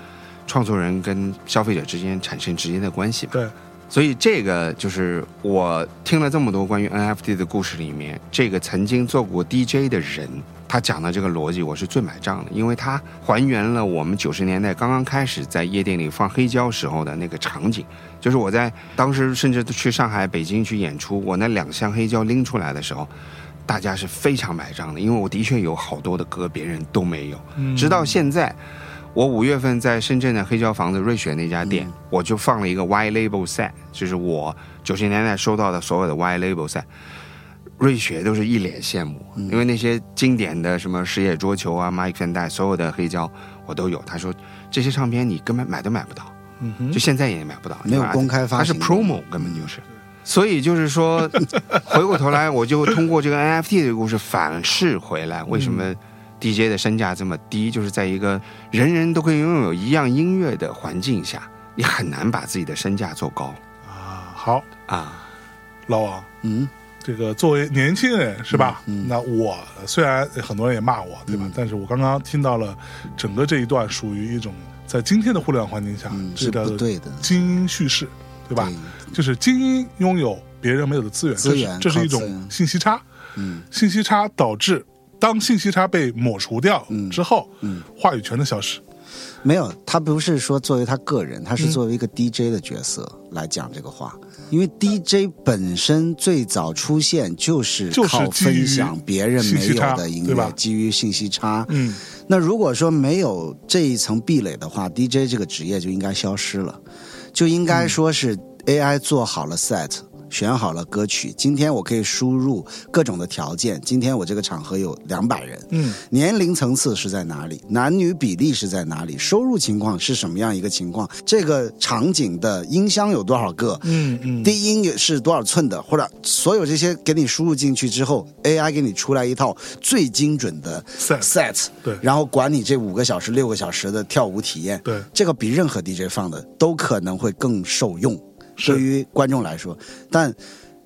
Speaker 1: 创作人跟消费者之间产生直接的关系吧。
Speaker 2: 对，
Speaker 1: 所以这个就是我听了这么多关于 NFT 的故事里面，这个曾经做过 DJ 的人，他讲的这个逻辑，我是最买账的，因为他还原了我们九十年代刚刚开始在夜店里放黑胶时候的那个场景。就是我在当时甚至去上海、北京去演出，我那两箱黑胶拎出来的时候，大家是非常买账的，因为我的确有好多的歌别人都没有。
Speaker 2: 嗯
Speaker 1: 直到现在，我五月份在深圳的黑胶房子瑞雪那家
Speaker 3: 嗯
Speaker 1: 店，我就放了一个 Y Label set，就是我九十年代收到的所有的 Y Label set。瑞雪都是一脸羡慕，
Speaker 3: 嗯
Speaker 1: 因为那些经典的什么《石野桌球》啊、Mike Van Dyke 所有的黑胶我都有。他说这些唱片你根本买都买不到，
Speaker 2: 嗯哼，
Speaker 1: 就现在也买不到，
Speaker 3: 没有
Speaker 1: 对吧
Speaker 3: 公开发
Speaker 1: 它是
Speaker 3: 行嗯
Speaker 1: promo，根本就是。所以就是 说，回过头来，我就通过这个 NFT 的故事反噬回来，为什
Speaker 3: 嗯
Speaker 1: 么 DJ 的身价这么低？就是在一个人人都可以拥有一样音乐的环境下，你很难把自己的身价做高
Speaker 2: 啊，好，
Speaker 1: 啊。
Speaker 2: 老王，
Speaker 3: 嗯，
Speaker 2: 这个作为年轻人是吧？那我虽然很多人也骂我，对吧？但是我刚刚听到了整个这一段，属于一种在今天的互联网环境下，
Speaker 3: 嗯
Speaker 2: 这个叫
Speaker 3: 是不对的
Speaker 2: 精英叙事，对吧？就是精英拥有别人没有的资源，
Speaker 3: 资源
Speaker 2: 这是这是一
Speaker 3: 靠资源
Speaker 2: 种信息差。
Speaker 3: 嗯，
Speaker 2: 信息差导致当信息差被抹除掉之后，
Speaker 3: 嗯
Speaker 2: 话语权的消失。
Speaker 3: 没有，他不是说作为他个人，他是作为一个 DJ 的角色来讲这个话，因为 DJ 本身最早出现就是
Speaker 2: 就是
Speaker 3: 靠
Speaker 2: 基于
Speaker 3: 分享别人
Speaker 2: 信
Speaker 3: 没
Speaker 2: 息
Speaker 3: 有
Speaker 2: 差
Speaker 3: 的音
Speaker 2: 对
Speaker 3: 乐
Speaker 2: 吧，
Speaker 3: 基于信息差。
Speaker 2: 嗯，
Speaker 3: 那如果说没有这一层壁垒的话，DJ 这个职业就应该消失了，就应该说是 AI 做好了 set，、选好了歌曲，今天我可以输入各种的条件，今天我这个场合有两百人，
Speaker 2: 嗯，
Speaker 3: 年龄层次是在哪里，男女比例是在哪里，收入情况是什么样一个情况，这个场景的音箱有多少个，
Speaker 2: 嗯嗯
Speaker 3: 低音是多少寸的，或者所有这些给你输入进去之后，AI 给你出来一套最精准的
Speaker 2: Set
Speaker 3: set，
Speaker 2: 对
Speaker 3: 然后管你这五个小时、六个小时的跳舞体验，
Speaker 2: 对
Speaker 3: 这个比任何 DJ 放的都可能会更受用，
Speaker 2: 是
Speaker 3: 对于观众来说，但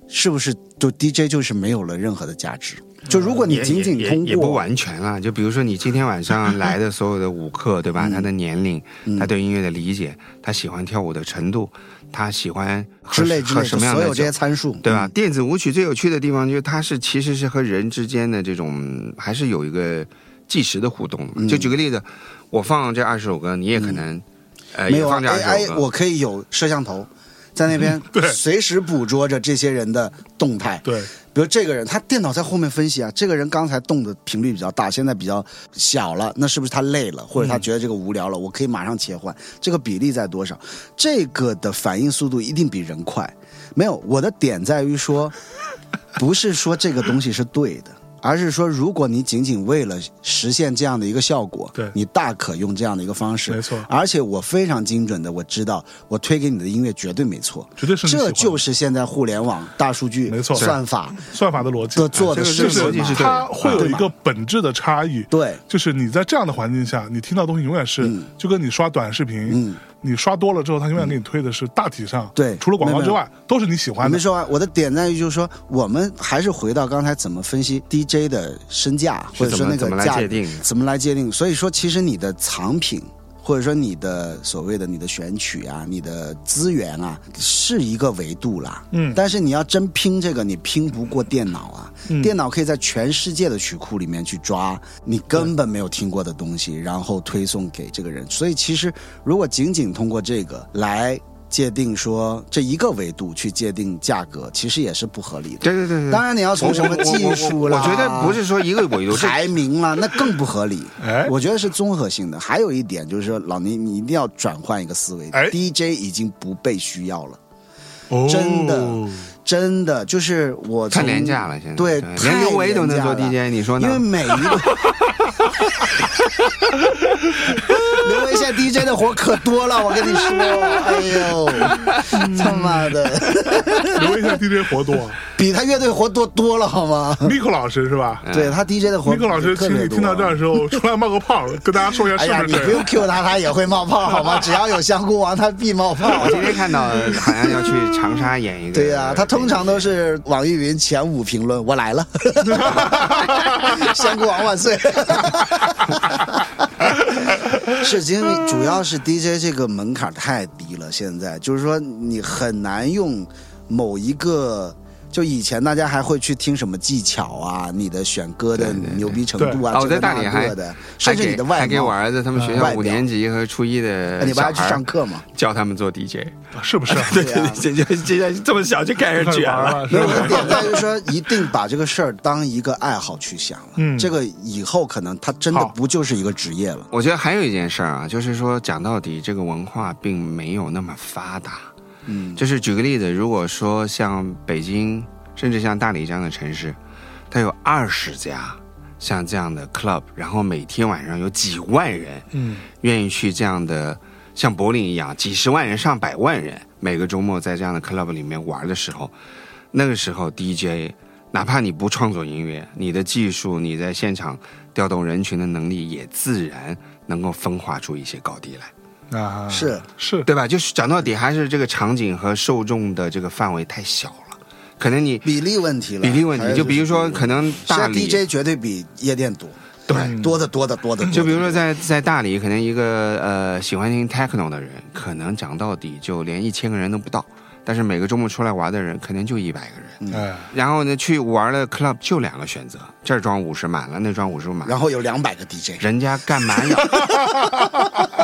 Speaker 3: 是不是就 DJ 就是没有了任何的价值？就如果你
Speaker 1: 也
Speaker 3: 仅仅
Speaker 1: 嗯也也
Speaker 3: 通
Speaker 1: 也不
Speaker 3: 过
Speaker 1: 完全啊，就比如说你今天晚上来的所有的舞客，
Speaker 3: 嗯
Speaker 1: 对吧？他的年龄，他对音乐的理解，他喜欢跳舞的程度，他喜欢
Speaker 3: 之
Speaker 1: 喝
Speaker 3: 类之类
Speaker 1: 喝
Speaker 3: 的
Speaker 1: 什么样
Speaker 3: 所
Speaker 1: 的
Speaker 3: 有这
Speaker 1: 酒
Speaker 3: 些，参数，嗯
Speaker 1: 对吧？电子舞曲最有趣的地方就是它是其实是和人之间的这种还是有一个计时的互动
Speaker 3: 嗯
Speaker 1: 的。就举个例子，我放这二十首歌，你也可能呃
Speaker 3: 没
Speaker 1: 也
Speaker 3: 有啊
Speaker 1: 放这二十首
Speaker 3: ，AI 我
Speaker 1: 歌，
Speaker 3: 可以有摄像头在 那边随时捕捉着这些人的动态。
Speaker 2: 对，
Speaker 3: 比如这个人，他电脑在后面分析啊，这个人刚才动的频率比较大，现在比较小了，那是不是他累了，或者他觉得这个无聊了？我可以马上切换，这个比例在多少？这个的反应速度一定比人快。没有，我的点在于说，不是说这个东西是对的。而是说，如果你仅仅为了实现这样的一个效果，
Speaker 2: 对
Speaker 3: 你大可用这样的一个方式，
Speaker 2: 没错
Speaker 3: 而且我非常精准的，我知道我推给你的音乐绝对没错，
Speaker 2: 绝对是你喜欢
Speaker 3: 这
Speaker 2: 的
Speaker 3: 就是现在互联网大数据
Speaker 2: 没错
Speaker 3: 算法
Speaker 2: 算法的逻辑
Speaker 3: 的做的
Speaker 1: 这个这
Speaker 3: 事
Speaker 1: 个
Speaker 3: 情
Speaker 1: 逻辑
Speaker 3: 嘛
Speaker 1: 是对的
Speaker 2: 它会有一个本质的差异。
Speaker 3: 对嗯
Speaker 2: 就是你在这样的环境下，你听到东西永远是，就跟你刷短视频，你刷多了之后，它永远给你推的是大体上，
Speaker 3: 对
Speaker 2: 除了广告之外，都是你喜
Speaker 3: 你
Speaker 2: 欢的
Speaker 3: 们。说完，我的点在于就是说，我们还是回到刚才怎么分析 DJ 的身价，
Speaker 1: 是
Speaker 3: 或者说那
Speaker 1: 怎么怎么
Speaker 3: 个
Speaker 1: 来
Speaker 3: 价
Speaker 1: 界定
Speaker 3: 怎么来界定。所以说，其实你的藏品。或者说你的所谓的你的选曲啊，你的资源啊，是一个维度啦。
Speaker 2: 嗯
Speaker 3: 但是你要真拼这个，你拼不过电脑啊。
Speaker 2: 嗯
Speaker 3: 电脑可以在全世界的曲库里面去抓你根本没有听过的东西，然后推送给这个人。所以其实如果仅仅通过这个来界定说这一个维度去界定价格，其实也是不合理的。
Speaker 1: 对对对对。
Speaker 3: 当然你要从什么技术
Speaker 1: 我
Speaker 3: 啦，
Speaker 1: 觉得不是说一个维度，这
Speaker 3: 排名啦，那更不合理。
Speaker 2: 哎
Speaker 3: 我觉得是综合性的。还有一点就是说，老倪，你一定要转换一个思维、
Speaker 2: 哎
Speaker 3: d j 已经不被需要了。
Speaker 2: 哦
Speaker 3: 真的 真的就是我
Speaker 1: 太
Speaker 3: 从
Speaker 1: 廉价了现在
Speaker 3: 对，
Speaker 1: 对
Speaker 3: 太
Speaker 1: 连刘维都能做
Speaker 3: 廉价了
Speaker 1: DJ 你说呢
Speaker 3: 因为每一个。 刘维现在 DJ 的活儿可多了，我跟你说，哎呦，他妈的，
Speaker 2: 留一下 DJ 活动啊
Speaker 3: 比他乐队活多多了，好吗？
Speaker 2: ，Mico 老师是吧
Speaker 3: 对他 DJ 的活儿
Speaker 2: ？Mico 老师，
Speaker 3: 嗯哎特
Speaker 2: 请
Speaker 3: 别
Speaker 2: 你
Speaker 3: 多
Speaker 2: 听到这儿的时候，出来冒个泡，跟大家说一下
Speaker 3: 哎
Speaker 2: 是
Speaker 3: 呀，
Speaker 2: 不是
Speaker 3: 你不
Speaker 2: 这
Speaker 3: 用
Speaker 2: 样？
Speaker 3: Q 他，他也会冒泡，好 吗？只要有香菇王，他必冒泡
Speaker 1: 我。今天看到好像要去长沙演一个，呃
Speaker 3: 对呀、他通常都是网易云前五评论，我来了，香菇王万岁。是因为主要是 DJ 这个门槛太低了，现在就是说你很难用某一个。就以前大家还会去听什么技巧啊，你的选歌的
Speaker 1: 对对对
Speaker 3: 牛逼程度啊，
Speaker 1: 哦，我在
Speaker 3: 这个
Speaker 1: 大
Speaker 3: 那
Speaker 1: 理还
Speaker 3: 个的，甚至你的外貌，嗯
Speaker 1: 还给我儿子他们学校
Speaker 3: 外表哎
Speaker 1: 五年级和初一的，
Speaker 3: 你不还去上，课吗？
Speaker 1: 教他们做 DJ，
Speaker 2: 是 不是？
Speaker 1: 对
Speaker 3: 对啊
Speaker 1: 对，这这这这么小就开始
Speaker 2: 开始
Speaker 1: 卷
Speaker 2: 玩
Speaker 1: 了。
Speaker 2: 了，是
Speaker 3: 没有，
Speaker 2: 吧
Speaker 3: 我？的 点在于说，一定把这个事儿当一个爱好去想了。
Speaker 2: 嗯
Speaker 3: 这个以后可能它真的
Speaker 2: 好
Speaker 3: 不就是一个职业了。
Speaker 1: 我觉得还有一件事儿啊，就是说讲到底，这个文化并没有那么发达。
Speaker 3: 嗯，
Speaker 1: 就是举个例子，如果说像北京，甚至像大理这样的城市，它有二十家像这样的 club，然后每天晚上有几万人
Speaker 2: 嗯，
Speaker 1: 愿意去这样的，像柏林一样，几十万人、上百万人，每个周末在这样的 club 里面玩的时候，那个时候 DJ，哪怕你不创作音乐，你的技术，你在现场调动人群的能力，也自然能够分化出一些高低来，
Speaker 2: 啊，
Speaker 3: 是
Speaker 2: 是，
Speaker 1: 对吧？就是讲到底，还是这个场景和受众的这个范围太小了，可能你
Speaker 3: 比例问题了。
Speaker 1: 比例问
Speaker 3: 还
Speaker 1: 题，
Speaker 3: 是
Speaker 1: 就比如说可能
Speaker 3: 现
Speaker 1: 大
Speaker 3: 在
Speaker 1: 理
Speaker 3: DJ 绝对比夜店多，
Speaker 1: 对
Speaker 3: 多的多的多的。
Speaker 1: 就比如说在在大理，可能一个呃喜欢听 techno 的人，可能讲到底就连一千个人都不到，但是每个周末出来玩的人可能就一百个人。
Speaker 3: 嗯
Speaker 2: 哎，
Speaker 1: 然后呢，去玩的 club 就两个选择，这儿装五十满了，那装五十不 满了
Speaker 3: 然后有两百个 DJ，
Speaker 1: 人家干嘛 呀？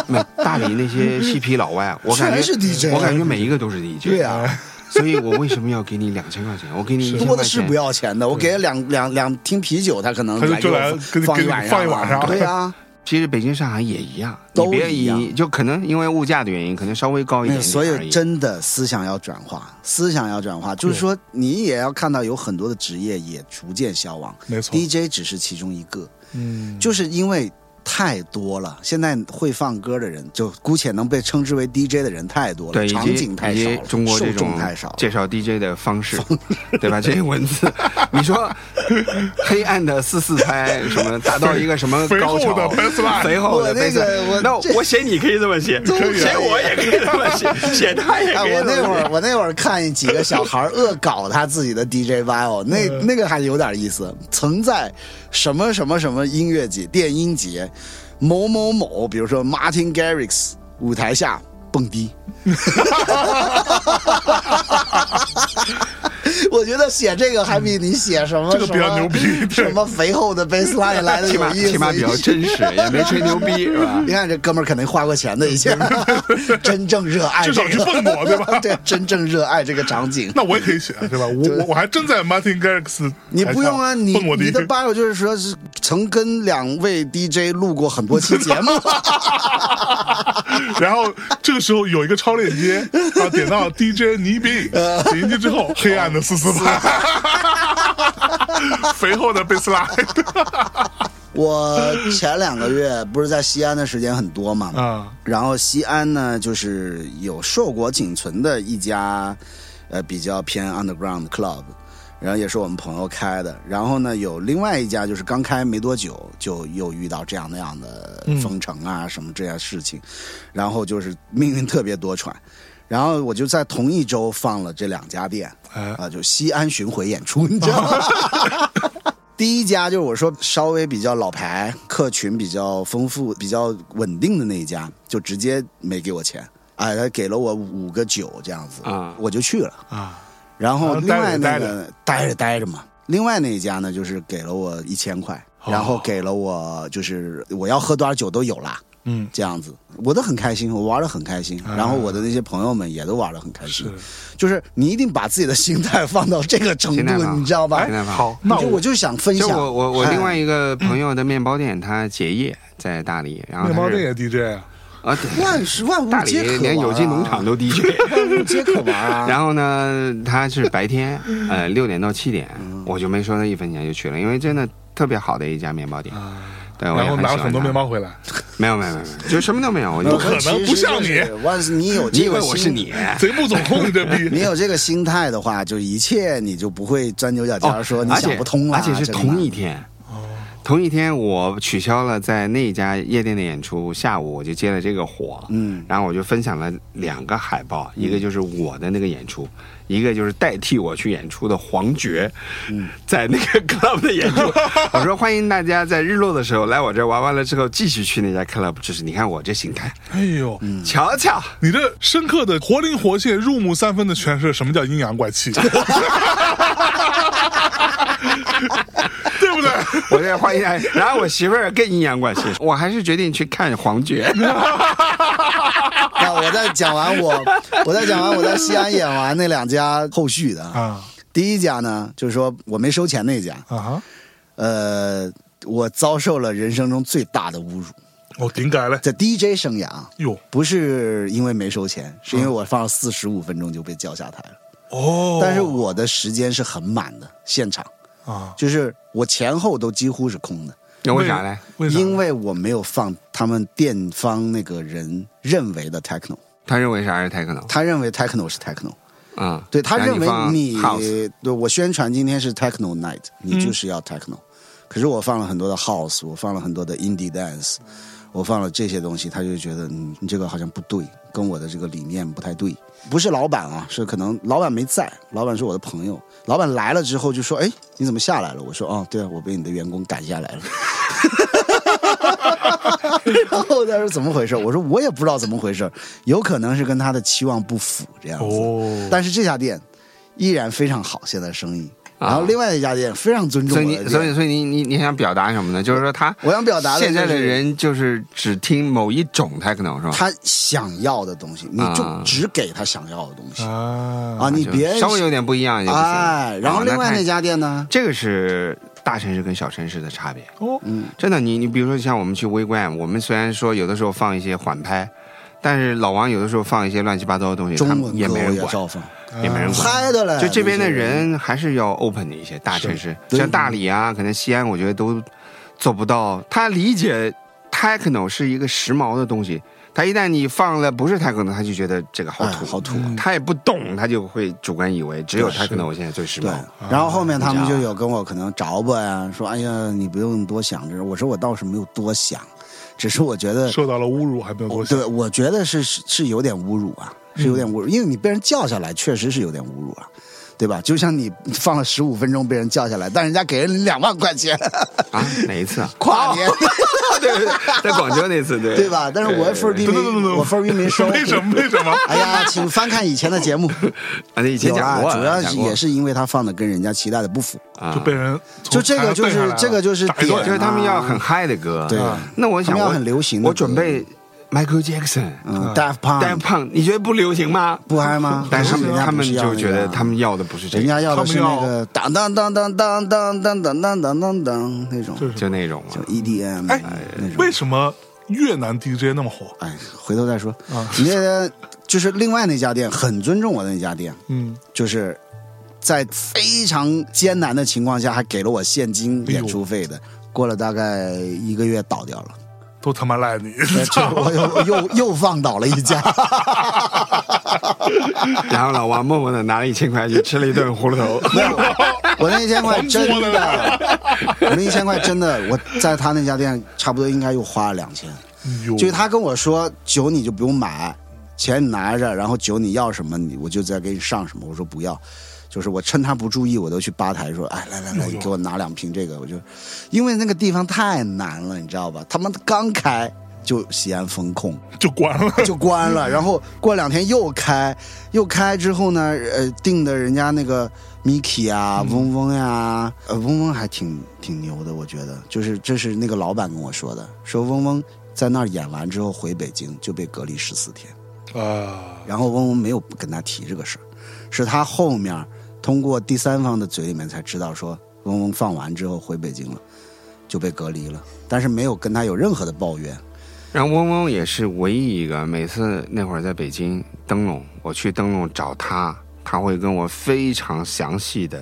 Speaker 1: 没大理那些嬉皮老外，我感觉
Speaker 3: 全是 DJ
Speaker 1: 我感觉每一个都是 DJ。
Speaker 3: 对啊，
Speaker 1: 所以我为什么要给你两千块钱？我 给嗯你一千
Speaker 3: 多
Speaker 1: 块
Speaker 3: 的是
Speaker 1: 钱
Speaker 3: 不。要钱的。我给两两两听啤酒，他可能
Speaker 2: 他就
Speaker 3: 来给
Speaker 2: 就来
Speaker 3: 我
Speaker 2: 跟你
Speaker 3: 放
Speaker 2: 跟
Speaker 3: 一
Speaker 2: 你
Speaker 3: 晚上，
Speaker 2: 放一晚上
Speaker 3: 对啊，
Speaker 1: 其实北京、上海也一样，
Speaker 3: 都
Speaker 1: 你别
Speaker 3: 一样
Speaker 1: 以就可能因为物价的原因，可能稍微高一点
Speaker 3: 那
Speaker 1: 点
Speaker 3: 所
Speaker 1: 而
Speaker 3: 以
Speaker 1: 已
Speaker 3: 真的思想要转化，思想要转化，就是说你也要看到有很多的职业也逐渐消亡
Speaker 2: 没错，
Speaker 3: ，DJ 只是其中一个，
Speaker 2: 嗯，
Speaker 3: 就是因为太多了，现在会放歌的人，就姑且能被称之为 DJ 的人太多了，
Speaker 1: 对，以
Speaker 3: 场
Speaker 1: 及
Speaker 3: 景太
Speaker 1: 以
Speaker 3: 少
Speaker 1: 及
Speaker 3: 了，
Speaker 1: 中国
Speaker 3: 受
Speaker 1: 这
Speaker 3: 众
Speaker 1: 种
Speaker 3: 太少了。
Speaker 1: 介绍 DJ 的方式，对吧？这些文 字，你说黑暗的四四拍什么，达到一个什么
Speaker 2: 肥
Speaker 1: 高
Speaker 2: 厚
Speaker 1: 潮
Speaker 2: 的 baseline
Speaker 1: 肥厚的
Speaker 3: 我那
Speaker 1: baseline
Speaker 3: 个我
Speaker 1: 那
Speaker 3: 这
Speaker 1: 我写你可以啊这么写，
Speaker 3: 以
Speaker 1: 写我也可以这么 写，写他也
Speaker 3: 哎，
Speaker 1: 可以这
Speaker 3: 我
Speaker 1: 么
Speaker 3: 那会
Speaker 1: 写。
Speaker 3: 儿，我那会儿看几个小孩儿恶搞他自己的 DJ bio，那
Speaker 2: 嗯
Speaker 3: 那个还有点意思。曾在什么什么什么音乐节、电音节，某某某，比如说 Martin Garrix 舞台下蹦迪。 我觉得写这个还比你写什么
Speaker 2: 这个比较
Speaker 3: 什么
Speaker 2: 牛逼对
Speaker 3: 什么肥厚的 baseline 来的
Speaker 1: 起
Speaker 3: 有
Speaker 1: 码
Speaker 3: 意思，
Speaker 1: 起码比较真实，也没吹牛逼，是吧
Speaker 3: 你？看这哥们儿肯定花过钱的，以 前真正热爱、这
Speaker 2: 至
Speaker 3: 个，
Speaker 2: 少去蹦过对吧
Speaker 3: 对，真正热爱这个场 景。
Speaker 2: 那我也可以写对吧？我我我还真在 Martin Garrix，
Speaker 3: 你不用啊，
Speaker 2: 台上
Speaker 3: 你
Speaker 2: 哎蹦过
Speaker 3: 你
Speaker 2: 迪
Speaker 3: 的 bio 就是说是曾跟两位 DJ 录过很多期节 目，
Speaker 2: 然后这个时候有一个超链接，啊，点到 DJ 倪斌，点进去之后，黑暗的四四拍， 肥厚的贝斯拉，
Speaker 3: 我前两个月不是在西安的时间很多嘛，
Speaker 2: 啊，
Speaker 3: 然后西安呢，就是有硕果仅存的一家，呃，比较偏 underground 的 club，然后也是我们朋友开的。然后呢，有另外一家就是刚开没多久，就又遇到这样那样的封城啊、什么这样事情，然后就是命运特别多舛。然后我就在同一周放了这两家店，
Speaker 2: 哎
Speaker 3: 啊、就西安巡回演出，你知道吗？第一家就是我说稍微比较老牌、客群比较丰富、比较稳定的那一家，就直接没给我钱，哎，他给了我五个九这样子，
Speaker 1: 啊
Speaker 3: 我就去了。
Speaker 2: 啊，
Speaker 3: 然后
Speaker 2: 啊
Speaker 3: 另外那
Speaker 2: 待着
Speaker 3: 个待着待着嘛，另外那一家呢，就是给了我一千块，
Speaker 1: 哦
Speaker 3: 然后给了我就是我要喝多少酒都有啦。
Speaker 2: 嗯，
Speaker 3: 这样子，我都很开心，我玩的很开
Speaker 1: 啊
Speaker 3: 心，然后我的那些朋友们也都玩的很开心。啊就是你一定把自己的心态放到这个程
Speaker 1: 心态
Speaker 3: 度，
Speaker 1: 放
Speaker 3: 你知道吧？
Speaker 1: 现在吧
Speaker 2: 好，那
Speaker 3: 就我就想分
Speaker 1: 就
Speaker 3: 享。
Speaker 1: 我我我
Speaker 3: 哎
Speaker 1: 另外一个朋友的面包店，他结业在大理，然后
Speaker 2: 面包
Speaker 1: 他
Speaker 2: 店
Speaker 1: 是
Speaker 2: 也 DJ 啊，
Speaker 1: 啊，对
Speaker 3: 万事万物
Speaker 1: 大理
Speaker 3: 皆可玩、啊，
Speaker 1: 连有机农场都 DJ。
Speaker 3: 万物皆可玩 啊。
Speaker 1: 然后 呢，他是白天，
Speaker 3: 嗯
Speaker 1: 呃，六点到七点，我就没收他一分钱就去了，因为真的特别好的一家面包店，
Speaker 3: 啊
Speaker 1: 对，我也
Speaker 2: 然后
Speaker 1: 很喜
Speaker 2: 拿
Speaker 1: 欢
Speaker 2: 了很多
Speaker 1: 它
Speaker 2: 面，包回来，
Speaker 1: 没有没有没有，没 有就什么都没有，我就
Speaker 2: 不可能不像你。
Speaker 3: 万是你有
Speaker 1: 你以
Speaker 3: 这
Speaker 1: 为
Speaker 3: 个
Speaker 1: 我是
Speaker 3: 心，
Speaker 1: 你？
Speaker 2: 贼不走空，你这
Speaker 3: 你
Speaker 2: 逼，
Speaker 3: 有这个心态的话，就一切你就不会钻牛角尖儿，
Speaker 1: 哦，
Speaker 3: 说你
Speaker 1: 而且
Speaker 3: 想不通了
Speaker 1: 而
Speaker 3: 啊。
Speaker 1: 且是
Speaker 3: 这个
Speaker 1: 同
Speaker 3: 那
Speaker 1: 一天。同一天，我取消了在那家夜店的演出，下午我就接了这个活，
Speaker 3: 嗯
Speaker 1: 然后我就分享了两个海报，一个就是我的那个演出，一个就是代替我去演出的黄觉，
Speaker 3: 嗯
Speaker 1: 在那个 club 的 演出，我说欢迎大家在日落的时候来我这儿玩完了之后继续去那家 club，就是你看我这心态，
Speaker 2: 哎呦。
Speaker 3: 嗯
Speaker 1: 瞧瞧，
Speaker 2: 你这深刻的、活灵活现、入木三分的诠释，什么叫阴阳 怪气，对不对？
Speaker 1: 我这欢迎大家，然后我媳妇儿更阴阳怪气，我还是决定去看黄 觉，
Speaker 3: 那我再讲完我， 我再讲完我在西安演完那两家后续的。
Speaker 2: 啊
Speaker 3: 第一家呢，就是说我没收钱那家，
Speaker 2: 啊哈！
Speaker 3: 呃，我遭受了人生中最大的侮辱，
Speaker 2: 我顶改了，
Speaker 3: 在 DJ 生涯啊
Speaker 2: 哟
Speaker 3: 不是因为没收钱，是因为我放了四十五分钟就被叫下台了。
Speaker 2: 哦！
Speaker 3: 但是我的时间是很满的，现场
Speaker 2: 啊，
Speaker 3: 就是我前后都几乎是空的，
Speaker 1: 那为啥嘞？
Speaker 2: 为啥？
Speaker 3: 因为我没有放他们店方那个人认为的 techno，
Speaker 1: 他认为啥是 techno
Speaker 3: 他认为 techno 是 techno，
Speaker 1: 啊？
Speaker 3: 对他
Speaker 1: 然后
Speaker 3: 认为
Speaker 1: 放
Speaker 3: 你
Speaker 1: house
Speaker 3: 对我宣传今天是 techno night，你就是要 techno，、可是我放了很多的 house，我放了很多的 indie dance，我放了这些东西，他就觉得嗯你这个好像不对，跟我的这个理念不太对。不是老板啊，是可能老板没在，老板是我的朋友。老板来了之后就说：“哎，你怎么下来了？”我说：“哦，对啊，我被你的员工赶下来了。” 然后他说：“怎么回事？”我说：“我也不知道怎么回事，有可能是跟他的期望不符这样子。
Speaker 2: 哦，
Speaker 3: 但是这家店依然非常好，现在生意。
Speaker 1: 啊
Speaker 3: 然后另外一家店非常尊重
Speaker 1: 所以
Speaker 3: 我的
Speaker 1: 你，所以，
Speaker 3: 店。
Speaker 1: 所以你，你，你想表达什么呢？就是说他，
Speaker 3: 我想表达的
Speaker 1: 现在的
Speaker 3: 就是
Speaker 1: 人就是只听某一种 techno 是吧？
Speaker 3: 他想要的东西，你就
Speaker 1: 啊
Speaker 3: 只给他想要的东西
Speaker 2: 啊
Speaker 3: 啊！你
Speaker 1: 就
Speaker 3: 别
Speaker 1: 稍微有点不一样也不行。
Speaker 3: 哎。然后
Speaker 1: 啊
Speaker 3: 另外
Speaker 1: 太
Speaker 3: 那家店呢，
Speaker 1: 这个是大城市跟小城市的差别。
Speaker 2: 哦，
Speaker 3: 嗯，
Speaker 1: 真的，你你比如说像我们去微观，我们虽然说有的时候放一些缓拍，但是老王有的时候放一些乱七八糟的东西，
Speaker 3: 中
Speaker 1: 他
Speaker 3: 文
Speaker 1: 们也
Speaker 3: 歌
Speaker 1: 没
Speaker 3: 我
Speaker 1: 人
Speaker 3: 也
Speaker 1: 管，
Speaker 3: 照放，
Speaker 1: 也没人管。
Speaker 3: 嗨的嘞。
Speaker 1: 就这边的
Speaker 3: 有些，
Speaker 1: 人还是要 open 的一些大城市，
Speaker 3: 对
Speaker 1: 像大理啊，可能西安，我觉得都做不到。他理解 techno 是一个时髦的东西，他一旦你放了不是 techno，他就觉得这个好
Speaker 3: 哎，
Speaker 1: 土，
Speaker 3: 好土。
Speaker 2: 嗯
Speaker 1: 他也不懂，他就会主观以为只有
Speaker 3: 对是
Speaker 1: techno 现在最时
Speaker 3: 对
Speaker 1: 髦。，
Speaker 3: 然后后面他们
Speaker 1: 啊
Speaker 3: 就有跟我可能着吧呀，说哎呀，你不用多想这。我说我倒是没有多想，只是我觉得
Speaker 2: 受到了侮辱还没有多想
Speaker 3: 对，，我觉得是是是有点侮辱啊，
Speaker 1: 嗯
Speaker 3: 是有点侮辱，因为你被人叫下来，确实是有点侮辱啊，对吧？就像你放了十五分钟被人叫下来，但人家给了你两万 块钱，
Speaker 1: 啊，哪一次啊？
Speaker 3: 跨年，
Speaker 1: 对对对，在广州那次，对 啊
Speaker 3: 对？吧？但是我分儿低
Speaker 2: 对对对对对。
Speaker 3: 没，我分儿低没收
Speaker 2: 为什么？为什么？
Speaker 3: 哎呀，请翻看以前的节目，
Speaker 1: 啊， 那以前
Speaker 3: 有
Speaker 1: 讲
Speaker 3: 啊
Speaker 1: 过，，
Speaker 3: 主要
Speaker 1: 讲
Speaker 3: 是
Speaker 1: 过
Speaker 3: 也是因为他放的跟人家期待的不符。
Speaker 1: 啊
Speaker 2: 就被人
Speaker 3: 就这个就是这个就是
Speaker 2: 打一顿
Speaker 3: 点
Speaker 1: 就
Speaker 3: 啊
Speaker 1: 是他们要很嗨的歌。啊
Speaker 3: 对
Speaker 1: 那我想
Speaker 3: 他们要
Speaker 1: 我
Speaker 3: 很流行的
Speaker 1: 我准备 Michael Jackson、
Speaker 3: 嗯，Daft Punk
Speaker 1: Daft Punk，你觉得不流行吗？
Speaker 3: 不嗨吗？
Speaker 1: 啊但是他们
Speaker 3: 人家
Speaker 1: 他
Speaker 3: 不是
Speaker 1: 们
Speaker 3: 要
Speaker 1: 就
Speaker 3: 那
Speaker 1: 觉
Speaker 3: 个
Speaker 1: 得
Speaker 3: 啊
Speaker 1: 他们要的不是这
Speaker 3: 人
Speaker 1: 个，
Speaker 3: 家要的是
Speaker 2: 他们
Speaker 3: 那
Speaker 2: 要
Speaker 3: 个当当当当当当当当当当当当那种，
Speaker 2: 就是
Speaker 1: 就那种嘛
Speaker 3: 就。EDM
Speaker 2: 哎
Speaker 3: 那种。
Speaker 2: 为什么越南 DJ 那么火？
Speaker 3: 哎，回头再说。你那个就是另外那家店，很尊重我的那家店，
Speaker 2: 嗯，
Speaker 3: 就是在非常艰难的情况下，还给了我现金演出费的。过了大概一个月，倒掉了。
Speaker 2: 都他妈赖你！
Speaker 3: 哎这我又又又放倒了一家，
Speaker 1: 然后老王默默的拿了一千块去吃了一顿葫芦头。
Speaker 3: 我那一千块
Speaker 2: 黄
Speaker 3: 真
Speaker 2: 桌
Speaker 3: 的
Speaker 2: 的，
Speaker 3: 我那一千块真的，我在他那家店差不多应该又花了两千。
Speaker 2: 哟
Speaker 3: 就是他跟我说酒你就不用买，钱你拿着，然后酒你要什么你我就再给你上什么。我说不要，就是我趁他不注意，我都去吧台说，哎，来来来，你给我拿两瓶这个。我就因为那个地方太难了，你知道吧？他们刚开就西安封控，
Speaker 2: 就关了。
Speaker 3: 就关了，然后过两天又开，又开之后呢，呃，订的人家那个 Miki 啊、
Speaker 1: 嗯
Speaker 3: 嗡嗡呀，呃，嗡嗡还挺挺牛的，我觉得，就是这是那个老板跟我说的，说嗡嗡在那儿演完之后回北京就被隔离十四天，
Speaker 2: 啊，
Speaker 3: 然后嗡嗡没有跟他提这个事儿，是他后面通过第三方的嘴里面才知道说嗡嗡放完之后回北京了，就被隔离了，但是没有跟他有任何的抱怨，
Speaker 1: 然后嗡嗡也是唯一一个，每次那会儿在北京灯笼，我去灯笼找他，他会跟我非常详细的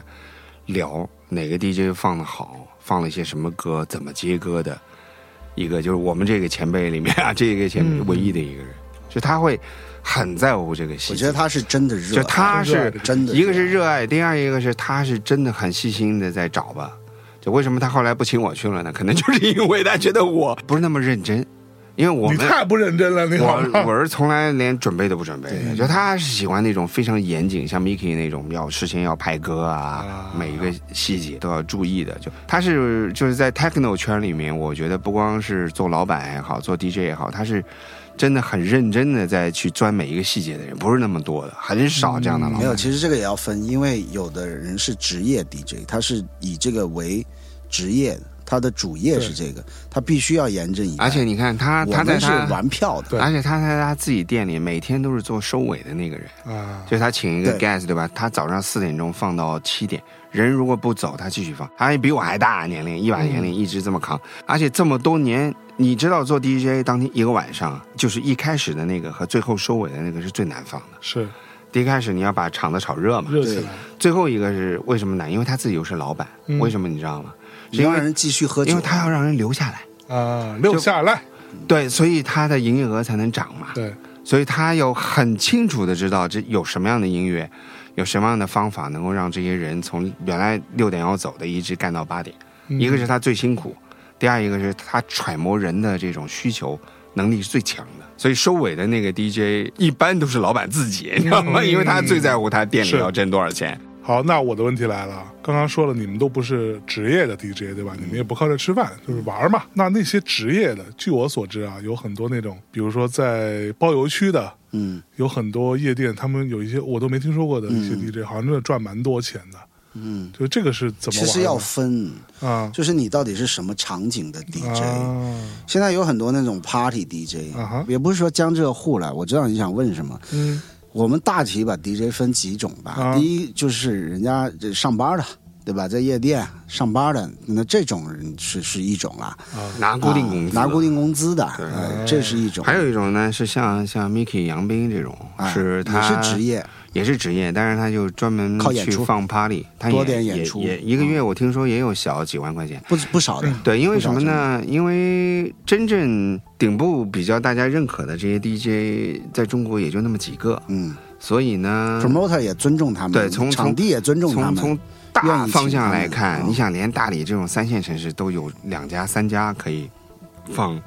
Speaker 1: 聊哪个 DJ 放的好，放了一些什么歌，怎么接歌的。一个就是我们这个前辈里面啊，这个前辈
Speaker 3: 嗯
Speaker 1: 唯一的一个人，就他会很在乎这个细
Speaker 3: 我
Speaker 1: 节。
Speaker 3: 觉得他是真的热爱，
Speaker 1: 就他是
Speaker 3: 真的热爱，啊
Speaker 1: 一个是热爱，第二一个是他是真的很细心的在找吧。就为什么他后来不请我去了呢？可能就是因为他觉得我不是那么认真，因为我
Speaker 2: 你
Speaker 1: 们
Speaker 2: 太不认真了，你好
Speaker 1: 我
Speaker 2: 吗？
Speaker 1: 我是从来连准备都不准备的，就他是喜欢那种非常严谨，像 Miki 那种要事先要排歌啊
Speaker 2: 啊，
Speaker 1: 每一个细节都要注意的。就他是就是在 techno 圈里面，我觉得不光是做老板也好，做 DJ 也好，他是真的很认真的在去钻每一个细节的人，不是那么多的，很少这样的老
Speaker 3: 嗯没有，
Speaker 1: 板。
Speaker 3: 其实这个也要分，因为有的人是职业 DJ，他是以这个为职业，他的主业是这个，他必须要严阵以待。
Speaker 1: 而且你看他，
Speaker 3: 我
Speaker 1: 他在
Speaker 3: 们是
Speaker 1: 他，
Speaker 3: 玩票的，
Speaker 2: 对
Speaker 1: 而且他在他自己店里每天都是做收尾的那个人。
Speaker 2: 啊，
Speaker 1: 就是他请一个
Speaker 3: 对
Speaker 1: guest 对吧？他早上四点钟放到七点，人如果不走，他继续放。他比我还大啊年龄，一
Speaker 3: 嗯
Speaker 1: 把年龄一直这么扛，而且这么多年，你知道做 DJ 当天一个晚上，就是一开始的那个和最后收尾的那个是最难放的。
Speaker 2: 是
Speaker 1: 第一开始你要把场子炒热嘛，
Speaker 2: 热起来，
Speaker 1: 最后一个是为什么难？因为他自己又是老板，
Speaker 2: 嗯
Speaker 1: 为什么你知道吗？
Speaker 3: 你要让人继续喝酒，
Speaker 1: 因为他要让人留下来，
Speaker 2: 啊，六下来，
Speaker 1: 对，所以他的营业额才能涨嘛。
Speaker 2: 对，
Speaker 1: 所以他要很清楚的知道这有什么样的音乐，有什么样的方法能够让这些人从原来六点要走的一直干到八点。
Speaker 2: 嗯
Speaker 1: 一个是他最辛苦，第二一个是他揣摩人的这种需求能力是最强的。所以收尾的那个 DJ 一般都是老板自己，你知道吗？因为他最在乎他店里
Speaker 2: 是
Speaker 1: 要挣多少钱。
Speaker 2: 好，那我的问题来了，刚刚说了，你们都不是职业的 DJ 对吧？你们也不靠这吃饭，就是玩儿嘛。那那些职业的，据我所知啊，有很多那种，比如说在包邮区的，
Speaker 3: 嗯，
Speaker 2: 有很多夜店，他们有一些我都没听说过的一些 DJ，、好像真的赚蛮多钱的。
Speaker 3: 嗯，
Speaker 2: 就这个是怎么
Speaker 3: 其
Speaker 2: 玩
Speaker 3: 实要
Speaker 2: 的
Speaker 3: 分，
Speaker 2: 啊
Speaker 3: 就是你到底是什么场景的 DJ。
Speaker 2: 啊
Speaker 3: 现在有很多那种 party DJ，、
Speaker 2: 啊哈
Speaker 3: 也不是说江浙沪了，我知道你想问什么。
Speaker 2: 嗯
Speaker 3: 我们大体把 DJ 分几种吧，
Speaker 2: 啊
Speaker 3: 第一就是人家这上班的，对吧？在夜店上班的，那这种人是是一种啦，
Speaker 1: 拿固定工资，
Speaker 3: 啊拿固。定工资的，呃这是一种。
Speaker 1: 还有一种呢，是像像 Mickey 杨斌这种，
Speaker 3: 哎
Speaker 1: 是他
Speaker 3: 也是职业，
Speaker 1: 也是职业，但是他就专门
Speaker 3: 靠演
Speaker 1: 去
Speaker 3: 出
Speaker 1: 放 party，他
Speaker 3: 多
Speaker 1: 也
Speaker 3: 点演
Speaker 1: 也
Speaker 3: 出
Speaker 1: 也一个月我听说也有小几万块钱。
Speaker 3: 不不少
Speaker 2: 嗯
Speaker 3: 的。
Speaker 1: 对，因为
Speaker 3: 不
Speaker 1: 什
Speaker 3: 少
Speaker 1: 么
Speaker 3: 真的
Speaker 1: 呢？因为真正顶部比较大家认可的这些 DJ，在中国也就那么几个，
Speaker 3: 嗯
Speaker 1: 所以呢，
Speaker 3: ，promoter 也尊重他们，
Speaker 1: 对从
Speaker 3: 场地也尊重他
Speaker 1: 从
Speaker 3: 们，
Speaker 1: 从
Speaker 3: 愿意
Speaker 1: 大
Speaker 3: 请
Speaker 1: 方向
Speaker 3: 他们
Speaker 1: 来看，
Speaker 3: 嗯
Speaker 1: 你想连大理这种三线城市都有两家、三家可以放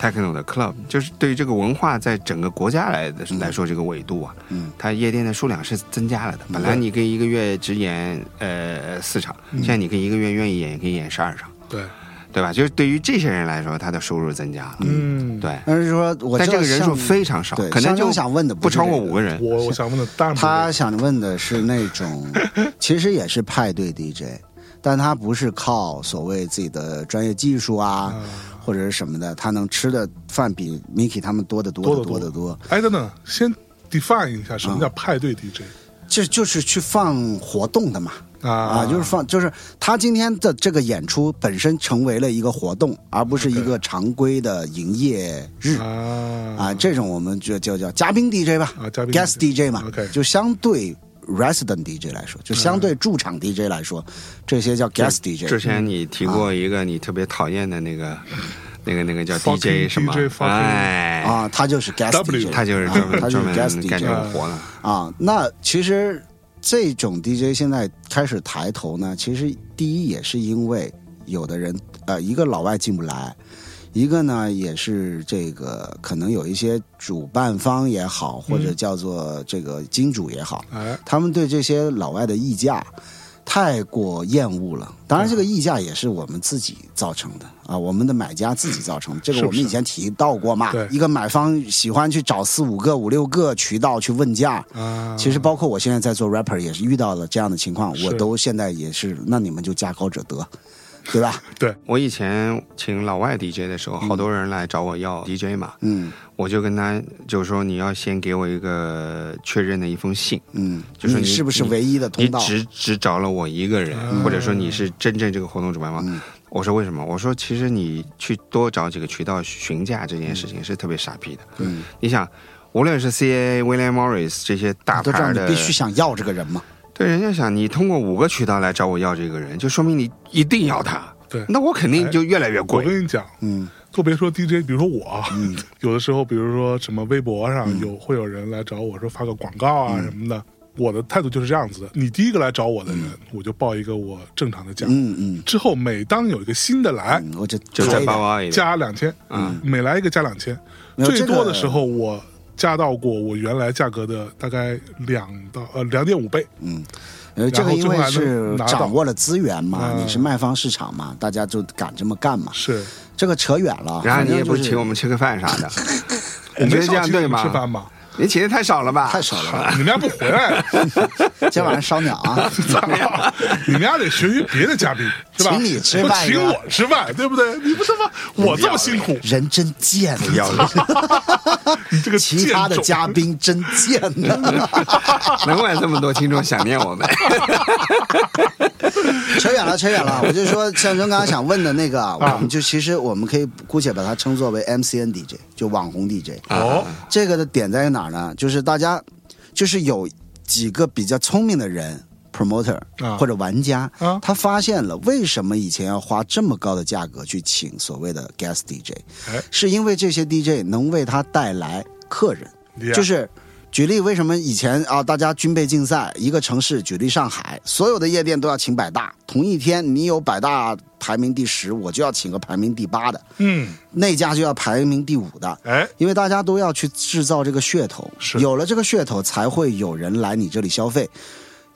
Speaker 1: techno 的 club，就是对于这个文化在整个国家来的来说，这个纬度啊，
Speaker 3: 嗯，
Speaker 1: 它夜店的数量是增加了的。本来你可以一个月只演呃四场，
Speaker 3: 嗯
Speaker 1: 现在你可以一个月愿意演也可以演十二场，
Speaker 2: 对，
Speaker 1: 对吧？就是对于这些人来说，他的收入增加了，
Speaker 2: 嗯，
Speaker 1: 对。
Speaker 3: 但是说我
Speaker 1: 但
Speaker 3: 知道
Speaker 1: 这个人数
Speaker 3: 像
Speaker 1: 非常少
Speaker 3: 对，
Speaker 1: 可能
Speaker 3: 香
Speaker 1: 就
Speaker 3: 港想问的
Speaker 1: 不
Speaker 3: 不是
Speaker 1: 超过
Speaker 3: 这个
Speaker 1: 五个人。
Speaker 2: 我我想问的大部分
Speaker 3: 他想问的是那 种，其实也是派对 DJ，但他不是靠所谓自己的专业技术啊，或者是什么的，他能吃的饭比 Miki 他们多得多
Speaker 2: 多
Speaker 3: 得
Speaker 2: 得多
Speaker 3: 多得多。
Speaker 2: 哎，等等，先 define 一下
Speaker 3: 啊
Speaker 2: 什么叫派对 DJ
Speaker 3: 这就是去放活动的嘛，啊，就是放，就是他今天的这个演出本身成为了一个活动，而不是一个常规的营业日。
Speaker 2: 啊
Speaker 3: 啊，这种我们就就叫嘉宾 DJ 吧，
Speaker 2: 啊嘉宾
Speaker 3: guest
Speaker 2: DJ
Speaker 3: DJ 嘛
Speaker 2: OK
Speaker 3: 就相对 resident DJ 来说，就相对驻场 DJ 来说，这些叫 guest
Speaker 1: 嗯之
Speaker 3: DJ。
Speaker 1: 前你提过一个你特别讨厌的那个、
Speaker 3: 啊
Speaker 1: 那个、那个叫
Speaker 2: Fucking
Speaker 1: DJ 什么
Speaker 2: DJ fucking
Speaker 1: 哎，
Speaker 3: 啊，他就是 guest
Speaker 2: W，
Speaker 3: DJ，
Speaker 1: 他就是
Speaker 3: 啊
Speaker 1: 专门、
Speaker 3: 他就是
Speaker 1: 专门
Speaker 3: guest
Speaker 1: 干
Speaker 3: DJ
Speaker 1: 这种活的。
Speaker 3: 啊。那其实这种 DJ 现在开始抬头呢，其实第一也是因为有的人呃，一个老外进不来，一个呢也是这个可能有一些主办方也好，或
Speaker 1: 嗯
Speaker 3: 者叫做这个金主也好，
Speaker 2: 哎，
Speaker 3: 他们对这些老外的溢价太过厌恶了。当然，这个溢价也是我们自己造成的啊，我们的买家自己造成的。这个
Speaker 2: 是
Speaker 3: 我
Speaker 2: 不
Speaker 3: 们
Speaker 2: 是
Speaker 3: 以前提到过嘛
Speaker 2: 对，
Speaker 3: 一个买方喜欢去找四五个、五六个渠道去问价。
Speaker 2: 啊，
Speaker 3: 其实包括我现在在做 rapper 也是遇到了这样的情况，
Speaker 2: 是
Speaker 3: 我都现在也是，那你们就价高者得，对吧？
Speaker 2: 对，
Speaker 1: 我以前请老外 DJ 的时候，好多人来找我要 DJ 嘛，
Speaker 3: 嗯
Speaker 1: 我就跟他就说你要先给我一个确认的一封信，
Speaker 3: 嗯，
Speaker 1: 就是
Speaker 3: 你
Speaker 1: 你
Speaker 3: 是不是唯一的
Speaker 1: 你
Speaker 3: 通道？
Speaker 1: 只只找了我一个人，
Speaker 2: 嗯
Speaker 1: 或者说你是真正这个活动主办方。
Speaker 3: 嗯
Speaker 1: 我说为什么？我说其实你去多找几个渠道询价这件事情是特别傻逼的。
Speaker 3: 嗯，
Speaker 1: 你想，无论是 CA、William Morris 这些大
Speaker 3: 都知道
Speaker 1: 牌
Speaker 3: 你
Speaker 1: 的，
Speaker 3: 必须想要这个人嘛。
Speaker 1: 对人家想，你通过五个渠道来找我要这个人，就说明你一定要他。
Speaker 2: 对
Speaker 1: 那我肯定就越来越
Speaker 2: 我
Speaker 1: 贵。
Speaker 2: 跟你讲，
Speaker 3: 嗯
Speaker 2: 都别说 DJ，比如说我， 有的时候，比如说什么微博
Speaker 3: 嗯
Speaker 2: 上有会有人来找我说发个广告啊什么的，我的态度就是这样子的：你第一个来找我的人，我就报一个我正常的价。
Speaker 3: 嗯嗯
Speaker 2: 之后每当有一个新的来，
Speaker 3: 嗯，我这
Speaker 1: 就
Speaker 3: 可
Speaker 1: 再
Speaker 3: 以的
Speaker 1: 包凹一点，
Speaker 2: 加两千，
Speaker 1: 嗯，
Speaker 2: 每来一个加两千，
Speaker 3: 没有
Speaker 2: 最
Speaker 3: 这个
Speaker 2: 多的时候我加到过我原来价格的大概两到呃两点五倍，
Speaker 3: 呃，这
Speaker 2: 然
Speaker 3: 个
Speaker 2: 后
Speaker 3: 因
Speaker 2: 最后
Speaker 3: 为
Speaker 2: 还能
Speaker 3: 是
Speaker 2: 拿到
Speaker 3: 掌握了资源嘛，
Speaker 2: 嗯
Speaker 3: 你是卖方市场嘛，大家就敢这么干嘛。
Speaker 2: 是
Speaker 3: 这个扯远了，
Speaker 1: 然后
Speaker 3: 反
Speaker 1: 你
Speaker 3: 正
Speaker 1: 也不
Speaker 3: 就是
Speaker 1: 请我们吃个饭啥的，
Speaker 2: 我
Speaker 1: 你觉得这
Speaker 2: 没少
Speaker 1: 样
Speaker 2: 请你
Speaker 1: 对
Speaker 2: 们吃饭
Speaker 1: 吗？
Speaker 2: 嘛，
Speaker 1: 你请的太少了吧？
Speaker 3: 太少
Speaker 1: 啊
Speaker 3: 了吧。
Speaker 2: 你们家不回来，
Speaker 3: 今天晚上烧鸟啊，
Speaker 2: 操！你们家得学学别的嘉宾，是吧？
Speaker 3: 请你吃饭
Speaker 2: 不请
Speaker 3: 是吧
Speaker 2: 我吃饭，对不对？你不他妈我这么辛苦，
Speaker 3: 人真贱，啊
Speaker 1: 不要了，
Speaker 2: 你这个
Speaker 3: 其他的
Speaker 2: 贱种
Speaker 3: 嘉宾真贱啊呢。
Speaker 1: 难怪这么多听众想念我 们。
Speaker 3: 扯远了，扯远了。我就说，象征刚刚想问的那个，啊
Speaker 2: 啊
Speaker 3: 我们就其实我们可以姑且把它称作为 MCN DJ，就网红 DJ。
Speaker 2: 哦，
Speaker 3: 这个的点在于哪儿呢？就是大家，就是有几个比较聪明的人，promoter
Speaker 2: 啊
Speaker 3: 或者玩家
Speaker 2: 啊，
Speaker 3: 他发现了为什么以前要花这么高的价格去请所谓的 guest DJ，
Speaker 2: 哎
Speaker 3: 是因为这些 DJ 能为他带来客人。
Speaker 2: Yeah
Speaker 3: 就是举例，为什么以前啊，大家军备竞赛，一个城市，举例上海，所有的夜店都要请百大，同一天你有百大排名第十，我就要请个排名第八的，
Speaker 2: 嗯，
Speaker 3: 那家就要排名第五的，
Speaker 2: 哎，
Speaker 3: 因为大家都要去制造这个噱头，
Speaker 2: 是
Speaker 3: 有了这个噱头，才会有人来你这里消费。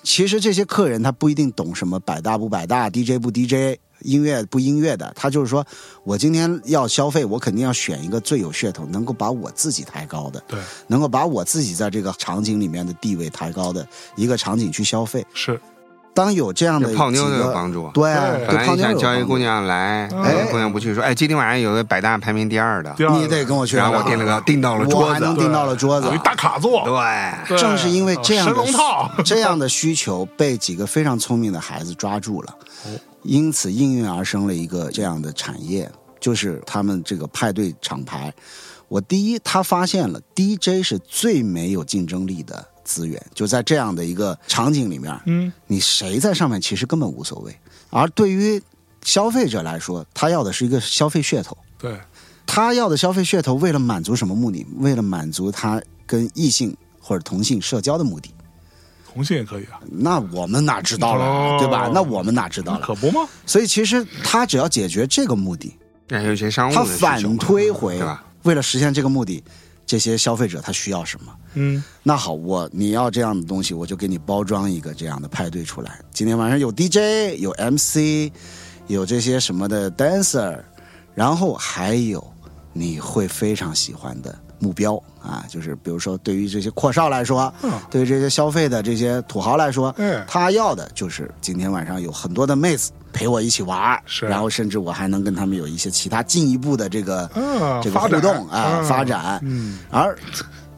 Speaker 3: 其实这些客人他不一定懂什么百大不百大，DJ 不 DJ，音乐不音乐的，他就是说我今天要消费，我肯定要选一个最有噱头，能够把我自己抬高的，
Speaker 2: 对，
Speaker 3: 能够把我自己在这个场景里面的地位抬高的一个场景去消费。
Speaker 2: 是
Speaker 3: 当有这样的
Speaker 1: 这泡妞
Speaker 3: 几
Speaker 1: 都有
Speaker 3: 个
Speaker 1: 帮助啊
Speaker 3: 对
Speaker 2: 对，
Speaker 1: 本
Speaker 3: 对
Speaker 1: 来
Speaker 3: 泡
Speaker 1: 你
Speaker 3: 妞
Speaker 1: 想
Speaker 3: 有
Speaker 1: 叫一
Speaker 3: 帮
Speaker 1: 姑
Speaker 3: 助，
Speaker 1: 娘
Speaker 3: 嗯
Speaker 1: 来，
Speaker 2: 哎
Speaker 1: 姑娘不去，说哎，今天晚上有个百大排名第二的，
Speaker 2: 第二啊
Speaker 3: 你得跟我去，啊
Speaker 1: 然后我订了个订到了
Speaker 3: 我
Speaker 1: 桌
Speaker 3: 还
Speaker 1: 子
Speaker 3: 能，订到了桌子
Speaker 2: 有一，大卡座，
Speaker 1: 对，
Speaker 2: 对哦啊
Speaker 3: 正是因为这样
Speaker 2: 神
Speaker 3: 的嗯
Speaker 2: 龙套，
Speaker 3: 这样的需求被几个非常聪明的孩子抓住了，
Speaker 2: 哦
Speaker 3: 因此应运而生了一个这样的产业，就是他们这个派对厂牌。我第一，他发现了 DJ 是最没有竞争力的资源，就在这样的一个场景里面，
Speaker 2: 嗯，
Speaker 3: 你谁在上面其实根本无所谓。而对于消费者来说，他要的是一个消费噱头。
Speaker 2: 对，
Speaker 3: 他要的消费噱头，为了满足什么目的？为了满足他跟异性或者同性社交的目的。
Speaker 2: 同性也可以啊，
Speaker 3: 那我们哪知道了，
Speaker 2: 哦
Speaker 3: 对吧？那我们哪知道 了？
Speaker 2: 可不吗？
Speaker 3: 所以其实他只要解决这个目的，
Speaker 1: 然后有一些商务
Speaker 3: 他
Speaker 1: 的需求嘛
Speaker 3: 反推回
Speaker 1: 对吧？，
Speaker 3: 为了实现这个目的，这些消费者他需要什么？
Speaker 2: 嗯，
Speaker 3: 那好，我你要这样的东西，我就给你包装一个这样的派对出来。今天晚上有 DJ，有 MC，有这些什么的 dancer，然后还有你会非常喜欢的目标啊，就是比如说对于这些阔少来说，
Speaker 2: 嗯
Speaker 3: 对于这些消费的这些土豪来说，
Speaker 2: 嗯
Speaker 3: 他要的就是今天晚上有很多的妹子陪我一起玩儿，
Speaker 2: 是
Speaker 3: 然后甚至我还能跟他们有一些其他进一步的这个、
Speaker 2: 啊
Speaker 3: 这个
Speaker 2: 发展
Speaker 3: 互动啊
Speaker 2: 啊
Speaker 3: 发展，
Speaker 2: 嗯，
Speaker 3: 而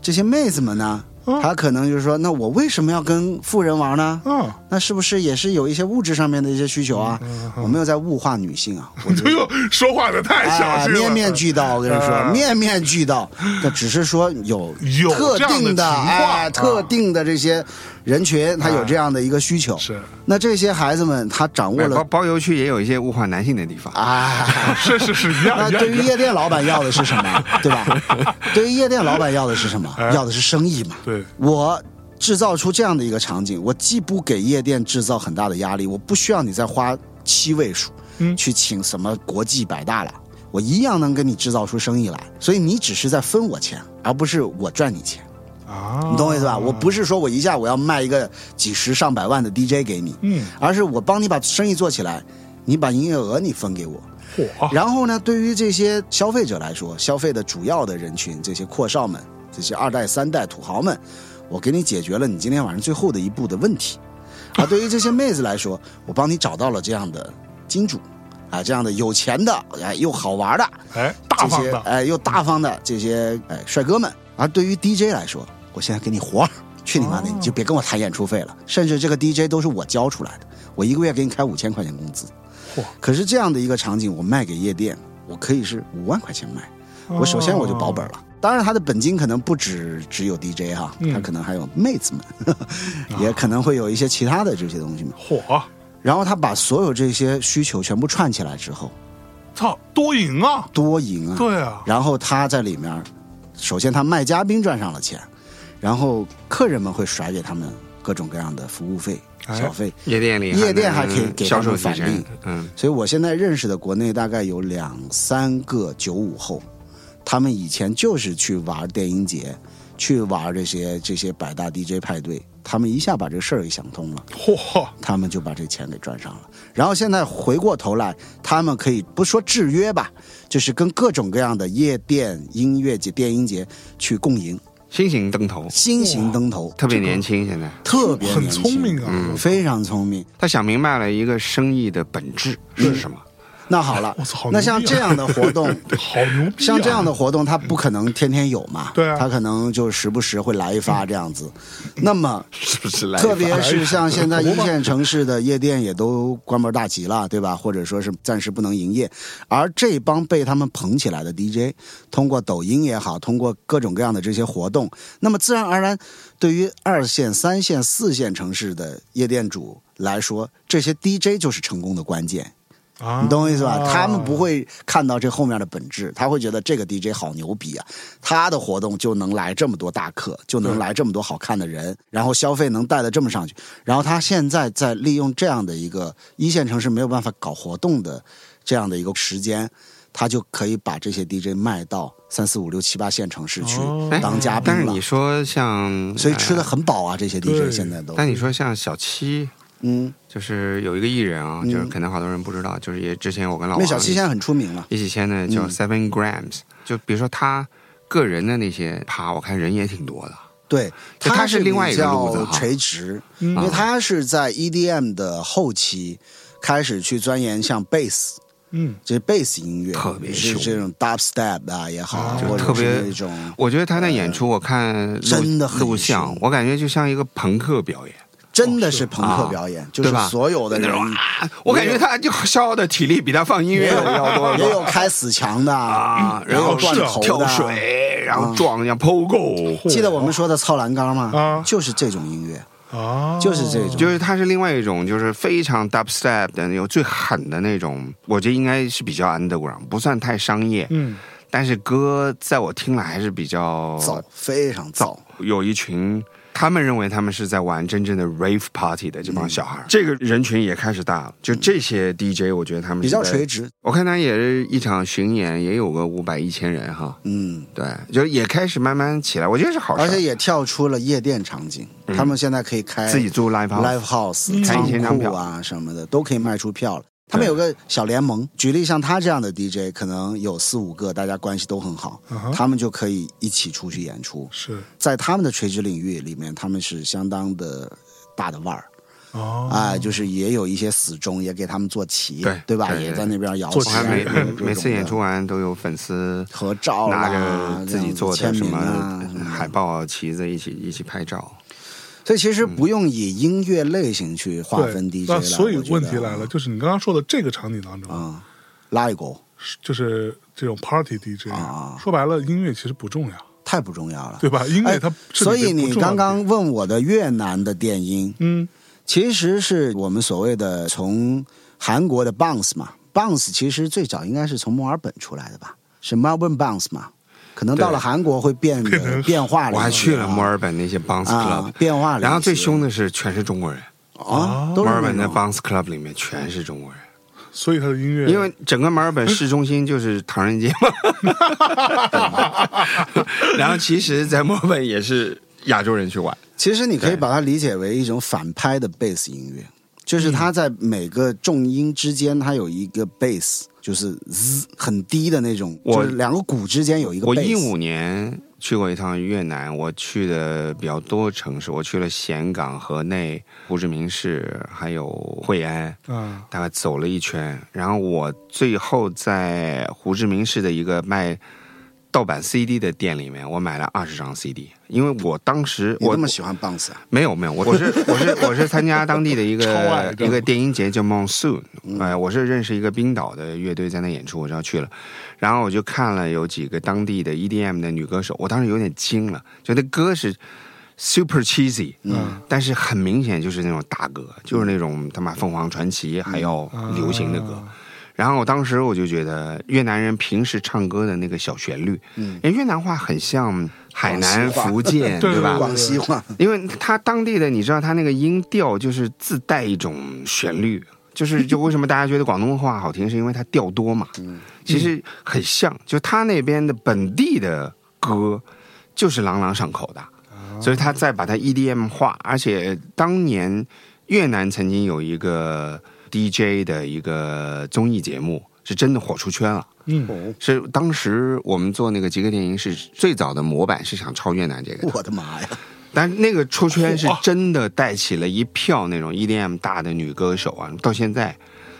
Speaker 3: 这些妹子们呢，她可能就是说，那我为什么要跟富人玩呢？
Speaker 2: 啊，
Speaker 3: 那是不是也是有一些物质上面的一些需求啊？
Speaker 2: 嗯
Speaker 3: 我没有在物化女性啊，我觉
Speaker 2: 哎
Speaker 3: 得。
Speaker 2: 呦，说话的太 小
Speaker 3: 哎，
Speaker 2: 心了，嗯
Speaker 3: 面面俱到，我跟你说，
Speaker 2: 啊
Speaker 3: 面面俱到。那只是说有
Speaker 2: 有
Speaker 3: 特
Speaker 2: 这样的
Speaker 3: 定
Speaker 2: 情况
Speaker 3: 哎，
Speaker 2: 啊
Speaker 3: 特定的这些人群，他有这样的一个需求。
Speaker 2: 是
Speaker 3: 那这些孩子们，他掌握
Speaker 1: 哎包
Speaker 3: 了，
Speaker 1: 包邮区也有一些物化男性的地方，
Speaker 3: 哎，
Speaker 2: 是是是一
Speaker 3: 那
Speaker 2: 样一样
Speaker 3: 对
Speaker 2: 一
Speaker 3: 于
Speaker 2: 样，
Speaker 3: 夜店老板要的是什么，对吧？对于夜店老板要的是什么？
Speaker 2: 哎
Speaker 3: 要的是生意嘛。
Speaker 2: 对，
Speaker 3: 我制造出这样的一个场景，我既不给夜店制造很大的压力，我不需要你再花七位数，
Speaker 2: 嗯
Speaker 3: 去请什么国际百大了，我一样能给你制造出生意来。所以你只是在分我钱，而不是我赚你钱，
Speaker 2: 啊，
Speaker 3: 你懂我意思吧？我不是说我一下我要卖一个几十上百万的 DJ 给你，
Speaker 2: 嗯，
Speaker 3: 而是我帮你把生意做起来，你把营业额你分给我。
Speaker 2: 火，啊
Speaker 3: 然后呢，对于这些消费者来说，消费的主要的人群，这些阔少们，这些二代、三代土豪们，我给你解决了你今天晚上最后的一步的问题。而对于这些妹子来说，我帮你找到了这样的金主，啊，这样的有钱的，哎，又好玩的，
Speaker 2: 哎，大
Speaker 3: 这
Speaker 2: 方
Speaker 3: 些
Speaker 2: 的，
Speaker 3: 哎，又大方的这些哎帅哥们。而对于 DJ 来说，我现在给你活儿，去你妈
Speaker 2: 哦
Speaker 3: 的，你就别跟我谈演出费了。甚至这个 DJ 都是我教出来的，我一个月给你开五千块钱工资
Speaker 2: 嚯。
Speaker 3: 可是这样的一个场景，我卖给夜店，我可以是五万块钱卖。
Speaker 2: 哦
Speaker 3: 我首先我就保本了。当然，他的本金可能不止只有 DJ 哈，
Speaker 2: 嗯
Speaker 3: 他可能还有妹子们，
Speaker 2: 啊
Speaker 3: 也可能会有一些其他的这些东西嘛。
Speaker 2: 火，啊
Speaker 3: 然后他把所有这些需求全部串起来之后，
Speaker 2: 操，多赢啊，
Speaker 3: 多赢啊！
Speaker 2: 对啊，
Speaker 3: 然后他在里面，首先他卖嘉宾赚上了钱，然后客人们会甩给他们各种各样的服务费、
Speaker 2: 哎
Speaker 3: 小费。
Speaker 1: 夜店里
Speaker 3: 夜
Speaker 1: 能
Speaker 3: 店还可以给
Speaker 1: 销
Speaker 3: 他们
Speaker 1: 售
Speaker 3: 返
Speaker 1: 提升
Speaker 3: 利，
Speaker 1: 嗯，
Speaker 3: 所以我现在认识的国内大概有两三个九五后，他们以前就是去玩电音节，去玩这些这些百大 DJ 派对，他们一下把这事儿给想通了。
Speaker 2: 嚯，
Speaker 3: 他们就把这钱给赚上了。然后现在回过头来，他们可以不说制约吧，就是跟各种各样的夜店、音乐节、电音节去共赢，
Speaker 1: 新型登头，
Speaker 3: 新型登头，
Speaker 1: 特别年轻，现在
Speaker 3: 特别
Speaker 2: 很
Speaker 3: 年轻嗯
Speaker 2: 聪明，啊，
Speaker 3: 非常聪明。
Speaker 1: 他想明白了一个生意的本质
Speaker 3: 嗯
Speaker 1: 是什么，
Speaker 3: 那好了
Speaker 2: 我操好，牛逼啊
Speaker 3: 那像这样的活动。
Speaker 2: 好牛逼，啊
Speaker 3: 像这样的，活动，它不可能天天有嘛，
Speaker 2: 对啊
Speaker 3: 它可能就时不时会来一发这样子。那么，
Speaker 1: 是不是来
Speaker 3: 特别是像现在一线城市的夜店也都关门大吉了，对吧？或者说是暂时不能营业，而这帮被他们捧起来的 DJ，通过抖音也好，通过各种各样的这些活动，那么自然而然，对于二线、三线、四线城市的夜店主来说，这些 DJ 就是成功的关键。
Speaker 2: 啊
Speaker 3: 你懂我意思吧？
Speaker 2: 啊
Speaker 3: 他们不会看到这后面的本质，他会觉得这个 DJ 好牛逼啊，他的活动就能来这么多大客，就能来这么多好看的人，然后消费能带的这么上去。然后他现在在利用这样的一个一线城市没有办法搞活动的这样的一个时间，他就可以把这些 DJ 卖到三四五六七八线城市去
Speaker 2: 哦
Speaker 1: 哎
Speaker 3: 当嘉
Speaker 1: 但
Speaker 3: 宾
Speaker 1: 是
Speaker 3: 了
Speaker 1: 你。说像，
Speaker 3: 所以吃的
Speaker 1: 呃
Speaker 3: 很饱啊，这些 DJ
Speaker 2: 对
Speaker 3: 现在都。
Speaker 1: 但你说像小七，
Speaker 3: 嗯，
Speaker 1: 就是有一个艺人啊，
Speaker 3: 嗯
Speaker 1: 就是可能好多人不知道，就是也之前我跟老
Speaker 3: 那
Speaker 1: 王
Speaker 3: 小七现在很出名了。
Speaker 1: 一起签的叫
Speaker 3: 嗯
Speaker 1: Seven Grams，、就比如说他个人的那些趴，我看人也挺多的，
Speaker 3: 对，
Speaker 1: 就它是
Speaker 3: 比
Speaker 1: 另外一个路子
Speaker 3: 较
Speaker 1: 哈嗯
Speaker 3: 垂直，因为它是在 EDM 的后期开始去钻研像贝斯，
Speaker 2: 嗯，
Speaker 3: 就是 bass 音乐，
Speaker 1: 特别
Speaker 3: 是
Speaker 1: 凶
Speaker 3: 这种 dubstep 啊也好，
Speaker 1: 就
Speaker 3: 或
Speaker 1: 特
Speaker 3: 者
Speaker 1: 别
Speaker 3: 是那种呃
Speaker 1: 我觉得他那演出，我看录
Speaker 3: 真的很
Speaker 1: 录像
Speaker 3: 凶，
Speaker 1: 我感觉就像一个朋克表演，
Speaker 3: 真的是朋克
Speaker 1: 啊
Speaker 3: 表演，就
Speaker 1: 对
Speaker 3: 是
Speaker 1: 吧？
Speaker 3: 所有的
Speaker 1: 那
Speaker 3: 人
Speaker 1: 种啊，我感觉他就消耗的体力比他放音
Speaker 3: 也
Speaker 1: 乐
Speaker 3: 有
Speaker 1: 的要多
Speaker 3: 也有开死墙的
Speaker 1: 啊，
Speaker 3: 也
Speaker 1: 然后
Speaker 3: 有断
Speaker 2: 是
Speaker 3: 头
Speaker 1: 跳
Speaker 3: 的。嗯
Speaker 1: 水，然后撞呀抛够，
Speaker 3: 记得我们说的操栏杆吗？
Speaker 2: 啊
Speaker 3: 就是这种音乐，
Speaker 2: 啊，
Speaker 3: 就是这种
Speaker 1: 哦就是它是另外一种，就是非常 dubstep 的那种最狠的那种，我觉得应该是比较 underground，不算太商业，
Speaker 2: 嗯，
Speaker 1: 但是歌在我听来还是比较
Speaker 3: 燥，非常燥。
Speaker 1: 有一群他们认为他们是在玩真正的 rave party 的这
Speaker 3: 嗯
Speaker 1: 帮小孩儿，这个人群也开始大了。就这些 DJ，我觉得他们
Speaker 3: 比较
Speaker 1: 是在
Speaker 3: 垂。直，
Speaker 1: 我看他也是一场巡演，也有个五百一千人哈，
Speaker 3: 嗯，
Speaker 1: 对，就也开始慢慢起来，我觉得是好事儿。嗯
Speaker 3: 而且也跳出了夜店场景，他们现在可以开
Speaker 1: 自己租 live house
Speaker 3: live house、
Speaker 1: 开一千张
Speaker 3: 仓库
Speaker 1: 票
Speaker 3: 啊什么的，都可以卖出票了。他们有个小联盟，举例像他这样的 DJ，可能有四五个，大家关系都很好
Speaker 2: 嗯
Speaker 1: 啊
Speaker 2: 哼，
Speaker 3: 他们就可以一起出去演出。
Speaker 2: 是
Speaker 3: 在他们的垂直领域里面，他们是相当的大的腕儿，
Speaker 2: 哦，
Speaker 3: 啊，就是也有一些死忠，也给他们做旗，
Speaker 1: 对
Speaker 3: 对吧？
Speaker 1: 对对
Speaker 3: 也在那边摇
Speaker 2: 做
Speaker 1: 我
Speaker 3: 旗啊
Speaker 1: 看每
Speaker 3: 各种
Speaker 1: 每
Speaker 3: 的
Speaker 1: 每次演出完都有粉丝
Speaker 3: 合照
Speaker 1: 拿
Speaker 3: 啦
Speaker 1: 着，自己做
Speaker 3: 这样
Speaker 1: 的
Speaker 3: 子
Speaker 1: 什
Speaker 3: 签名
Speaker 1: 么
Speaker 3: 啊什么的
Speaker 1: 海报啊、旗子一起一起拍照。
Speaker 3: 所以其实不用以音乐类型去划
Speaker 2: 对
Speaker 3: 分 DJ
Speaker 2: 那
Speaker 3: 了。
Speaker 2: 所以
Speaker 3: 我觉得
Speaker 2: 问题来了，就是你刚刚说的这个场景当中，
Speaker 3: 啊，拉一狗
Speaker 2: 是就是这种 party DJ，
Speaker 3: 啊
Speaker 2: 说白了，音乐其实不重要，
Speaker 3: 太不重要了，
Speaker 2: 对吧？音乐
Speaker 3: 哎
Speaker 2: 它是
Speaker 3: 所以
Speaker 2: 你
Speaker 3: 你
Speaker 2: 不重
Speaker 3: 刚
Speaker 2: 要的
Speaker 3: 刚问我的越南的电音，
Speaker 2: 嗯
Speaker 3: 其实是我们所谓的从韩国的 bounce 嘛，bounce 其实最早应该是从墨尔本出来的吧，是 Melbourne bounce 嘛，可能到了韩国会变
Speaker 2: 变成
Speaker 3: 得变化了一些啊。
Speaker 1: 我还去了墨尔本那些 bounce
Speaker 3: 啊
Speaker 1: club，，
Speaker 3: 变化了一些。
Speaker 1: 然后最凶的是全是中国人，
Speaker 3: 啊，都
Speaker 1: 墨
Speaker 3: 是
Speaker 1: 尔本
Speaker 3: 那
Speaker 1: 的
Speaker 3: 种
Speaker 1: bounce club 里面全是中国人。
Speaker 2: 所以他的音乐，
Speaker 1: 因为整个墨尔本市中心就是唐人街嘛， 然后其实，在墨尔本也是亚洲人去玩，
Speaker 3: 其实你可以把它理解为一种反拍的贝斯音乐，就是它在每个重音之间，它有一个贝斯，就是滋很低的那种，
Speaker 1: 我
Speaker 3: 就是两个鼓之间有一个
Speaker 1: 我
Speaker 3: bass。
Speaker 1: 一五年去过一趟越南，我去的比较多城市，我去了岘港、河内、胡志明市，还有惠安，
Speaker 2: 啊
Speaker 1: 大概走了一圈。然后我最后在胡志明市的一个卖盗版 CD 的店里面，我买了二十张 CD，因为我当时
Speaker 3: 你
Speaker 1: 我
Speaker 3: 那么喜欢 bounce 啊？
Speaker 1: 没有没有，我我是我是我是参加当地的一
Speaker 2: 超爱
Speaker 1: 个
Speaker 2: 这
Speaker 1: 一
Speaker 2: 样
Speaker 1: 个电音节叫 Monsoon，哎、我是认识一个冰岛的乐队在那演出，我就去了，然后我就看了有几个当地的 EDM 的女歌手，我当时有点惊了，就那歌是 super cheesy，
Speaker 2: 嗯，
Speaker 1: 但是很明显就是那种大歌，就是那种他妈凤凰传奇还要流行的歌。
Speaker 2: 啊
Speaker 1: 然后我当时我就觉得越南人平时唱歌的那个小旋律，哎
Speaker 3: 嗯，
Speaker 1: 因为越南话很像海南、
Speaker 3: 广西话
Speaker 1: 福建，
Speaker 2: 对
Speaker 1: 吧？
Speaker 3: 广西话，
Speaker 1: 因为他当地的，你知道他那个音调就是自带一种旋律，就是就为什么大家觉得广东话好听，是因为它调多嘛。其实很像，就他那边的本地的歌，就是朗朗上口的，所以他再把它 EDM 化，而且当年越南曾经有一个 DJ 的一个综艺节目，是真的火出圈了。
Speaker 2: 嗯，
Speaker 3: 哦
Speaker 1: 是当时我们做那个极客电影是最早的模板是想抄越南这个的，
Speaker 3: 我的妈呀！
Speaker 1: 但那个出圈是真的带起了一票那种 EDM 大的女歌手啊，到现在，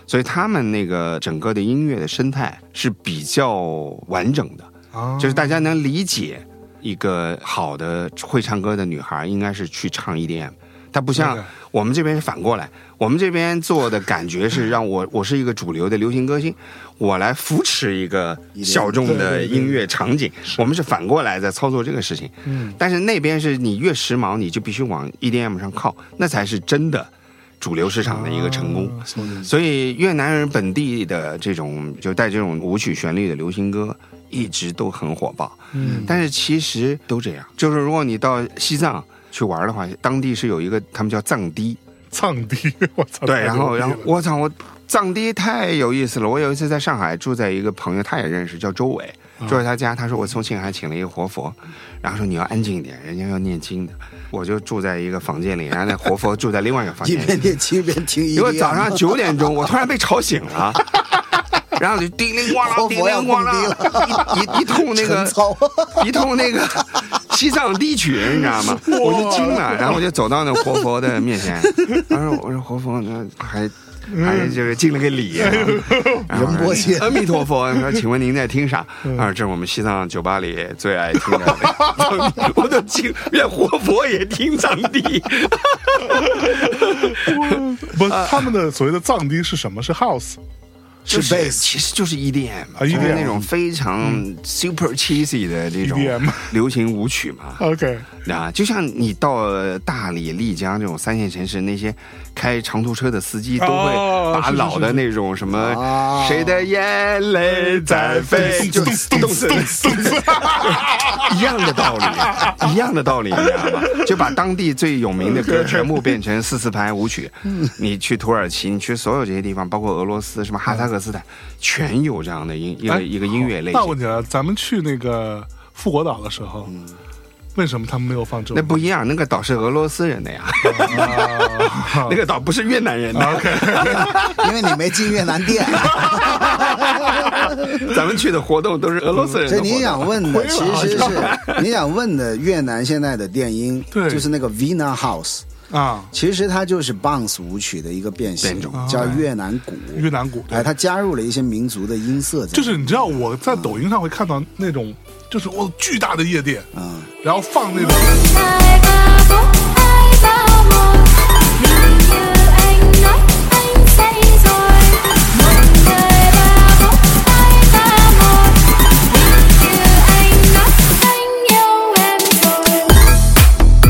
Speaker 1: 所以他们那个整个的音乐的生态是比较完整的，
Speaker 2: 啊
Speaker 1: 就是大家能理解一个好的会唱歌的女孩应该是去唱 EDM，她不像
Speaker 2: 对
Speaker 1: 我们这边是反过来，我们这边做的感觉是让我 我是一个主流的流行歌星，我来扶持一个小众的
Speaker 2: 对对对
Speaker 1: 音乐场景，我们是反过来在操作这个事情。
Speaker 2: 嗯，
Speaker 1: 但是那边是你越时髦，你就必须往 EDM 上靠，那才是真的主流市场的一个成功。
Speaker 2: 啊所以
Speaker 1: 所以越南人本地的这种就带这种舞曲旋律的流行歌一直都很火爆，
Speaker 2: 嗯，
Speaker 1: 但是其实都这样。就是如果你到西藏去玩的话，当地是有一个他们叫藏低，
Speaker 2: 藏地， 我操，
Speaker 1: 对，
Speaker 2: 太
Speaker 1: 然后
Speaker 2: 牛
Speaker 1: 然
Speaker 2: 逼
Speaker 1: 后
Speaker 2: 了
Speaker 1: 我操，我藏低太有意思了。我有一次在上海住在一个朋友，他也认识，叫周伟，住在他家。他说我从青海请了一个活佛，然后说你要安静一点，人家要念经的。我就住在一个房间里，然后那活佛住在另外一个房
Speaker 3: 一
Speaker 1: 间里
Speaker 3: 边。练琴一边听音
Speaker 1: 结果
Speaker 3: 乐。
Speaker 1: 早上九点钟，我突然被吵醒 了，然后就叮铃咣啷，
Speaker 3: 活
Speaker 1: 叮铃
Speaker 3: 佛要
Speaker 1: 咣
Speaker 3: 蹦 迪
Speaker 1: 啷，一一一通那
Speaker 3: 晨
Speaker 1: 个，
Speaker 3: 操，
Speaker 1: 一通那个西藏低曲，你知道 吗？我就惊了，然后我就走到那活佛的面前，然后我说活佛，那还。还就是敬了个礼、 啊，然后
Speaker 3: 嗯仁波切嗯
Speaker 1: 阿弥陀佛。说，请问您在听啥？啊，这是我们西藏酒吧里最爱听的。 我都听，连活佛也听藏地。
Speaker 2: 不，
Speaker 1: 呃
Speaker 2: 他们的所谓的藏地是什么？是 house。
Speaker 1: 就是
Speaker 3: bass
Speaker 1: 其实就是 EDM，
Speaker 2: 啊
Speaker 1: 就是
Speaker 2: EDM
Speaker 1: 那种非常 super cheesy 的这种
Speaker 2: EDM
Speaker 1: 流行舞曲嘛。
Speaker 2: OK，
Speaker 1: 啊，就像你到大理、丽江这种三线城市，那些开长途车的司机都
Speaker 2: 哦
Speaker 1: 会把
Speaker 2: 是是
Speaker 1: 老的
Speaker 2: 是
Speaker 1: 那种什么
Speaker 3: 啊
Speaker 1: “谁的眼泪在飞”就
Speaker 2: 啊咚咚咚咚咚咚，
Speaker 1: 一样的道理，一样的道理，你知道吗？就把当地最有名的 歌全部变成四四拍舞曲。你去土耳其，你去所有这些地方，包括俄罗斯、什么哈萨克斯坦，全有这样的音一
Speaker 2: 哎
Speaker 1: 个一个音乐类
Speaker 2: 那
Speaker 1: 型。
Speaker 2: 问题了，咱们去那个富国岛的时候，为什么他们没有放这
Speaker 1: 嗯
Speaker 2: 种？
Speaker 1: 那不一样，那个岛是俄罗斯人的呀，
Speaker 2: 啊
Speaker 1: 那个岛不是越南人的。
Speaker 2: 哦
Speaker 3: 因为你没进越南店，啊
Speaker 1: 咱们去的活动都是俄罗斯人的
Speaker 3: 所以
Speaker 1: 活动。
Speaker 3: 你想问的
Speaker 2: 回
Speaker 3: 其
Speaker 2: 了好
Speaker 3: 实
Speaker 2: 像
Speaker 3: 是你想问的越南现在的电音，
Speaker 2: 对
Speaker 3: 就是那个 Vina House，
Speaker 2: 啊，
Speaker 3: 其实它就是 bounce 舞曲的一个变
Speaker 1: 变
Speaker 3: 形
Speaker 1: 种，哦
Speaker 3: 叫越南鼓。
Speaker 2: 越南鼓
Speaker 3: 哎，它加入了一些民族的音色在，
Speaker 2: 就是你知道我在抖音上会看到那种，就是我巨大的夜店，
Speaker 3: 嗯，
Speaker 2: 然后放那种
Speaker 4: Ai ba bốn, ai ba một. Hình như anh nói anh say rồi. Một người ba bốn, ai ba một. Hình như anh nói anh yêu em rồi.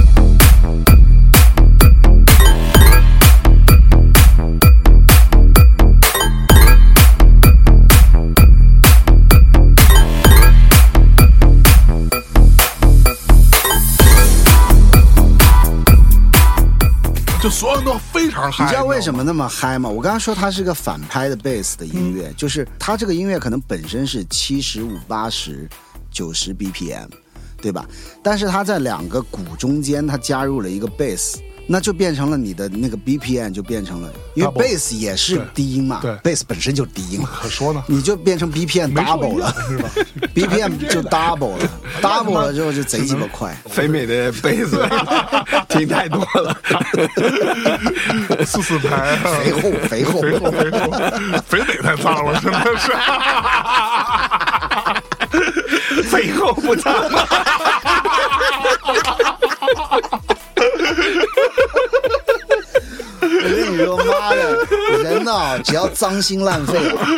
Speaker 2: 就所有人都非常嗨。
Speaker 3: 你知道为什
Speaker 2: 么？
Speaker 3: 么那么嗨吗？我刚刚说它是个反拍的 bass 的音
Speaker 2: 嗯
Speaker 3: 乐，就是它这个音乐可能本身是七十五、八十、九十 BPM，对吧？但是它在两个鼓中间，它加入了一个 bass。那就变成了你的那个 BPM 就变成了，因为
Speaker 2: Double
Speaker 3: bass 也是低音嘛
Speaker 2: 对
Speaker 3: ，bass 本身就低音嘛，
Speaker 2: 可说呢，
Speaker 3: 你就变成 BPM
Speaker 2: 没说
Speaker 3: double
Speaker 2: 一样
Speaker 3: 了
Speaker 2: 是吧？
Speaker 3: ，BPM 就 double 了，double 了之后就贼鸡巴快。
Speaker 1: 肥美的杯 子听太多了。
Speaker 2: 四四 拍，
Speaker 3: 肥厚肥 厚
Speaker 2: 肥厚，肥厚，肥得太脏了，真的是。
Speaker 1: 肥厚不脏。
Speaker 3: 我跟你说，妈的，人呐、只要脏心烂肺啊、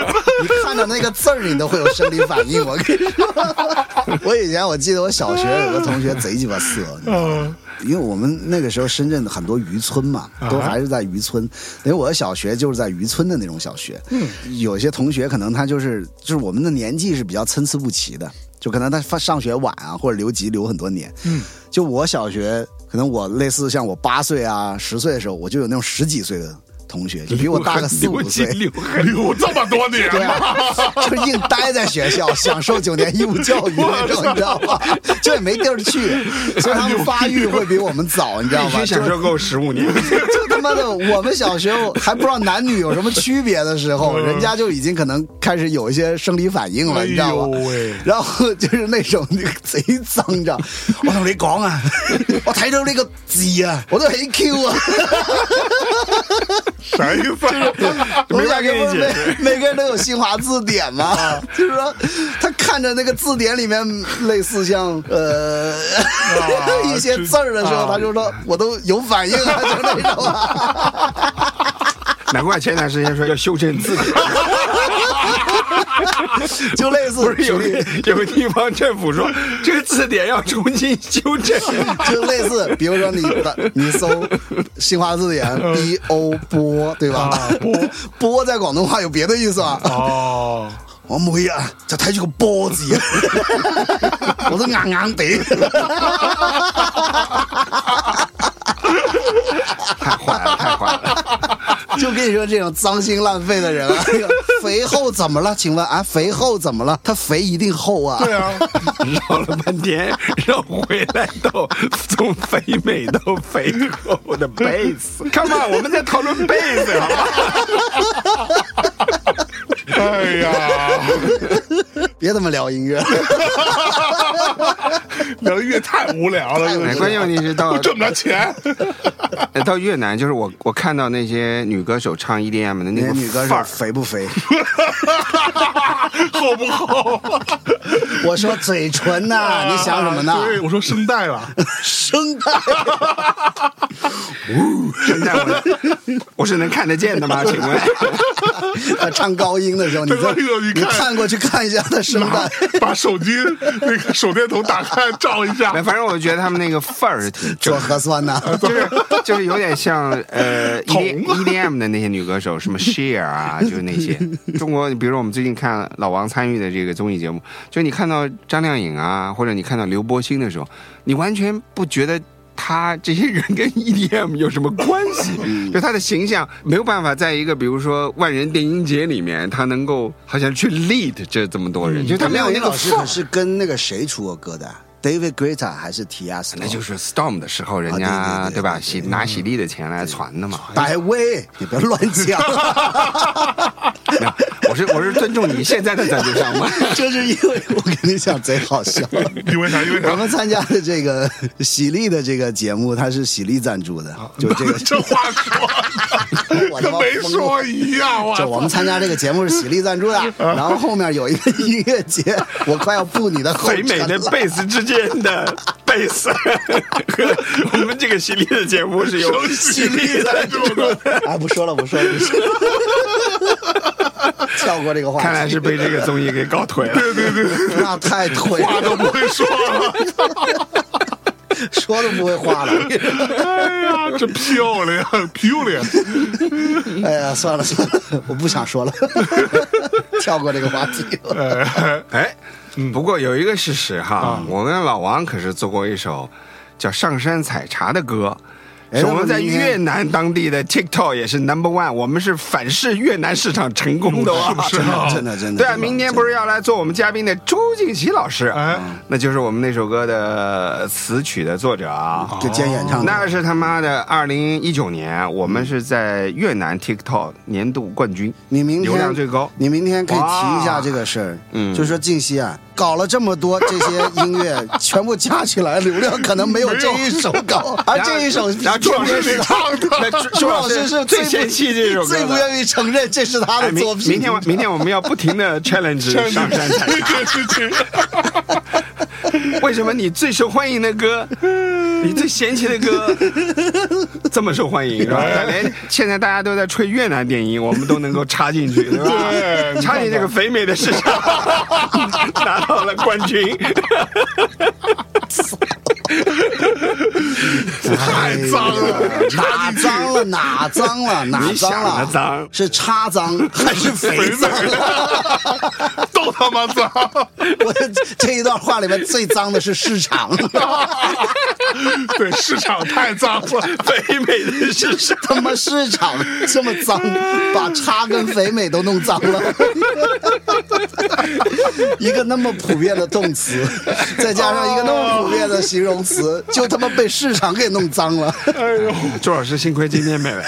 Speaker 3: 你看到那个字儿，你都会有生理反应。我跟你说， 我以前我记得我小学有个同学贼鸡巴色，你知道吗
Speaker 2: 嗯，
Speaker 3: 因为我们那个时候深圳的很多渔村嘛，都还是在渔村，因为我的小学就是在渔村的那种小学。嗯，有些同学可能他就是就是我们的年纪是比较参差不齐的，就可能他上上学晚啊，或者留级留很多年。嗯，就我小学可能我类似像我八岁啊十岁的时候，我就有那种十几岁的同学，就比我大个四 五岁。
Speaker 1: 留
Speaker 2: 留哎这么多年
Speaker 3: 对
Speaker 2: 了，
Speaker 3: 啊， 就是硬待在学校，享受九年义务教育那种，你知道吧？ 就也没地儿 去，所以他们发育会比我们早，你知道
Speaker 1: 哎必
Speaker 3: 吧？
Speaker 1: 须享受够十五年。
Speaker 3: 就他妈的，我们小时候还不知道男女有什么区别的时
Speaker 1: 嗯
Speaker 3: 候，人家就已经可能开始有一些生理反应了，
Speaker 2: 哎
Speaker 3: 你知道
Speaker 2: 呦
Speaker 3: 吧？
Speaker 2: 喂！
Speaker 3: 然后就是那种那个贼脏，你知道？我同你讲啊，我睇到呢個字啊，我都起 Q 啊！
Speaker 2: 啥意思啊？
Speaker 1: 没法跟你解释。啊
Speaker 3: 每每个 人都有新华字典嘛， 就是说他看着那个字典里面类似像呃、
Speaker 1: 啊
Speaker 3: 一些字儿的时候，
Speaker 2: 啊
Speaker 3: 他就说我都有反应啊，就那种 啊。
Speaker 1: 难怪前段时间说要修正字 典，
Speaker 3: 就类似
Speaker 1: 不是有
Speaker 3: 举例
Speaker 1: 个有个地方政府说这个字典要重新修正。
Speaker 3: 就类似，比如说你的你搜新华字典
Speaker 1: 嗯
Speaker 3: B O 波，对吧？
Speaker 1: 啊
Speaker 3: 波波在广东话有别的意思啊吗？
Speaker 2: 哦，
Speaker 3: 我妹啊，就睇住个波字， 我都硬硬地。
Speaker 1: 太坏了，太坏了！
Speaker 3: 就跟你说这种脏心烂肺的人啊，哎呦肥厚怎么了？请问啊，肥厚怎么了？他肥一定厚啊。
Speaker 2: 对啊，
Speaker 1: 绕了半天，绕回来到从肥美到肥厚的贝斯。Come on，我们在讨论贝斯，好吧？
Speaker 2: 哎呀，
Speaker 3: 别他妈聊音乐，
Speaker 2: 聊音乐太无聊了，真 的
Speaker 1: 哎
Speaker 2: 是
Speaker 1: 关键问题是到
Speaker 2: 我挣不着钱。
Speaker 1: 呃到越南，就是我我看到那些女歌手唱 EDM 的那
Speaker 3: 你
Speaker 1: 个
Speaker 3: 的女歌
Speaker 1: 范
Speaker 3: 手
Speaker 1: 儿，
Speaker 3: 肥不肥？
Speaker 2: 好啊不好？
Speaker 3: 我说嘴唇呐、你想什么呢？
Speaker 2: 啊对，我说声带了，
Speaker 3: 声带。
Speaker 1: 现在我我是能看得见的吗？请 问
Speaker 3: 他唱高音的时候，你
Speaker 2: 唱
Speaker 3: 再
Speaker 2: 高音的时候你
Speaker 3: 你
Speaker 2: 看
Speaker 3: 看过去看一下他声带。
Speaker 2: 把手机那个手电筒打开照一下
Speaker 1: 哎，，反正我觉得他们那个范儿是挺正
Speaker 3: 做，核酸呐、
Speaker 1: 就是就是有点像呃 E
Speaker 3: 啊
Speaker 2: 捅
Speaker 1: D E D M 的那些女歌手， 什么 Share 啊，就是那些中国，比如我们最近看老王参与的这个综艺节目，就你看到张靓颖啊，或者你看到刘柏辛的时候，你完全不觉得。他这些人跟 EDM 有什么关
Speaker 3: 嗯
Speaker 1: 系？就他的形象没有办法在一个比如说万人电音节里面，他能够好像去 lead 这这么
Speaker 3: 嗯
Speaker 1: 多人，就他没有那个
Speaker 3: 老师
Speaker 1: 范
Speaker 3: 可
Speaker 1: 儿。
Speaker 3: 是跟那个谁出过歌的啊？David Guetta 还是 T.S.
Speaker 1: 那就是 Storm 的时候，人
Speaker 3: 啊对对
Speaker 1: 家
Speaker 3: 对
Speaker 1: 对吧？
Speaker 3: 对对
Speaker 1: 喜拿喜力的钱来传的嘛。
Speaker 3: 百威，你别乱讲，
Speaker 1: 没有我是我是尊重你现在的赞助商嘛。
Speaker 3: 这是因为我跟你讲贼好笑。
Speaker 2: 因为啥？因为
Speaker 3: 我
Speaker 2: 啥？，
Speaker 3: 们参加的这个喜力的这个节目，它是喜力赞助的，就这个
Speaker 2: 啊 这话说的
Speaker 3: 我他
Speaker 2: 跟
Speaker 3: 妈
Speaker 2: 没
Speaker 3: 疯了
Speaker 1: 哎
Speaker 2: 说啊一样，我
Speaker 3: 就我们参加这个节目是喜力赞助 的，然后后面有一个音乐节，我快要步你的后
Speaker 1: 北美
Speaker 3: 尘
Speaker 1: 的
Speaker 3: 了。
Speaker 1: 贝斯之间的贝斯， 我们这个犀利的节目是由犀利赞助的。
Speaker 3: 哎，不说了，不说了，不说了，跳过这个话题。
Speaker 1: 看来是被这个综艺给搞腿了。对对对，
Speaker 3: 那太腿
Speaker 2: 话
Speaker 3: 了，
Speaker 2: 都不会说了。
Speaker 3: 说都不会话了。
Speaker 2: 哎呀，真漂亮，漂亮！
Speaker 3: 哎呀，算了算了， 我不想说了，跳过这个话题。
Speaker 2: 哎，
Speaker 1: 哎，
Speaker 3: 嗯
Speaker 1: 不过有一个事实
Speaker 3: 啊
Speaker 1: 哈，我跟老王可是做过一首叫《上山采茶》的歌。
Speaker 3: 哎
Speaker 1: 是我们在
Speaker 3: 那么明天
Speaker 1: 越南当地的 TikTok 也是 number one，我们是反噬越南市场成功的哦，
Speaker 2: 是啊，
Speaker 3: 真的真的。
Speaker 1: 对啊，
Speaker 3: 真的
Speaker 1: 明天不是要来做我们嘉宾的朱静琪老师，
Speaker 2: 哎
Speaker 1: 那就是我们那首歌的词曲的作者啊。
Speaker 3: 就兼演哦唱的
Speaker 1: 那是他妈的，二零一九年，我们是在越南 TikTok 年度冠军，
Speaker 3: 你明天
Speaker 1: 流量最高。
Speaker 3: 你明天可以提一下这个事儿，
Speaker 1: 嗯
Speaker 3: 就说静熙啊，搞了这么多这些音乐，全部加起来流量可能没有这一首 高，而
Speaker 1: 然后
Speaker 3: 这一首
Speaker 1: 然后朱老师
Speaker 3: 是
Speaker 1: 是唱 的，那朱
Speaker 3: 朱
Speaker 1: 朱
Speaker 3: 老
Speaker 1: 老
Speaker 3: 师
Speaker 1: 师
Speaker 3: 是
Speaker 1: 最
Speaker 3: 不
Speaker 1: 嫌弃这首歌
Speaker 3: 最不
Speaker 1: 的。
Speaker 3: 愿意承认这是他
Speaker 1: 哎，
Speaker 3: 的
Speaker 1: 明
Speaker 3: 作品。
Speaker 1: 明天我明天我们要不停 的 challenge 上山采茶。
Speaker 2: 这事情，
Speaker 1: 为什么你最受欢迎的 歌，你最嫌弃的歌这么受欢迎，是吧？连现在大家都在吹越南电音，我们都能够插进 去，对吧？
Speaker 2: 对
Speaker 1: 插进这个肥美的市场，拿到了冠军。
Speaker 3: 哎
Speaker 2: 太脏了，
Speaker 3: 哪脏了？哪脏了？哪
Speaker 1: 你
Speaker 3: 脏
Speaker 1: 想
Speaker 3: 了？
Speaker 1: 的脏
Speaker 3: 是叉脏还是肥 脏？
Speaker 2: 都他妈脏！
Speaker 3: 我的这一段话里面最脏的是市场，
Speaker 2: 对，市场太脏了，
Speaker 1: 肥美的市场，
Speaker 3: 他妈市场这么脏，把叉跟肥美都弄脏了。一个那么普遍的动词，再加上一个那么普遍的形容词，就他妈被市场给弄脏了。
Speaker 2: 哎呦，
Speaker 1: 朱老师幸亏今天没来，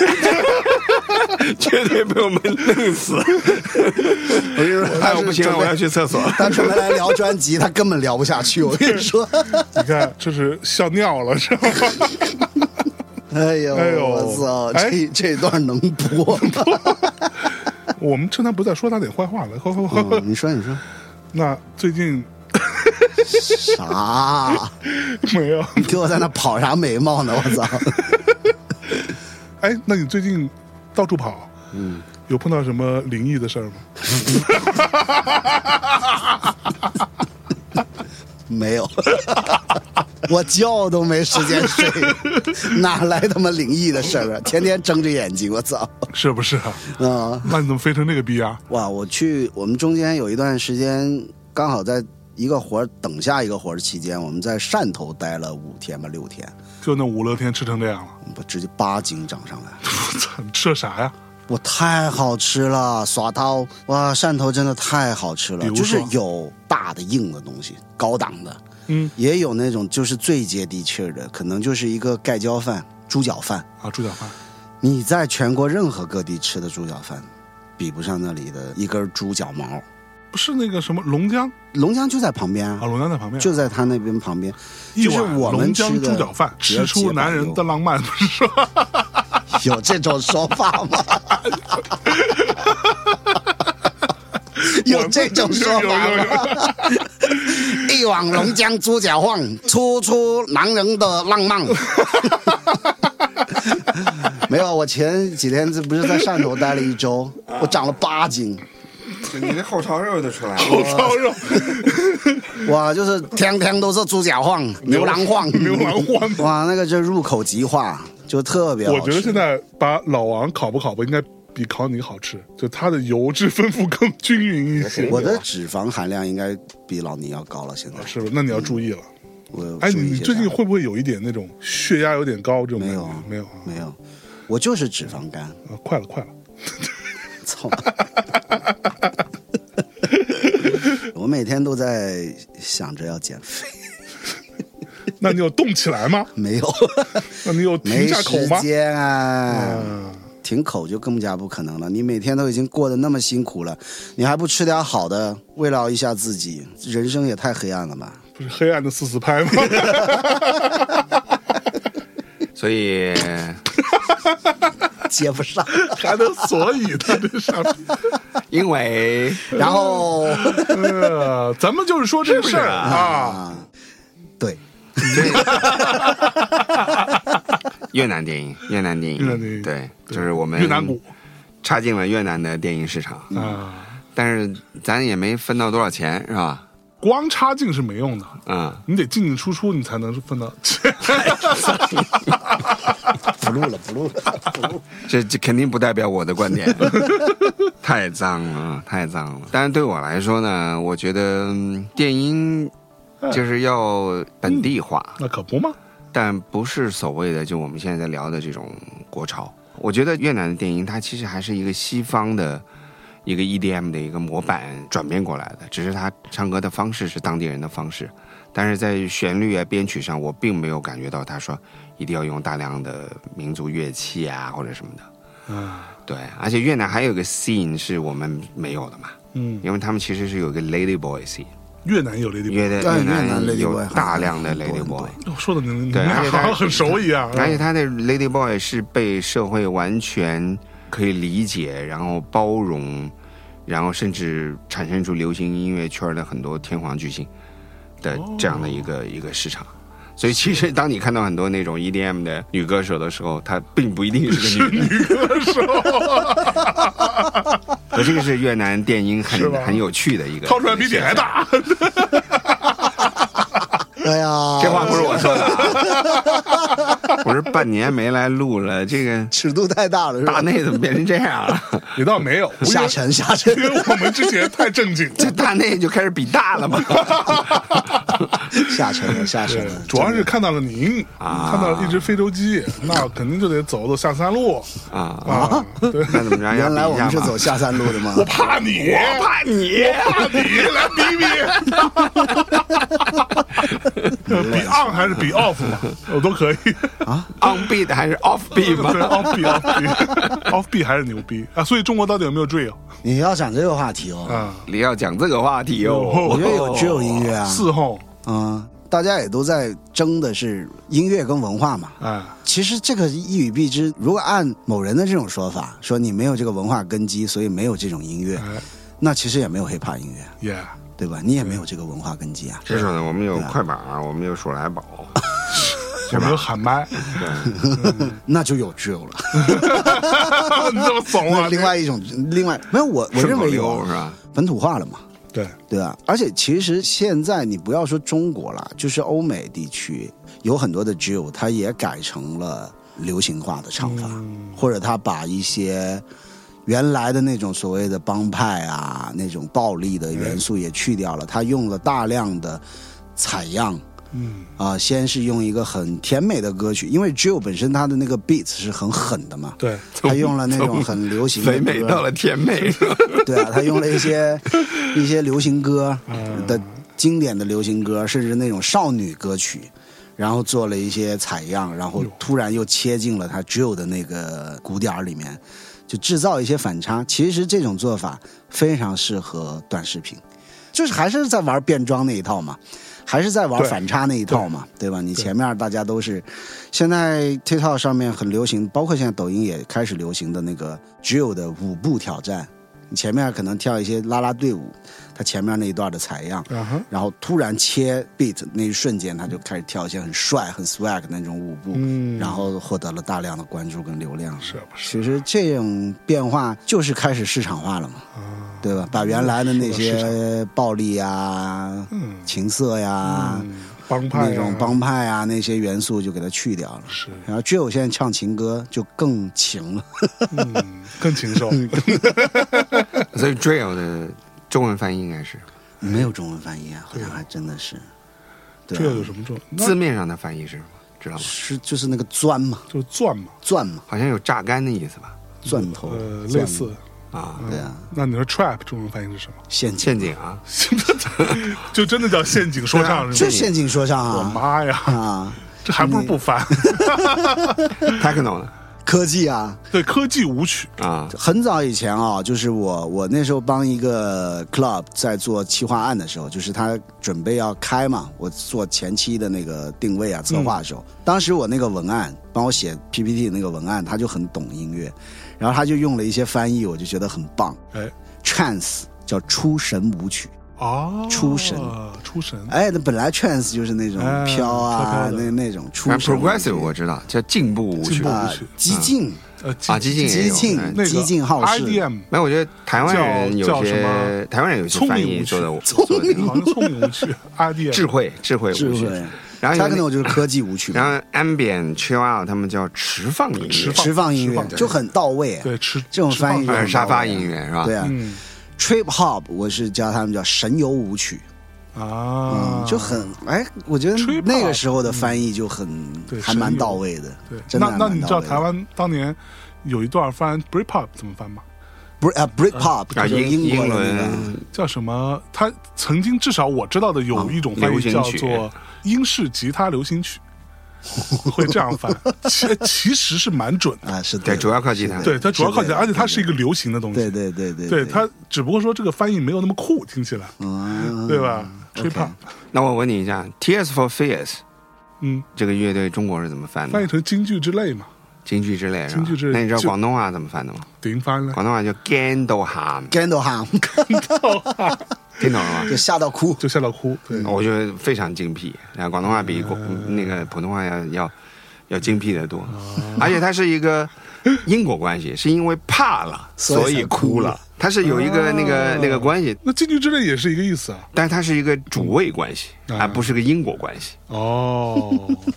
Speaker 1: 绝对被我们弄死。
Speaker 3: 我跟你说，
Speaker 1: 哎，
Speaker 3: 他
Speaker 1: 我
Speaker 3: 是
Speaker 1: 不行了，
Speaker 3: 准
Speaker 1: 我
Speaker 3: 备
Speaker 1: 要去厕所。
Speaker 3: 他准备来聊专辑，他根本聊不下去。我跟 你说。
Speaker 2: 你看，这是笑尿了，知道吗？
Speaker 3: 哎呦，
Speaker 2: 哎呦
Speaker 3: 我操！
Speaker 2: 哎
Speaker 3: 这这段能播吗？
Speaker 2: 我们趁他不在说他点坏话了，快快快！
Speaker 3: 嗯你说，你说
Speaker 2: 那最近
Speaker 3: 啥？
Speaker 2: 没有？
Speaker 3: 你给我在那跑啥眉毛呢？我操！
Speaker 2: 哎，那你最近到处跑，嗯，有碰到什么灵异的事儿吗？
Speaker 3: 没有， 我觉都没时间睡，哪来他妈灵异的事儿啊？天天睁着眼睛，我操！
Speaker 2: 是不是啊？
Speaker 3: 啊，
Speaker 2: 那你怎么飞成那个逼啊？
Speaker 3: 哇！我去，我们中间有一段时间，刚好在一个活儿等下一个活儿期间，我们在汕头待了五天吧，六天，
Speaker 2: 就那五六天吃成这样了，
Speaker 3: 我们把直接八斤长上来。
Speaker 2: 我操！你吃了啥呀？
Speaker 3: 我太好吃了，耍刀哇，汕头真的太好吃
Speaker 2: 比
Speaker 3: 了，
Speaker 2: 如
Speaker 3: 就
Speaker 2: 说
Speaker 3: 是有大的硬的东西，高档的，
Speaker 2: 嗯，
Speaker 3: 也有那种就是最接地气儿的，可能就是一个盖浇饭、猪脚饭。
Speaker 2: 啊，猪脚饭。
Speaker 3: 你在全国任何各地吃的猪脚饭，比不上那里的一根猪脚毛。
Speaker 2: 不是那个什么龙江
Speaker 3: 龙江就在旁边
Speaker 2: 啊，
Speaker 3: 啊，
Speaker 2: 龙江在旁边。
Speaker 3: 就在他那边旁边，
Speaker 2: 一
Speaker 3: 就是
Speaker 2: 碗
Speaker 3: 我们
Speaker 2: 龙
Speaker 3: 吃
Speaker 2: 江
Speaker 3: 的
Speaker 2: 猪脚饭，
Speaker 3: 只要
Speaker 2: 吃出
Speaker 3: 解
Speaker 2: 男
Speaker 3: 绑
Speaker 2: 人
Speaker 3: 肉
Speaker 2: 的浪漫， 不是说
Speaker 3: 有这种说法 吗？有这种说
Speaker 2: 有有有
Speaker 3: 法吗？一碗龙江猪脚饭，出出男人的浪 漫。没有，我前几天这不是在汕头待了一周，我长了八斤，
Speaker 1: 你这后槽肉都出来了。
Speaker 2: 口操肉，
Speaker 3: 哇，就是天天都是猪脚 饭、 牛腩饭、
Speaker 2: 牛腩饭
Speaker 3: 哇，那个就入口即化，就特别好
Speaker 2: 我
Speaker 3: 吃。
Speaker 2: 觉得现在把老王烤不烤吧，应该比烤你好吃，就它的油脂分布更均匀一些，
Speaker 3: 我的脂肪含量应该比老倪要高了，现在
Speaker 2: 是不是？那你要注意了。
Speaker 3: 我有
Speaker 2: 哎，
Speaker 3: 注
Speaker 2: 你
Speaker 3: 意一
Speaker 2: 你
Speaker 3: 些
Speaker 2: 最近
Speaker 3: 它
Speaker 2: 会不会有一点那种血压有点高这种感
Speaker 3: 没
Speaker 2: 觉
Speaker 3: 有啊？
Speaker 2: 没有啊，
Speaker 3: 没有，我就是脂肪肝，
Speaker 2: 啊快了快了，
Speaker 3: 操！ 我每天都在想着要减肥，
Speaker 2: 那你有动起来 吗？
Speaker 3: 没有，
Speaker 2: 那你有停
Speaker 3: 没
Speaker 2: 下口
Speaker 3: 时
Speaker 2: 吗？
Speaker 3: 间啊。
Speaker 2: 啊，
Speaker 3: 停口就更加不可能了。你每天都已经过得那么辛苦了，你还不吃点好的慰劳一下自己，人生也太黑暗了吧？
Speaker 2: 不是黑暗的四四拍吗？
Speaker 1: 所以
Speaker 3: 接不 上，
Speaker 2: 还能所以他这上面。
Speaker 1: 因为
Speaker 3: 然后
Speaker 2: 呃，咱们就是说这个事儿啊，
Speaker 3: 啊， 对，
Speaker 1: 越南电影，越南电影，
Speaker 2: 越南电影
Speaker 1: 对，就是我们
Speaker 2: 越南鼓
Speaker 1: 插进了越南的电影市场，
Speaker 2: 啊，
Speaker 1: 但是咱也没分到多少钱，是吧？
Speaker 2: 光插进是没用的，
Speaker 1: 嗯，
Speaker 2: 你得进进出出，你才能分到。
Speaker 3: 不录了，不录了，不录了。
Speaker 1: 这这肯定不代表我的观点， 太脏了，啊，太脏了。但是对我来说呢，我觉得嗯电音就是要本地化，
Speaker 2: 那可不嘛，
Speaker 1: 但不是所谓的就我们现在在聊的这种国潮。我觉得越南的电音，它其实还是一个西方的一个 EDM 的一个模板转变过来的，只是它唱歌的方式是当地人的方式，但是在旋律啊、编曲上，我并没有感觉到他说一定要用大量的民族乐器啊或者什么的。
Speaker 2: 啊，
Speaker 1: 对，而且越南还有一个 scene 是我们没有的嘛，
Speaker 2: 嗯，
Speaker 1: 因为他们其实是有一个 lady boy scene，
Speaker 2: 越南有 Lady，
Speaker 1: 越南
Speaker 3: 对
Speaker 1: 越
Speaker 3: 哎越南
Speaker 1: 南
Speaker 3: Lady
Speaker 1: 有
Speaker 3: Boy 还
Speaker 1: 大量的
Speaker 3: 很多
Speaker 1: lady
Speaker 3: 很
Speaker 1: boy
Speaker 3: 多。
Speaker 2: 哦说的你你
Speaker 1: 对
Speaker 2: 们
Speaker 1: 而
Speaker 2: 俩
Speaker 1: 且
Speaker 2: 好
Speaker 1: 他
Speaker 2: 像很熟一样，啊
Speaker 1: 而且他的 Lady Boy 是被社会完全可以理解，然后包容，然后甚至产生出流行音乐圈的很多天皇巨星的这样的一
Speaker 2: 哦
Speaker 1: 个、一个市场。所以其实当你看到很多那种 EDM 的女歌手的时候，她并不一定是个女 的。
Speaker 2: 女歌手
Speaker 1: 可这个是越南电音
Speaker 2: 是
Speaker 1: 很
Speaker 2: 吧
Speaker 1: 很有趣的一个。
Speaker 2: 掏出来比你还。大，
Speaker 3: 哎呀，
Speaker 1: 这话不是我说的、啊， 我是半年没来录了，这个
Speaker 3: 尺度太大了，是
Speaker 1: 大
Speaker 3: 吧？
Speaker 1: 内怎么变成这样了？
Speaker 2: 也倒 没有，因
Speaker 3: 下
Speaker 2: 为
Speaker 3: 沉下沉，
Speaker 2: 因为我们之前太正经了。
Speaker 1: 这大内就开始比大了 嘛。
Speaker 3: 下沉了，下沉
Speaker 2: 对
Speaker 3: 了。，
Speaker 2: 主要 是看到了您，
Speaker 1: 啊
Speaker 2: 看到了一只非洲鸡，那肯定就得走走下三路
Speaker 1: 啊，
Speaker 2: 啊！对，
Speaker 1: 那怎么着？要
Speaker 3: 原来我们
Speaker 1: 比
Speaker 3: 是
Speaker 1: 一下
Speaker 3: 走
Speaker 1: 嘛
Speaker 3: 下三路的 吗？
Speaker 2: 我怕你，我
Speaker 1: 怕你，
Speaker 2: 怕你来比比，比 on 还是比 off 嘛， 我都可以。
Speaker 1: on beat 还是 off beat
Speaker 2: 对
Speaker 1: 吗？
Speaker 2: ，off 比 off 比 off 比还是牛逼啊！所以中国到底有没有 drill
Speaker 3: 你要讲这个话题哦，
Speaker 2: 啊？
Speaker 1: 你要讲这个话题哦，
Speaker 3: 我
Speaker 2: 我
Speaker 3: 觉得有只有音乐啊，
Speaker 2: 四号，
Speaker 3: 嗯，大家也都在争的是音乐跟文化嘛。
Speaker 2: 哎，
Speaker 3: 其实这个一语蔽之，如果按某人的这种说法，说你没有这个文化根基，所以没有这种音乐
Speaker 2: 哎，
Speaker 3: 那其实也没有 hiphop 音乐，
Speaker 2: 耶，
Speaker 3: 对吧？你也没有这个文化根基啊。
Speaker 1: 这时候呢，我们有快板，啊我们有数来宝，
Speaker 2: 我没有喊 麦，嗯
Speaker 3: 那就有 drill 了。
Speaker 2: 你这么怂啊？
Speaker 3: 另外一种，另外没有我，我
Speaker 1: 顺
Speaker 3: 认
Speaker 1: 口
Speaker 3: 为
Speaker 1: 溜
Speaker 3: 有啊
Speaker 1: 是吧？
Speaker 3: 本土化了嘛。
Speaker 2: 对，
Speaker 3: 对啊，而且其实现在你不要说中国啦，就是欧美地区有很多的 drill，它也改成了流行化的唱法，
Speaker 1: 嗯
Speaker 3: 或者它把一些原来的那种所谓的帮派啊那种暴力的元素也去掉了，它用了大量的采样。
Speaker 2: 嗯，
Speaker 3: 啊、先是用一个很甜美的歌曲，因为 drill 本身它的那个 beat 是很狠的嘛，
Speaker 2: 对，
Speaker 3: 它用了那种很流行的
Speaker 1: 肥美
Speaker 3: 歌
Speaker 1: 到了甜 美，
Speaker 3: 对啊，他用了一些一些流行歌的经典的流行歌，甚至那种少女歌曲，然后做了一些采样，然后突然又切进了他 drill 的那个鼓点儿里面，就制造一些反差。其实这种做法非常适合短视频，就是还是在玩变装那一套嘛，还是在玩
Speaker 2: 对
Speaker 3: 反差那一套嘛，对吧？你前面大家都是，现在 TikTok 上面很流行，包括现在抖音也开始流行的那个 drill 的舞步挑战，你前面可能跳一些啦啦队舞，它前面那一段的采样，
Speaker 2: 啊哈，
Speaker 3: 然后突然切 beat 那一瞬间，他就开始跳一些很帅、很 swag 的那种舞步，
Speaker 2: 嗯
Speaker 3: 然后获得了大量的关注跟流量。
Speaker 2: 是啊不是？
Speaker 3: 其实这种变化就是开始市场化了嘛，
Speaker 2: 啊
Speaker 3: 对吧？把原来的那些暴力啊、
Speaker 2: 嗯
Speaker 3: 情色呀、
Speaker 2: 帮派啊
Speaker 3: 那种帮派啊那些元素就给它去掉了。
Speaker 2: 是
Speaker 3: 然后只有现在唱情歌就更情了，
Speaker 2: 嗯更禽 兽，
Speaker 1: 所以 drill 的中文翻译应该是
Speaker 3: 没有中文翻译啊，好像还真的是。对
Speaker 2: 这有
Speaker 3: 啊，
Speaker 2: 什么重？那
Speaker 1: 字面上的翻译是什么？知道吗？
Speaker 3: 是就是那个钻嘛，
Speaker 2: 就钻嘛，
Speaker 3: 钻嘛，
Speaker 1: 好像有榨干的意思吧？
Speaker 3: 钻头，
Speaker 2: 呃，
Speaker 3: 钻
Speaker 2: 类似。
Speaker 1: 啊，
Speaker 3: 对啊，
Speaker 2: 那你说 trap 中文翻译是什么？
Speaker 3: 陷阱，
Speaker 1: 陷阱 啊，
Speaker 2: 就真的叫陷阱说唱是
Speaker 3: 这
Speaker 2: 吗？
Speaker 3: 陷阱说唱
Speaker 2: 我
Speaker 3: 啊
Speaker 2: 妈呀，
Speaker 3: 啊，
Speaker 2: 这还不如 不翻。
Speaker 1: 啊 techno 呢
Speaker 3: 科技啊，
Speaker 2: 对，科技舞曲
Speaker 1: 啊，
Speaker 3: 很早以前啊，就是我我那时候帮一个 club 在做企划案的时候，就是他准备要开嘛，我做前期的那个定位啊策划的时候，当时我那个文案帮我写 PPT 的那个文案，他就很懂音乐，然后他就用了一些翻译，我就觉得很棒。
Speaker 2: 哎
Speaker 3: ，trance 叫出神舞曲，
Speaker 2: 哦，
Speaker 3: 出神
Speaker 2: 出神，
Speaker 3: 哎，那本来 trance 就是那种
Speaker 2: 哎
Speaker 3: 飘啊，
Speaker 2: 飘飘的
Speaker 3: 那那种出
Speaker 1: 但
Speaker 3: 神
Speaker 1: progressive
Speaker 3: 舞
Speaker 1: 我知道叫进步舞
Speaker 2: 进
Speaker 1: 曲
Speaker 2: 步
Speaker 3: 啊
Speaker 2: 舞曲，
Speaker 3: 激进。
Speaker 2: 呃，
Speaker 1: 啊，激进也
Speaker 3: 激
Speaker 1: 有。
Speaker 3: 进
Speaker 1: 哎
Speaker 2: 那个
Speaker 3: 激进好事
Speaker 2: IDM
Speaker 1: 没有，我觉得台湾人
Speaker 2: 叫
Speaker 1: 有
Speaker 2: 叫什么
Speaker 1: 些台湾人有些翻译做的做的挺
Speaker 2: 好
Speaker 1: 好
Speaker 2: 像聪明 舞曲 IDM
Speaker 1: 智慧智慧舞
Speaker 3: 智
Speaker 1: 曲
Speaker 3: 慧，
Speaker 1: 然后有
Speaker 3: techno
Speaker 1: 那
Speaker 3: 就是科技舞曲
Speaker 1: 然
Speaker 3: 嘛，
Speaker 1: 后 ambient chill out 他们叫持放音乐
Speaker 2: 放，
Speaker 3: 释放音
Speaker 2: 释
Speaker 3: 乐
Speaker 2: 放
Speaker 3: 就很到位啊。
Speaker 2: 对吃
Speaker 3: 这种翻译
Speaker 2: 吃饭
Speaker 1: 呃
Speaker 3: 就
Speaker 1: 沙发音乐是吧？
Speaker 3: 对啊
Speaker 2: 嗯
Speaker 3: ，trip hop 我是叫他们叫神游舞曲，
Speaker 2: 啊
Speaker 3: 嗯，，就很哎，我觉得
Speaker 2: trip hop，嗯
Speaker 3: 那个时候的翻译就很
Speaker 2: 对
Speaker 3: 还蛮
Speaker 2: 神游
Speaker 3: 到位的，
Speaker 2: 对。
Speaker 3: 真的
Speaker 2: 那
Speaker 3: 还
Speaker 2: 那
Speaker 3: 蛮
Speaker 2: 你知道
Speaker 3: 到位的
Speaker 2: 台湾当年有一段翻 Britpop 怎么翻吗？
Speaker 3: 不是啊
Speaker 2: 呃
Speaker 3: Brit pop
Speaker 1: 啊，
Speaker 3: 就是
Speaker 1: 英
Speaker 3: 英国
Speaker 1: 英
Speaker 3: 的那个
Speaker 1: 伦
Speaker 2: 叫什么？它曾经至少我知道的有一
Speaker 3: 哦
Speaker 2: 种翻
Speaker 1: 流
Speaker 2: 译
Speaker 1: 行
Speaker 2: 叫
Speaker 1: 曲
Speaker 2: 做英式吉他流 行曲，会这样翻，其其实是蛮准的。
Speaker 3: 啊，是
Speaker 1: 对，
Speaker 3: 对，
Speaker 1: 主要靠吉他。
Speaker 2: 对，它主要靠
Speaker 3: 是
Speaker 2: 起
Speaker 3: 的
Speaker 2: 来，而且它是一个流行的东西。
Speaker 3: 对对对对
Speaker 2: 对，它只不过说这个翻译没有那么酷，听起来，
Speaker 3: 嗯
Speaker 2: 对吧？吹
Speaker 3: OK
Speaker 2: 胖，
Speaker 1: 那我问你一下，Tears for Fears
Speaker 2: 嗯，
Speaker 1: 这个乐队中国是怎么翻
Speaker 2: 翻译
Speaker 1: 的？
Speaker 2: 成京剧之类嘛，
Speaker 1: 京剧之类是吧？
Speaker 2: 京剧之类
Speaker 1: 那你知道
Speaker 2: 就
Speaker 1: 广东话怎么翻的吗？
Speaker 2: 顶 翻了，
Speaker 1: 广东话叫 g a n d o h a m
Speaker 3: g a n d o h a m
Speaker 1: 听懂了吗
Speaker 3: 就？吓到哭，
Speaker 2: 就吓到哭。
Speaker 3: 嗯
Speaker 2: 对，
Speaker 1: 我觉得非常精辟，然后广东话比国、那个普通话要要要精辟得多，而且它是一个因果关系，是因为怕了
Speaker 3: 所
Speaker 1: 所
Speaker 3: 以才
Speaker 1: 以
Speaker 3: 哭
Speaker 1: 哭
Speaker 3: 了
Speaker 1: 了，哦它是有一个那个、那个关系，
Speaker 2: 那京剧之类也是一个意思啊。
Speaker 1: 但是它是一个主谓关系，而不是个因果关系。
Speaker 3: 嗯
Speaker 2: 哦，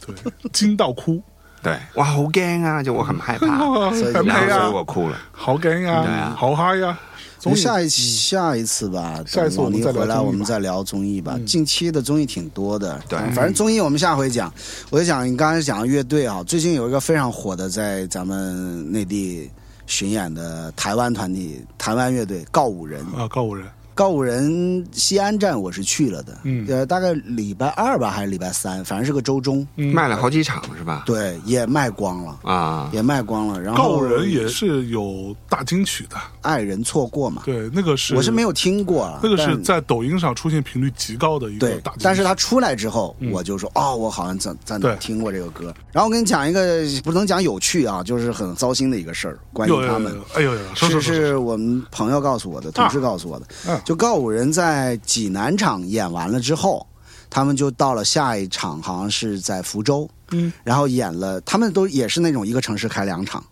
Speaker 2: 对，惊到 哭，
Speaker 1: 对，哇，好惊啊！就我 很害怕，
Speaker 2: 啊
Speaker 3: 所以
Speaker 1: 然
Speaker 2: 很美
Speaker 1: 后所
Speaker 2: 呀
Speaker 1: 以，我哭了。
Speaker 2: 好干
Speaker 1: 对
Speaker 2: 呀
Speaker 1: 啊，
Speaker 2: 好嗨呀。总有
Speaker 3: 下一期嗯下一次吧，
Speaker 2: 下一次我们再聊
Speaker 3: 回来，
Speaker 2: 综艺
Speaker 3: 我们
Speaker 2: 吧
Speaker 3: 再聊综艺吧。嗯近期的综艺挺多的，嗯
Speaker 1: 对
Speaker 3: 反正综艺我们下回讲。我就讲你刚才讲的乐队啊，最近有一个非常火的，在咱们内地巡演的台湾团体、台湾乐队告五人。
Speaker 2: 啊，告五人，
Speaker 3: 告五人西安站我是去了的，
Speaker 2: 嗯
Speaker 3: 呃，大概礼拜二吧还是礼拜三，反正是个周中，
Speaker 2: 嗯
Speaker 1: 卖了好几场是吧？
Speaker 3: 对，也卖光了，
Speaker 1: 啊，
Speaker 3: 也卖光了。然后
Speaker 2: 告五人也是有大金曲的，
Speaker 3: 爱人错过嘛，
Speaker 2: 对，那个是
Speaker 3: 我是没有听过啊，
Speaker 2: 那个是
Speaker 3: 但
Speaker 2: 在抖音上出现频率极高的一个
Speaker 3: 对
Speaker 2: 大金曲，，嗯
Speaker 3: 但是他出来之后，我就说哦，我好像在在哪
Speaker 2: 对
Speaker 3: 听过这个歌。然后我跟你讲一个不能讲有趣啊，就是很糟心的一个事儿，关于
Speaker 2: 有有
Speaker 3: 他
Speaker 2: 有
Speaker 3: 们。
Speaker 2: 有，哎呦呦，说
Speaker 3: 是
Speaker 2: 说说，啊
Speaker 3: 是我们朋友告诉我的，同事告诉我的，
Speaker 2: 嗯
Speaker 3: 就告五人在济南场演完了之后，他们就到了下一场，好像是在福州，
Speaker 2: 嗯，
Speaker 3: 然后演了，他们都也是那种一个城市开两场，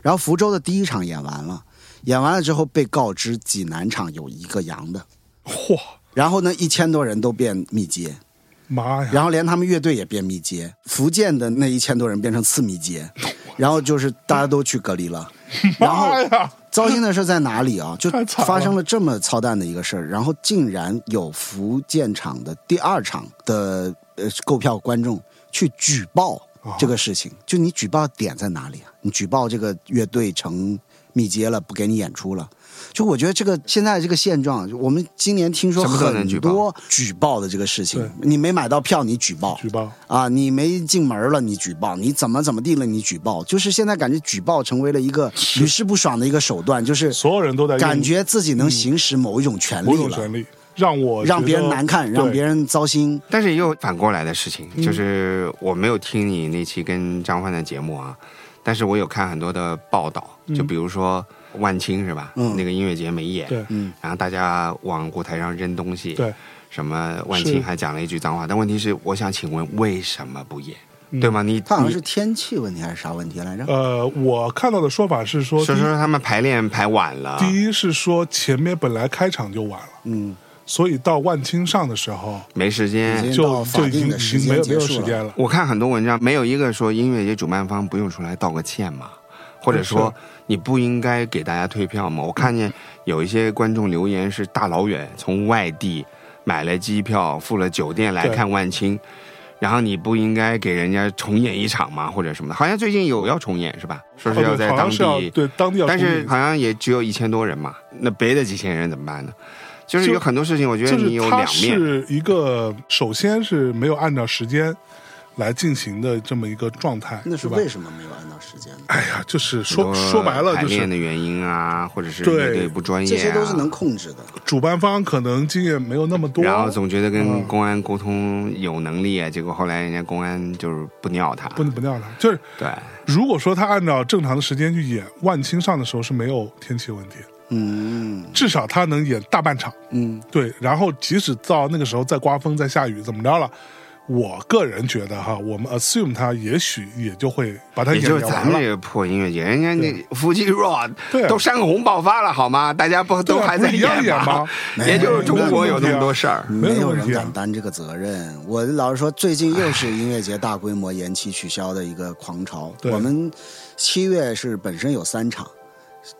Speaker 3: 然后福州的第一场演完了，演完了之后被告知济南场有一个阳的，
Speaker 2: 嚯，
Speaker 3: 然后呢，一千多人都变密接，
Speaker 2: 妈呀，
Speaker 3: 然后连他们乐队也变密接，福建的那一千多人变成次密接，然后就是大家都去隔离了。然后
Speaker 2: 妈呀，
Speaker 3: 糟心的是在哪里啊？就
Speaker 2: 太惨了
Speaker 3: 发生了这么操蛋的一个事儿，然后竟然有福建场的第二场的呃购票观众去
Speaker 2: 哦
Speaker 3: 举报这个事情，就你举报点在哪里啊？你举报这个乐队成密接了，不给你演出了。就我觉得这个现在这个现状，我们今年听说
Speaker 1: 什么都能
Speaker 3: 很
Speaker 1: 举报
Speaker 3: 多举报的这个事情
Speaker 2: 对，
Speaker 3: 你没买到票你举报，
Speaker 2: 举报
Speaker 3: 啊，你没进门了你举报，你怎么怎么地了你举报，就是现在感觉举报成为了一个屡试不爽的一个手段，就是
Speaker 2: 所有人都在用嗯
Speaker 3: 感觉自己能行使某一种权
Speaker 2: 某
Speaker 3: 利
Speaker 2: 种
Speaker 3: 了
Speaker 2: 权，利，让我
Speaker 3: 让
Speaker 2: 觉
Speaker 3: 别人
Speaker 2: 得
Speaker 3: 难看，让
Speaker 2: 对
Speaker 3: 别人糟心。
Speaker 1: 但是也有反过来的事情，
Speaker 2: 嗯
Speaker 1: 就是我没有听你那期跟张焕的节目啊，但是我有看很多的报道，
Speaker 2: 嗯
Speaker 1: 就比如说万青是吧？
Speaker 3: 嗯
Speaker 1: 那个音乐节没演，
Speaker 2: 对
Speaker 3: 嗯，
Speaker 1: 然后大家往舞台上扔东西，
Speaker 2: 对，
Speaker 1: 什么万
Speaker 2: 是
Speaker 1: 青还讲了一句脏话，但问题是，我想请问为什么不演？
Speaker 2: 嗯
Speaker 1: 对吗？你
Speaker 3: 他好像
Speaker 1: 你
Speaker 3: 是天气问题还是啥问题来着？
Speaker 2: 呃，我看到的说法是说，
Speaker 1: 说说他们排练排晚了，
Speaker 2: 第一是说前面本来开场就晚了，
Speaker 3: 嗯，
Speaker 2: 所以到万青上的时候
Speaker 1: 没时
Speaker 3: 已
Speaker 1: 间
Speaker 3: 经。
Speaker 2: 就
Speaker 3: 到
Speaker 2: 就
Speaker 3: 法
Speaker 2: 已经
Speaker 3: 定的
Speaker 2: 已
Speaker 3: 时
Speaker 2: 经没
Speaker 3: 间
Speaker 2: 有没
Speaker 3: 结束
Speaker 2: 有时
Speaker 3: 了。
Speaker 2: 间了。
Speaker 1: 我看很多文章，没有一个说音乐节主办方不用出来道个歉嘛，或者说
Speaker 2: 嗯
Speaker 1: 你不应该给大家退票嘛。我看见有一些观众留言是大老远从外地买了机票，付了酒店来
Speaker 2: 对
Speaker 1: 看万青，然后你不应该给人家重演一场嘛，或者什么的。好像最近有要重演是吧？说是
Speaker 2: 哦
Speaker 1: 要
Speaker 2: 对
Speaker 1: 在
Speaker 2: 好
Speaker 1: 当
Speaker 2: 像
Speaker 1: 地
Speaker 2: 是要对当地要
Speaker 1: 但
Speaker 2: 公
Speaker 1: 是
Speaker 2: 平
Speaker 1: 好像也只有一千多人嘛，那别的几千人怎么办呢？就是
Speaker 2: 就
Speaker 1: 有很多事情，我觉得
Speaker 2: 就
Speaker 1: 你有
Speaker 2: 是它
Speaker 1: 两面。
Speaker 2: 是一个，首先是没有按照时间来进行的这么一个状态，
Speaker 3: 那是
Speaker 2: 吧？
Speaker 3: 为什么没有按照时间呢？
Speaker 2: 哎呀，就是
Speaker 1: 很
Speaker 2: 说
Speaker 1: 多
Speaker 2: 说白了，
Speaker 1: 排
Speaker 2: 就
Speaker 1: 练
Speaker 2: 是
Speaker 1: 的原因啊，或者是
Speaker 2: 对
Speaker 1: 乐队不专业、
Speaker 3: 这
Speaker 1: 啊，
Speaker 3: 些都是能控制的。
Speaker 2: 主办方可能经验没有那么多，
Speaker 1: 然后总觉得跟
Speaker 2: 嗯
Speaker 1: 公安沟通有能力啊，结果后来人家公安就是不鸟他。
Speaker 2: 不不尿了。就是
Speaker 1: 对，
Speaker 2: 如果说他按照正常的时间去演万青上的时候是没有天气问题，
Speaker 3: 嗯
Speaker 2: 至少他能演大半场。
Speaker 3: 嗯，
Speaker 2: 对，然后即使到那个时候再刮风、再下雨，怎么着了？我个人觉得哈，我们 assume 他也许也就会把他
Speaker 1: 也
Speaker 2: 演
Speaker 1: 就是
Speaker 2: 演
Speaker 1: 咱
Speaker 2: 完
Speaker 1: 们
Speaker 2: 哎了
Speaker 1: 这。个破音乐节，人家那夫妻 rock
Speaker 2: 对啊
Speaker 1: 都山洪爆发了好吗？大家不 都
Speaker 2: 对啊
Speaker 1: 还
Speaker 2: 不
Speaker 1: 在
Speaker 2: 是一样演
Speaker 1: 吗
Speaker 2: 吗？
Speaker 1: 也就是中国
Speaker 2: 没
Speaker 1: 有那
Speaker 2: 有
Speaker 1: 么
Speaker 2: 问题
Speaker 1: 多
Speaker 2: 啊
Speaker 1: 事儿。
Speaker 2: 没有
Speaker 3: 没有
Speaker 2: 问
Speaker 3: 人
Speaker 2: 题啊
Speaker 3: 敢担这个责任。我老实说，最近又是音乐节大规模延期取消的一个狂潮。
Speaker 2: 对
Speaker 3: 我们七月是本身有三场，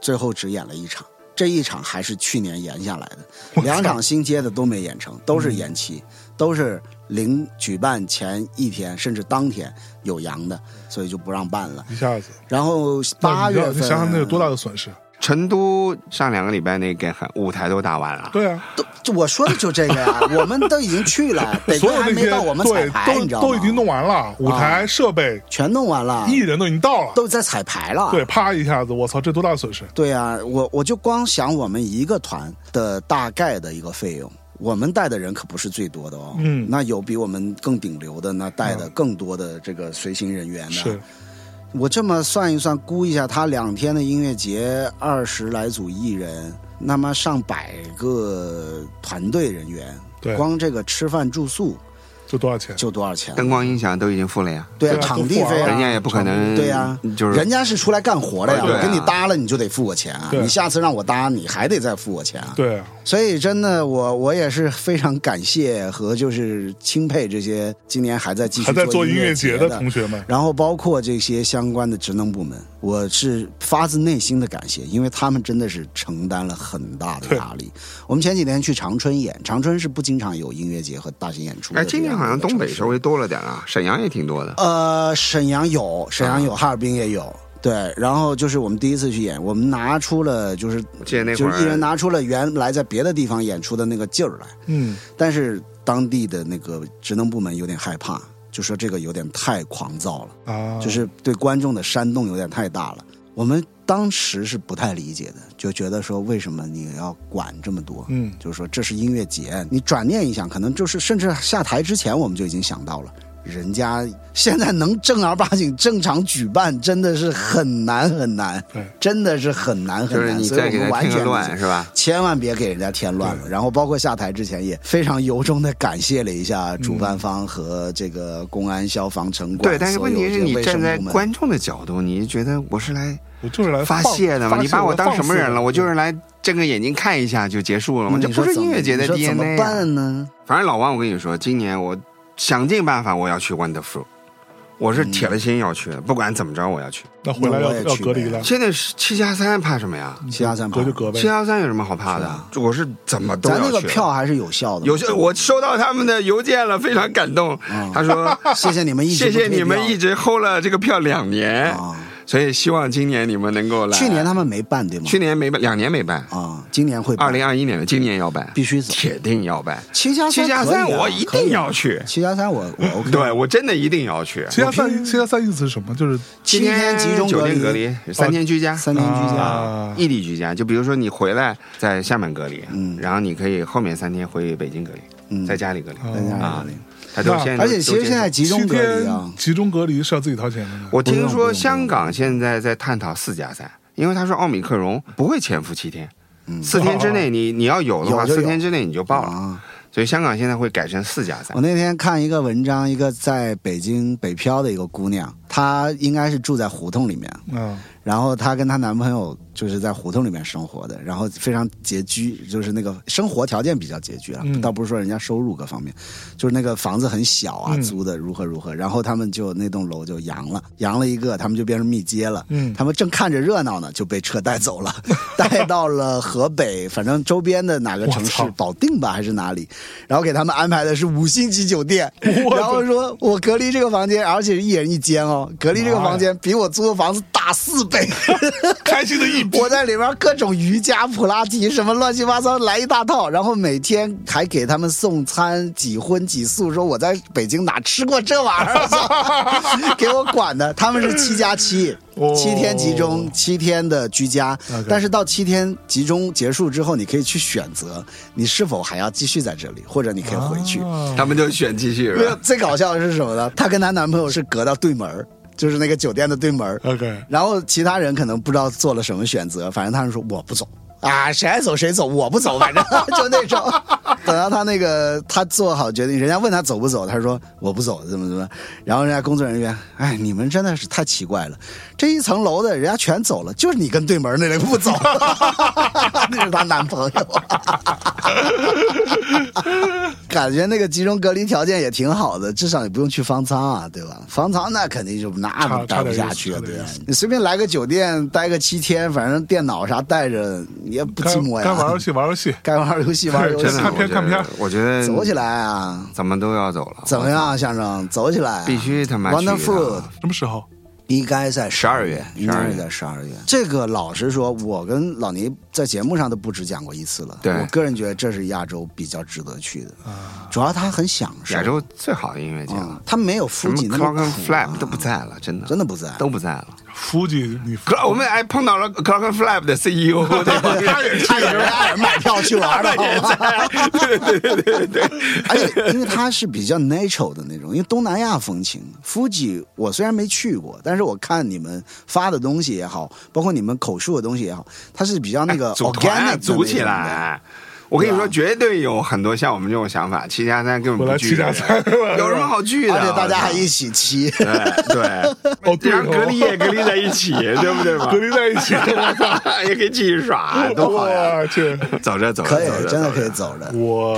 Speaker 3: 最后只演了一场，这一场还是去年延下来的，两场新接的都没演成，都是延期，
Speaker 2: 嗯
Speaker 3: 都是临举办前一天甚至当天有阳的，所以就不让办了。
Speaker 2: 一下子，
Speaker 3: 然后
Speaker 2: 那
Speaker 3: 八
Speaker 2: 啊你知道
Speaker 3: 月
Speaker 2: 你
Speaker 3: 份，
Speaker 2: 想想那有多大的损失？
Speaker 1: 成都上两个礼拜那个很舞台都打完了，
Speaker 2: 对啊，
Speaker 3: 都就我说的就这个呀、我们都已经去了，北
Speaker 2: 所
Speaker 3: 京
Speaker 2: 有
Speaker 3: 还
Speaker 2: 那
Speaker 3: 没
Speaker 2: 些
Speaker 3: 到我们彩排，你
Speaker 2: 对
Speaker 3: 知道
Speaker 2: 都
Speaker 3: 吗？
Speaker 2: 都已经弄完了，舞台设备、
Speaker 3: 全弄完了，
Speaker 2: 艺人都已经到了，
Speaker 3: 啊都啊在彩排了。
Speaker 2: 对，啪一下子，我操，这多大的损失？
Speaker 3: 对啊，我我就光想我们一个团的大概的一个费用。我们带的人可不是最多的哦，
Speaker 2: 嗯
Speaker 3: 那有比我们更顶流的，那带的更多的这个随行人员的。
Speaker 2: 是，
Speaker 3: 我这么算一算，估一下，他两天的音乐节二十来组艺人，那么上百个团队人员，
Speaker 2: 对
Speaker 3: 光这个吃饭住宿
Speaker 2: 这多少钱？
Speaker 3: 就多少钱？
Speaker 1: 灯光音响都已经付了呀，
Speaker 3: 对啊，
Speaker 2: 对啊啊
Speaker 3: 场地费
Speaker 2: 都付完了
Speaker 1: 人
Speaker 3: 啊
Speaker 1: 家。也不可能
Speaker 3: 对呀、
Speaker 1: 就是
Speaker 3: 人家是出来干活的呀，
Speaker 1: 对啊
Speaker 3: 我给你搭了，你就得付我钱啊！
Speaker 2: 对
Speaker 3: 你下次让我搭，你还得再付我钱啊！
Speaker 2: 对啊，
Speaker 3: 所以真的，我我也是非常感谢和就是钦佩这些今年还在继续
Speaker 2: 还在做
Speaker 3: 音
Speaker 2: 音乐
Speaker 3: 节
Speaker 2: 节的同学们，
Speaker 3: 然后包括这些相关的职能部门，我是发自内心的感谢，因为他们真的是承担了很大的压力。我们前几天去长春演，长春是不经常有音乐节和大型演出的
Speaker 1: 哎，
Speaker 3: 这
Speaker 1: 今年
Speaker 3: 样的一个城市。
Speaker 1: 好像东北稍微多了点啊，沈阳也挺多的。
Speaker 3: 呃，沈阳有，沈阳
Speaker 1: 啊
Speaker 3: 有，哈尔滨也有。对，然后就是我们第一次去演，我们拿出了就是
Speaker 1: 我记得那会
Speaker 3: 就
Speaker 1: 儿
Speaker 3: 是艺人拿出了原来在别的地方演出的那个劲儿来，
Speaker 2: 嗯，
Speaker 3: 但是当地的那个职能部门有点害怕，就说这个有点太狂躁了，
Speaker 2: 啊，
Speaker 3: 就是对观众的煽动有点太大了。我们当时是不太理解的，就觉得说为什么你要管这么多？
Speaker 2: 嗯
Speaker 3: 就是说这是音乐节，你转念一想，可能就是甚至下台之前我们就已经想到了。人家现在能正儿八经正常举办，真的是很难很难
Speaker 2: 对，
Speaker 3: 真的是很难
Speaker 1: 就
Speaker 3: 很
Speaker 1: 是
Speaker 3: 难。
Speaker 1: 你
Speaker 3: 所以
Speaker 1: 再
Speaker 3: 我
Speaker 1: 给
Speaker 3: 们
Speaker 1: 他
Speaker 3: 完
Speaker 1: 添
Speaker 3: 全
Speaker 1: 个
Speaker 3: 理
Speaker 1: 乱
Speaker 3: 解
Speaker 1: 是吧？
Speaker 3: 千万别给人家添乱了。然后包括下台之前也非常由衷的感谢了一下主办方和这个公安、消防、城管。
Speaker 1: 对，但是问题是
Speaker 3: 所有
Speaker 1: 你
Speaker 3: 这些卫
Speaker 1: 站
Speaker 3: 生
Speaker 1: 在
Speaker 3: 部门
Speaker 1: 观众的角度，你觉得我是来
Speaker 2: 我就是来
Speaker 1: 呃发
Speaker 2: 放。
Speaker 1: 泄的嘛？你把我当什么人了？我嗯就是是来睁个眼睛看一下就结束了嘛？这
Speaker 3: 嗯你
Speaker 1: 不
Speaker 3: 说
Speaker 1: 是
Speaker 3: 怎
Speaker 1: 音
Speaker 3: 么
Speaker 1: 乐节的
Speaker 3: 你说怎
Speaker 1: DNA
Speaker 3: 么
Speaker 1: 啊。
Speaker 3: 办呢？
Speaker 1: 反正老王，我跟你说，今年我想尽办法我要去 Wonderful，我
Speaker 3: 嗯
Speaker 1: 是铁了心要去的，不管怎么着我要去。
Speaker 2: 那回来
Speaker 3: 那
Speaker 2: 要
Speaker 3: 我也
Speaker 2: 要
Speaker 3: 去
Speaker 2: 隔
Speaker 3: 呗
Speaker 2: 离了，
Speaker 1: 现在是七加三，怕什么呀？
Speaker 3: 七幺三
Speaker 2: 隔
Speaker 3: 八
Speaker 2: 就隔呗
Speaker 1: 七。加三有什么好怕
Speaker 3: 是
Speaker 1: 的
Speaker 3: 啊？
Speaker 1: 这我是怎么都
Speaker 3: 咱那
Speaker 1: 要
Speaker 3: 个
Speaker 1: 去。
Speaker 3: 票还是有效的。
Speaker 1: 有些我收到他们的邮件了，非常感动。
Speaker 3: 啊
Speaker 1: 他说
Speaker 3: 谢谢你们一直
Speaker 1: 谢
Speaker 3: 不
Speaker 1: 谢
Speaker 3: 退
Speaker 1: 你们
Speaker 3: 票
Speaker 1: 一直 hold 了这个票两年。
Speaker 3: 啊，
Speaker 1: 所以希望今年你们能够来。
Speaker 3: 去年他们没办对吗？
Speaker 1: 去年没办，两年没办，
Speaker 3: 啊，今年会办
Speaker 1: 二零二一年的，今年要办，
Speaker 3: 必须走
Speaker 1: 铁定要办。
Speaker 3: 七加
Speaker 1: 七加
Speaker 3: 三
Speaker 1: 三
Speaker 3: 可以啊，
Speaker 1: 我一
Speaker 3: 可以
Speaker 1: 定
Speaker 3: 啊
Speaker 1: 要去
Speaker 3: 七加三我 我 OK。
Speaker 1: 对，我真的一定要去。
Speaker 2: 七加三，七加三意思是什么？就是
Speaker 1: 今
Speaker 3: 七天集中
Speaker 1: 酒
Speaker 3: 隔
Speaker 1: 店
Speaker 3: 离，哦
Speaker 1: 隔离，三天居家，
Speaker 3: 三天居家。
Speaker 2: 啊，
Speaker 1: 异地居家。就比如说你回来在厦门隔离，然后你可以后面三天回北京隔离，
Speaker 3: 嗯
Speaker 1: 在家里隔离
Speaker 3: 在家里
Speaker 1: 啊
Speaker 3: 隔离。
Speaker 1: 他都
Speaker 2: 那
Speaker 1: 现在都
Speaker 3: 而且其
Speaker 1: 都
Speaker 3: 实
Speaker 1: 接
Speaker 3: 现在
Speaker 1: 受
Speaker 3: 集中
Speaker 2: 七
Speaker 3: 隔离
Speaker 2: 天
Speaker 3: 啊，
Speaker 2: 集中隔离是要自己掏钱的呢。
Speaker 1: 我听
Speaker 3: 不用不
Speaker 1: 说
Speaker 3: 用
Speaker 1: 香港现在在探讨四加三，因为他说奥密克戎不会潜伏七天，四天之内你你要有的话，
Speaker 3: 嗯哦有就有
Speaker 1: 四天之内你就报了，
Speaker 3: 啊！哦
Speaker 1: 所以香港现在会改成四加三
Speaker 3: 我。那天看一个文章，一个在北京北漂的一个姑娘，她应该是住在胡同里面，
Speaker 2: 啊，
Speaker 3: 然后她跟她男朋友就是在胡同里面生活的，然后非常拮据，就是那个生活条件比较拮据了，
Speaker 2: 嗯
Speaker 3: 倒不是说人家收入各方面，就是那个房子很小啊，
Speaker 2: 嗯
Speaker 3: 租的如何如何，然后他们就那栋楼就扬了，扬了一个，他们就变成密接了，
Speaker 2: 嗯
Speaker 3: 他们正看着热闹呢，就被车带走 了，带到了河北，反正周边的哪个城市
Speaker 2: 我操，
Speaker 3: 保定吧还是哪里，然后给他们安排的是五星级酒 店，然后说我隔离这个房间，而且是一人一间哦，隔离这个房间比我租的房子大四倍，
Speaker 2: 开心的一 波。
Speaker 3: 我在里边各种瑜伽、普拉提什么乱七八糟来一大套，然后每天还给他们送餐，几荤几素，说我在北京哪吃过这玩意 儿，给我管的。他们是七加七
Speaker 2: 哦，
Speaker 3: 七天集中，七天的居家
Speaker 2: OK。
Speaker 3: 但是到七天集中结束之后，你可以去选择你是否还要继续在这里，或者你可以回去。
Speaker 2: 啊
Speaker 1: 他们就选继续
Speaker 3: 没有
Speaker 1: 了。
Speaker 3: 最搞笑的是什么呢？她跟她男朋友是隔到对门儿，就是那个酒店的对门儿。
Speaker 2: OK，
Speaker 3: 然后其他人可能不知道做了什么选择，反正他们说我不走啊，谁爱走谁走，我不走，反正 就那种。等到他那个他做好决定，人家问他走不走，他说我不走，怎么怎么。然后人家工作人员，哎，你们真的是太奇怪了，这一层楼的人家全走了，就是你跟对门那人不走， 那是她男朋友。 感觉那个集中隔离条件也挺好的，至少你不用去方舱啊，对吧？方舱那肯定就那
Speaker 2: 差
Speaker 3: 不待
Speaker 2: 差
Speaker 3: 不
Speaker 2: 点
Speaker 3: 下
Speaker 2: 意思
Speaker 3: 去了，
Speaker 2: 差点
Speaker 3: 对啊
Speaker 2: 意
Speaker 3: 吧
Speaker 2: 思？
Speaker 3: 你随便来个酒店待个七天，反正电脑啥带着也不寂寞呀。
Speaker 2: 该玩游戏玩游戏，
Speaker 3: 该玩游戏玩游
Speaker 2: 对
Speaker 1: 真
Speaker 3: 戏
Speaker 1: 的，，
Speaker 2: 看
Speaker 1: 我
Speaker 2: 片
Speaker 1: 觉
Speaker 2: 看片
Speaker 1: 得我觉得
Speaker 3: 走起来啊！
Speaker 1: 咱们都要走了。
Speaker 3: 怎么样，先生？走起来啊、
Speaker 1: 必须他妈去一趟
Speaker 3: Wonderful，
Speaker 2: 什么时候？
Speaker 3: 应该在
Speaker 1: 12月
Speaker 3: 应该
Speaker 1: 12
Speaker 3: 是在十二月。这个老实说，我跟老倪在节目上都不止讲过一次了。
Speaker 1: 对啊
Speaker 3: 我个人觉得这是亚洲比较值得去的，主要他很享受。
Speaker 1: 亚洲最好的音乐节
Speaker 3: 啊
Speaker 1: 了，，
Speaker 3: 他没有
Speaker 1: 什
Speaker 3: 富
Speaker 1: 么
Speaker 3: 锦那
Speaker 1: Clock
Speaker 3: 么苦、啊
Speaker 1: and Flap 都不在了，真的
Speaker 3: 真的不在。
Speaker 1: 都不在了。
Speaker 2: 估计你
Speaker 1: 可我们还哎碰到了 Clock and Flap 的 CEO，对 吧
Speaker 3: 差点差点买票去玩了，好吧
Speaker 1: 对对对对对对。
Speaker 3: 而且因为它是比较 natural 的那种，因为东南亚风情。Fuji 我虽然没去过，但是我看你们发的东西也好，包括你们口述的东西也好，它是比较那个
Speaker 1: 组团
Speaker 3: organic
Speaker 1: 啊
Speaker 3: 的
Speaker 1: 组起
Speaker 3: 那种的。
Speaker 1: 来。我跟你说，绝对有很多像我们这种想法，七加三根本
Speaker 2: 本
Speaker 1: 不
Speaker 2: 来
Speaker 1: 聚的人，
Speaker 2: 七加三是吧
Speaker 1: 有什么好聚的？
Speaker 3: 而且大家
Speaker 1: 我
Speaker 3: 还一起骑，
Speaker 1: 操对
Speaker 2: 哦
Speaker 1: 对，
Speaker 2: 对哦
Speaker 1: 然后隔离也隔离在一起，对不对嘛？
Speaker 2: 隔离在一 起，
Speaker 1: 也可以继续耍，多好呀！
Speaker 2: 我去，
Speaker 1: 走着走着，
Speaker 3: 可以
Speaker 1: 走着
Speaker 3: 真的可以
Speaker 1: 着
Speaker 3: 走的。
Speaker 2: 我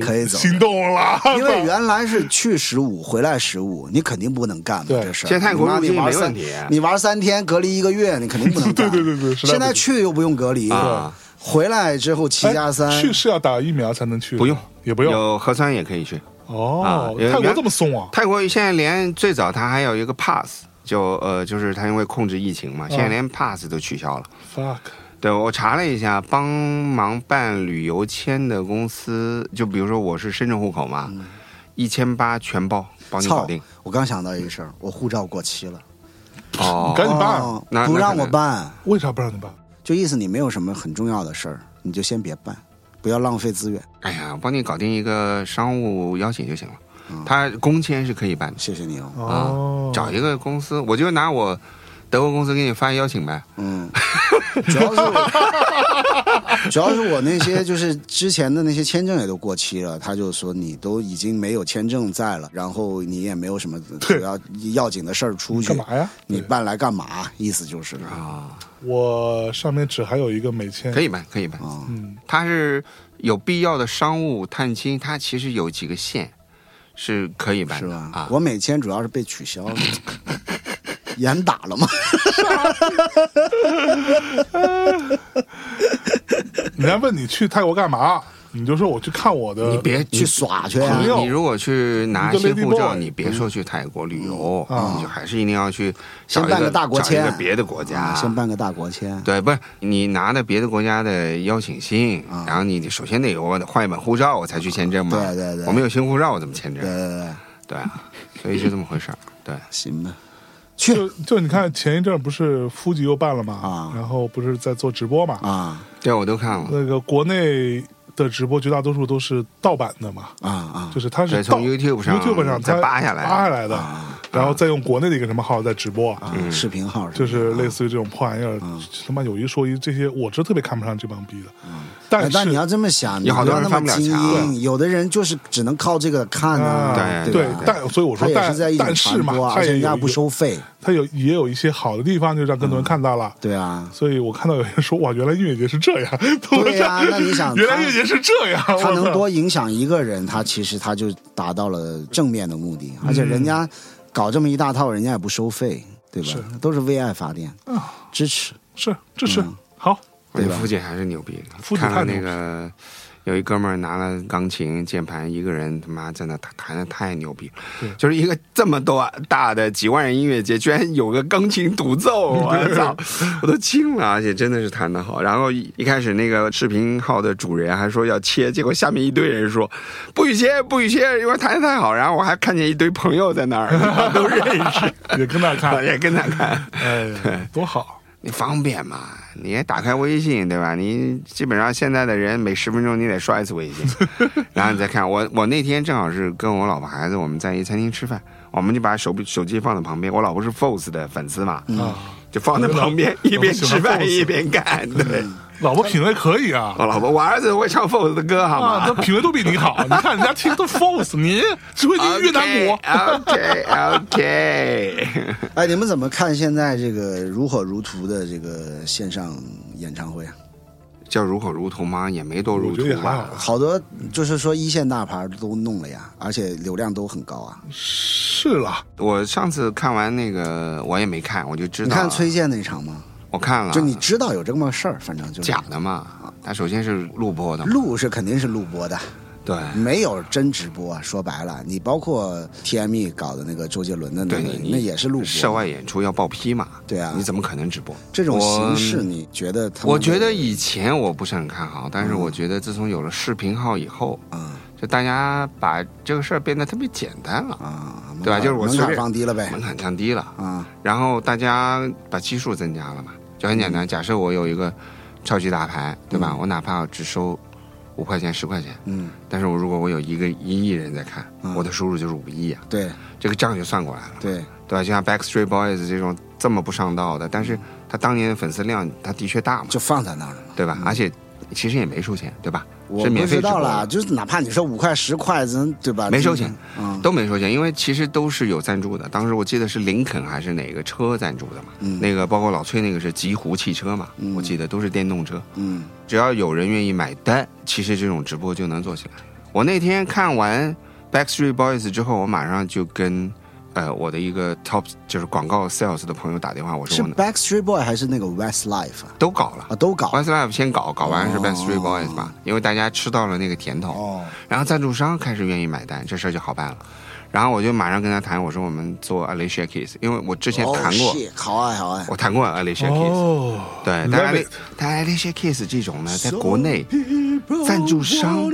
Speaker 3: 可以走
Speaker 2: 心动了，
Speaker 3: 因为 原来是去十五，回来十五，你肯定不能干嘛
Speaker 2: 对
Speaker 3: 这事儿。
Speaker 1: 现在泰国入
Speaker 3: 你
Speaker 1: 境
Speaker 3: 妈
Speaker 1: 没
Speaker 3: 你
Speaker 1: 问
Speaker 3: 玩三
Speaker 1: 题，
Speaker 3: 你玩三天隔离一个月，你肯定不能干。
Speaker 2: 对对对对实在不行
Speaker 3: 现在去又不用隔离
Speaker 1: 啊，
Speaker 3: 回来之后七
Speaker 2: 哎
Speaker 3: 加三，
Speaker 2: 去是要打疫苗才能去，
Speaker 1: 不用
Speaker 2: 也不用
Speaker 1: 有核酸也可以去。啊
Speaker 2: 哦，
Speaker 1: 因为
Speaker 2: 泰国
Speaker 1: 原
Speaker 2: 这么松啊，
Speaker 1: 泰国现在连最早它还有一个 pass，就呃就是它因为控制疫情嘛，现在连 pass 都取消了。
Speaker 2: fuck，
Speaker 1: 对，我查了一下，帮忙办旅游签的公司，就比如说我是深圳户口嘛，一千八全包，帮你搞
Speaker 3: 嗯操
Speaker 1: 定。！
Speaker 3: 我刚想到一个事儿，我护照过期了，
Speaker 1: 哦
Speaker 2: 赶紧办
Speaker 3: 哦
Speaker 1: 那
Speaker 3: 不
Speaker 1: 那
Speaker 3: 让
Speaker 1: 可能
Speaker 3: 我办，
Speaker 2: 为啥不让你办？
Speaker 3: 就意思你没有什么很重要的事儿，你就先别办，不要浪费资源。
Speaker 1: 哎呀，我帮你搞定一个商务邀请就行了。他工签是可以办的
Speaker 3: 谢谢你嗯哦，
Speaker 1: 啊，
Speaker 2: 哦，
Speaker 1: 找一个公司，我就拿我德国公司给你发邀请呗。
Speaker 3: 嗯，主要是我主要是我那些就是之前的那些签证也都过期了，他就说你都已经没有签证在了，然后你也没有什么主要要紧的事儿出去
Speaker 2: 干，嘛呀？
Speaker 3: 你
Speaker 2: 对
Speaker 3: 办来干嘛？意思就是
Speaker 1: 啊，
Speaker 2: 我上面只还有一个美签，
Speaker 1: 可
Speaker 2: 以，
Speaker 1: 以办，可以办。
Speaker 3: 啊，
Speaker 2: 嗯，
Speaker 1: 它是有必要的商务探亲，它其实有几个线是可以办
Speaker 3: 是
Speaker 1: 的
Speaker 3: 吧
Speaker 1: 啊？。
Speaker 3: 我美签主要是被取消 了，严打了嘛。
Speaker 2: 人家问你去泰国干嘛，你就说我去看我的，
Speaker 3: 你别 去耍去啊
Speaker 2: 朋！友
Speaker 1: 你如果去拿
Speaker 2: 一个
Speaker 1: 新
Speaker 2: lady
Speaker 1: 护照，
Speaker 2: boy
Speaker 1: 你别说去泰国旅游，
Speaker 2: 啊
Speaker 1: 你就还是一定要去
Speaker 3: 嗯先
Speaker 1: 找一
Speaker 3: 办个大国
Speaker 1: 找一个
Speaker 3: 签
Speaker 1: 别的国家
Speaker 3: 啊，先办个大国签，
Speaker 1: 对，不是你拿的别的国家的邀请信，然后你得首先得有换一本护照，我才去签证嘛。
Speaker 3: 啊对对对
Speaker 1: 我没有新护照，我怎么签
Speaker 3: 对
Speaker 1: 证？
Speaker 3: 对对对，
Speaker 1: 对啊，所以就这么回事儿。对，
Speaker 3: 行吧，
Speaker 2: 就就你看前一阵儿不是夫吉又办了嘛，
Speaker 3: 啊
Speaker 2: 然后不是在做直播嘛，
Speaker 3: 啊
Speaker 1: 这我都看了。
Speaker 2: 那个国内的直播绝大多数都是盗版的嘛，
Speaker 3: 啊啊！
Speaker 2: 就是它是
Speaker 1: 对从
Speaker 2: 盗
Speaker 1: YouTube 上
Speaker 2: YouTube 上
Speaker 1: 再
Speaker 2: 它
Speaker 1: 扒下来啊
Speaker 2: 扒下来的，然后再用国内的一个什么号在直播，
Speaker 3: 啊，视频号什么的
Speaker 2: 就是类似于这种破玩意儿。
Speaker 1: 啊
Speaker 2: 他妈有一说一，这些我是特别看不上这帮逼的，
Speaker 1: 啊
Speaker 2: 但
Speaker 3: 哎
Speaker 2: 是
Speaker 3: 但你要这么想，你
Speaker 1: 有好
Speaker 3: 不
Speaker 1: 多
Speaker 3: 要
Speaker 1: 人
Speaker 3: 那
Speaker 1: 翻不
Speaker 3: 么
Speaker 1: 了
Speaker 3: 精
Speaker 1: 墙
Speaker 3: 英，有的人就是只能靠这个看
Speaker 2: 啊
Speaker 3: 啊，
Speaker 1: 对
Speaker 2: 对
Speaker 3: 吧？
Speaker 2: 但所以我说
Speaker 3: 他也
Speaker 2: 但
Speaker 3: 是在一种
Speaker 2: 但是
Speaker 3: 传播
Speaker 2: 嘛，
Speaker 3: 啊，
Speaker 2: 他
Speaker 3: 而且
Speaker 2: 也
Speaker 3: 人家
Speaker 2: 有
Speaker 3: 不
Speaker 2: 一个，
Speaker 3: 收费，
Speaker 2: 他有也有一些好的地方，就让更多人看到
Speaker 1: 嗯
Speaker 2: 了。
Speaker 3: 对啊。
Speaker 2: 所以我看到有人说哇，原来音乐节是这样，
Speaker 3: 对呀那你 想
Speaker 2: 原来音乐节是这样，
Speaker 3: 他
Speaker 2: 我操
Speaker 3: 能多影响一个人，他其实他就达到了正面的目
Speaker 2: 嗯
Speaker 3: 的，而且人家搞这么一大套，人家也不收费，对吧？都是为爱发电，支持。
Speaker 2: 啊是支持
Speaker 1: 嗯
Speaker 2: 好，
Speaker 1: 我觉
Speaker 3: 对
Speaker 1: 得
Speaker 3: 吧
Speaker 1: 父亲还是牛逼的。
Speaker 2: 父亲
Speaker 1: 看了
Speaker 2: 太牛
Speaker 1: 那
Speaker 2: 逼
Speaker 1: 个有一哥们儿拿了钢琴键盘，一个人他妈在那弹弹的太牛逼
Speaker 2: 对
Speaker 1: 了，就是一个这么多大的几万人音乐节，居然有个钢琴独奏， 我操，我都惊了，而且真的是弹的好。然后一一开始那个视频号的主人还说要切，结果下面一堆人说不许切，不许切，因为弹的太好。然后我还看见一堆朋友在那儿 都认识，
Speaker 2: 也跟大 家
Speaker 1: 我
Speaker 2: 看，
Speaker 1: 也跟他看。
Speaker 2: 哎呀，多好。
Speaker 1: 你方便嘛？你也打开微信对吧？你基本上现在的人每十分钟你得刷一次微 信，然后你再看我。我那天正好是跟我老婆孩子我们在一餐厅吃饭，我们就把手臂手机放在旁边。我老婆是 FOSS 的粉丝嘛，
Speaker 2: 啊
Speaker 1: 就放在旁 边一边吃饭一边看。
Speaker 2: 嗯
Speaker 1: 对，
Speaker 2: 老婆品味可以啊，
Speaker 1: 我老婆，我儿子会唱 FOSS 的歌好
Speaker 2: 啊，他
Speaker 1: 吗？
Speaker 2: 品味都比 你好。你看人家听的 Force，你只会听越南鼓。
Speaker 1: OK OK，
Speaker 3: 哎，你们怎么看现在这个如火如荼的这个线上演唱会啊？
Speaker 1: 叫如火如荼吗？也没多
Speaker 2: 我
Speaker 1: 如
Speaker 2: 觉
Speaker 1: 荼
Speaker 2: 得也还
Speaker 1: 吧。
Speaker 2: 好，
Speaker 3: 好多就是说一线大牌都弄了呀，而且流量都很高啊。
Speaker 2: 是了，
Speaker 1: 我上次看完那个，我也没看，我就知
Speaker 3: 你
Speaker 1: 道了。
Speaker 3: 看崔健那场吗？
Speaker 1: 我看了，
Speaker 3: 就你知道有这么个事儿，反正就是
Speaker 1: 啊假的嘛？它首先是录播的嘛，
Speaker 3: 录是肯定是录播的，
Speaker 1: 对
Speaker 3: 没有真直播。说白了，你包括 TME 搞的那个周杰伦的那
Speaker 1: 对，
Speaker 3: 个，
Speaker 1: 你
Speaker 3: 那也是录播。
Speaker 1: 涉外演出要报批嘛？
Speaker 3: 对啊
Speaker 1: 你怎么可能直播
Speaker 3: 这种形式，
Speaker 1: 我
Speaker 3: 你觉得他们嗯
Speaker 1: 我觉得以前我不是很看好，但是我觉得自从有了视频号以后，
Speaker 3: 啊
Speaker 1: 就大家把这个事儿变得特别简单了，
Speaker 3: 啊，门槛
Speaker 1: 对吧就是我
Speaker 3: 门
Speaker 1: 随
Speaker 3: 槛
Speaker 1: 便
Speaker 3: 放低了呗
Speaker 1: 门槛降低了，
Speaker 3: 啊
Speaker 1: 然后大家把基数增加了嘛，就很
Speaker 3: 嗯
Speaker 1: 简单。假设我有一个超级大牌，对吧？我哪怕只收五块钱、十块钱，
Speaker 3: 嗯，
Speaker 1: 但是我如果我有一个一亿人在看，
Speaker 3: 嗯
Speaker 1: 我的收入就是五亿啊，
Speaker 3: 对
Speaker 1: 这个账就算过来了。
Speaker 3: 对
Speaker 1: 对吧？就像 Backstreet Boys 这种这么不上道的，但是他当年的粉丝量，他的确大嘛，
Speaker 3: 就放在那儿了嘛。
Speaker 1: 对吧？而且其实也没收钱，对吧？
Speaker 3: 嗯我
Speaker 1: 是
Speaker 3: 不
Speaker 1: 免费
Speaker 3: 知
Speaker 1: 直
Speaker 3: 道
Speaker 1: 播
Speaker 3: 啦，
Speaker 1: 的，
Speaker 3: 就是哪怕你说五块十块，咱对吧？
Speaker 1: 没收钱，
Speaker 3: 嗯，
Speaker 1: 都没收钱，因为其实都是有赞助的。当时我记得是林肯还是哪个车赞助的嘛？
Speaker 3: 嗯
Speaker 1: 那个包括老崔那个是极狐汽车嘛，
Speaker 3: 嗯
Speaker 1: 我记得都是电动车。
Speaker 3: 嗯
Speaker 1: 只要有人愿意买单，其实这种直播就能做起来。我那天看完 Backstreet Boys 之后，我马上就跟呃我的一个 top 就是广告 sales 的朋友打电话，我
Speaker 3: 是
Speaker 1: 说我能
Speaker 3: Backstreet Boy 还是那个 Westlife 啊？
Speaker 1: 都搞了
Speaker 3: 啊，都搞
Speaker 1: Westlife 先搞，搞完是
Speaker 3: 哦
Speaker 1: Backstreet Boys 吧，因为大家吃到了那个甜头，
Speaker 3: 哦，
Speaker 1: 然后赞助商开始愿意买单，这事儿就好办了。然后我就马上跟他谈，我说我们做 Alicia Keys，因为我之前谈过
Speaker 3: Oh，shit，好爱好爱
Speaker 1: 我谈过 Alicia Keys，
Speaker 2: 哦，
Speaker 1: 对，但
Speaker 2: Love
Speaker 1: Ali
Speaker 2: it
Speaker 1: 但 Alicia Keys 这种呢，在国内赞助商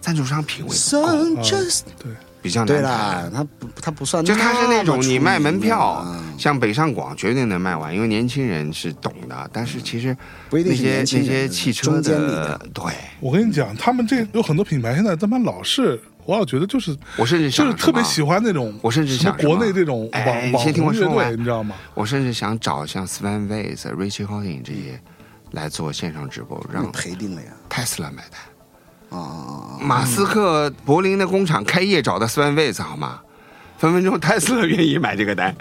Speaker 1: 赞助商品味不够，
Speaker 3: Sun just
Speaker 2: 对，
Speaker 1: 比较
Speaker 3: 对
Speaker 1: 难
Speaker 3: 啦
Speaker 1: 谈，。
Speaker 3: 他不他不算那
Speaker 1: 就
Speaker 3: 么出啊
Speaker 1: 他
Speaker 3: 名啊，
Speaker 1: 是那种你卖门票，像北上广绝对能卖完，因为年轻人是懂的。但是其实
Speaker 3: 不一定
Speaker 1: 那
Speaker 3: 是
Speaker 1: 些
Speaker 3: 年轻
Speaker 1: 那
Speaker 3: 人
Speaker 1: 些汽车
Speaker 3: 中间里
Speaker 1: 的
Speaker 3: 的
Speaker 1: 对，
Speaker 2: 我跟你讲，他们这有很多品牌现在他妈老是，我老觉得就是，
Speaker 1: 我甚至
Speaker 2: 就
Speaker 1: 想
Speaker 2: 是特别
Speaker 1: 什么
Speaker 2: 喜欢那种，
Speaker 1: 我甚至
Speaker 2: 什么
Speaker 1: 想
Speaker 2: 国
Speaker 1: 什么
Speaker 2: 内这种网
Speaker 1: 哎你
Speaker 2: 网
Speaker 1: 先听我
Speaker 2: 红乐
Speaker 1: 说
Speaker 2: 队，
Speaker 1: 完
Speaker 2: 你知道吗？
Speaker 1: 我甚至想找像 Sven w e i s Richie Hawtin 这些来做线上直播，
Speaker 3: 那
Speaker 1: 让
Speaker 3: 赔定了呀。
Speaker 1: Tesla 买单。
Speaker 3: 啊啊啊！
Speaker 1: 马斯克柏林的工厂开业找的 Sven w e i s 好吗？分分钟 Tesla 愿意买这个单，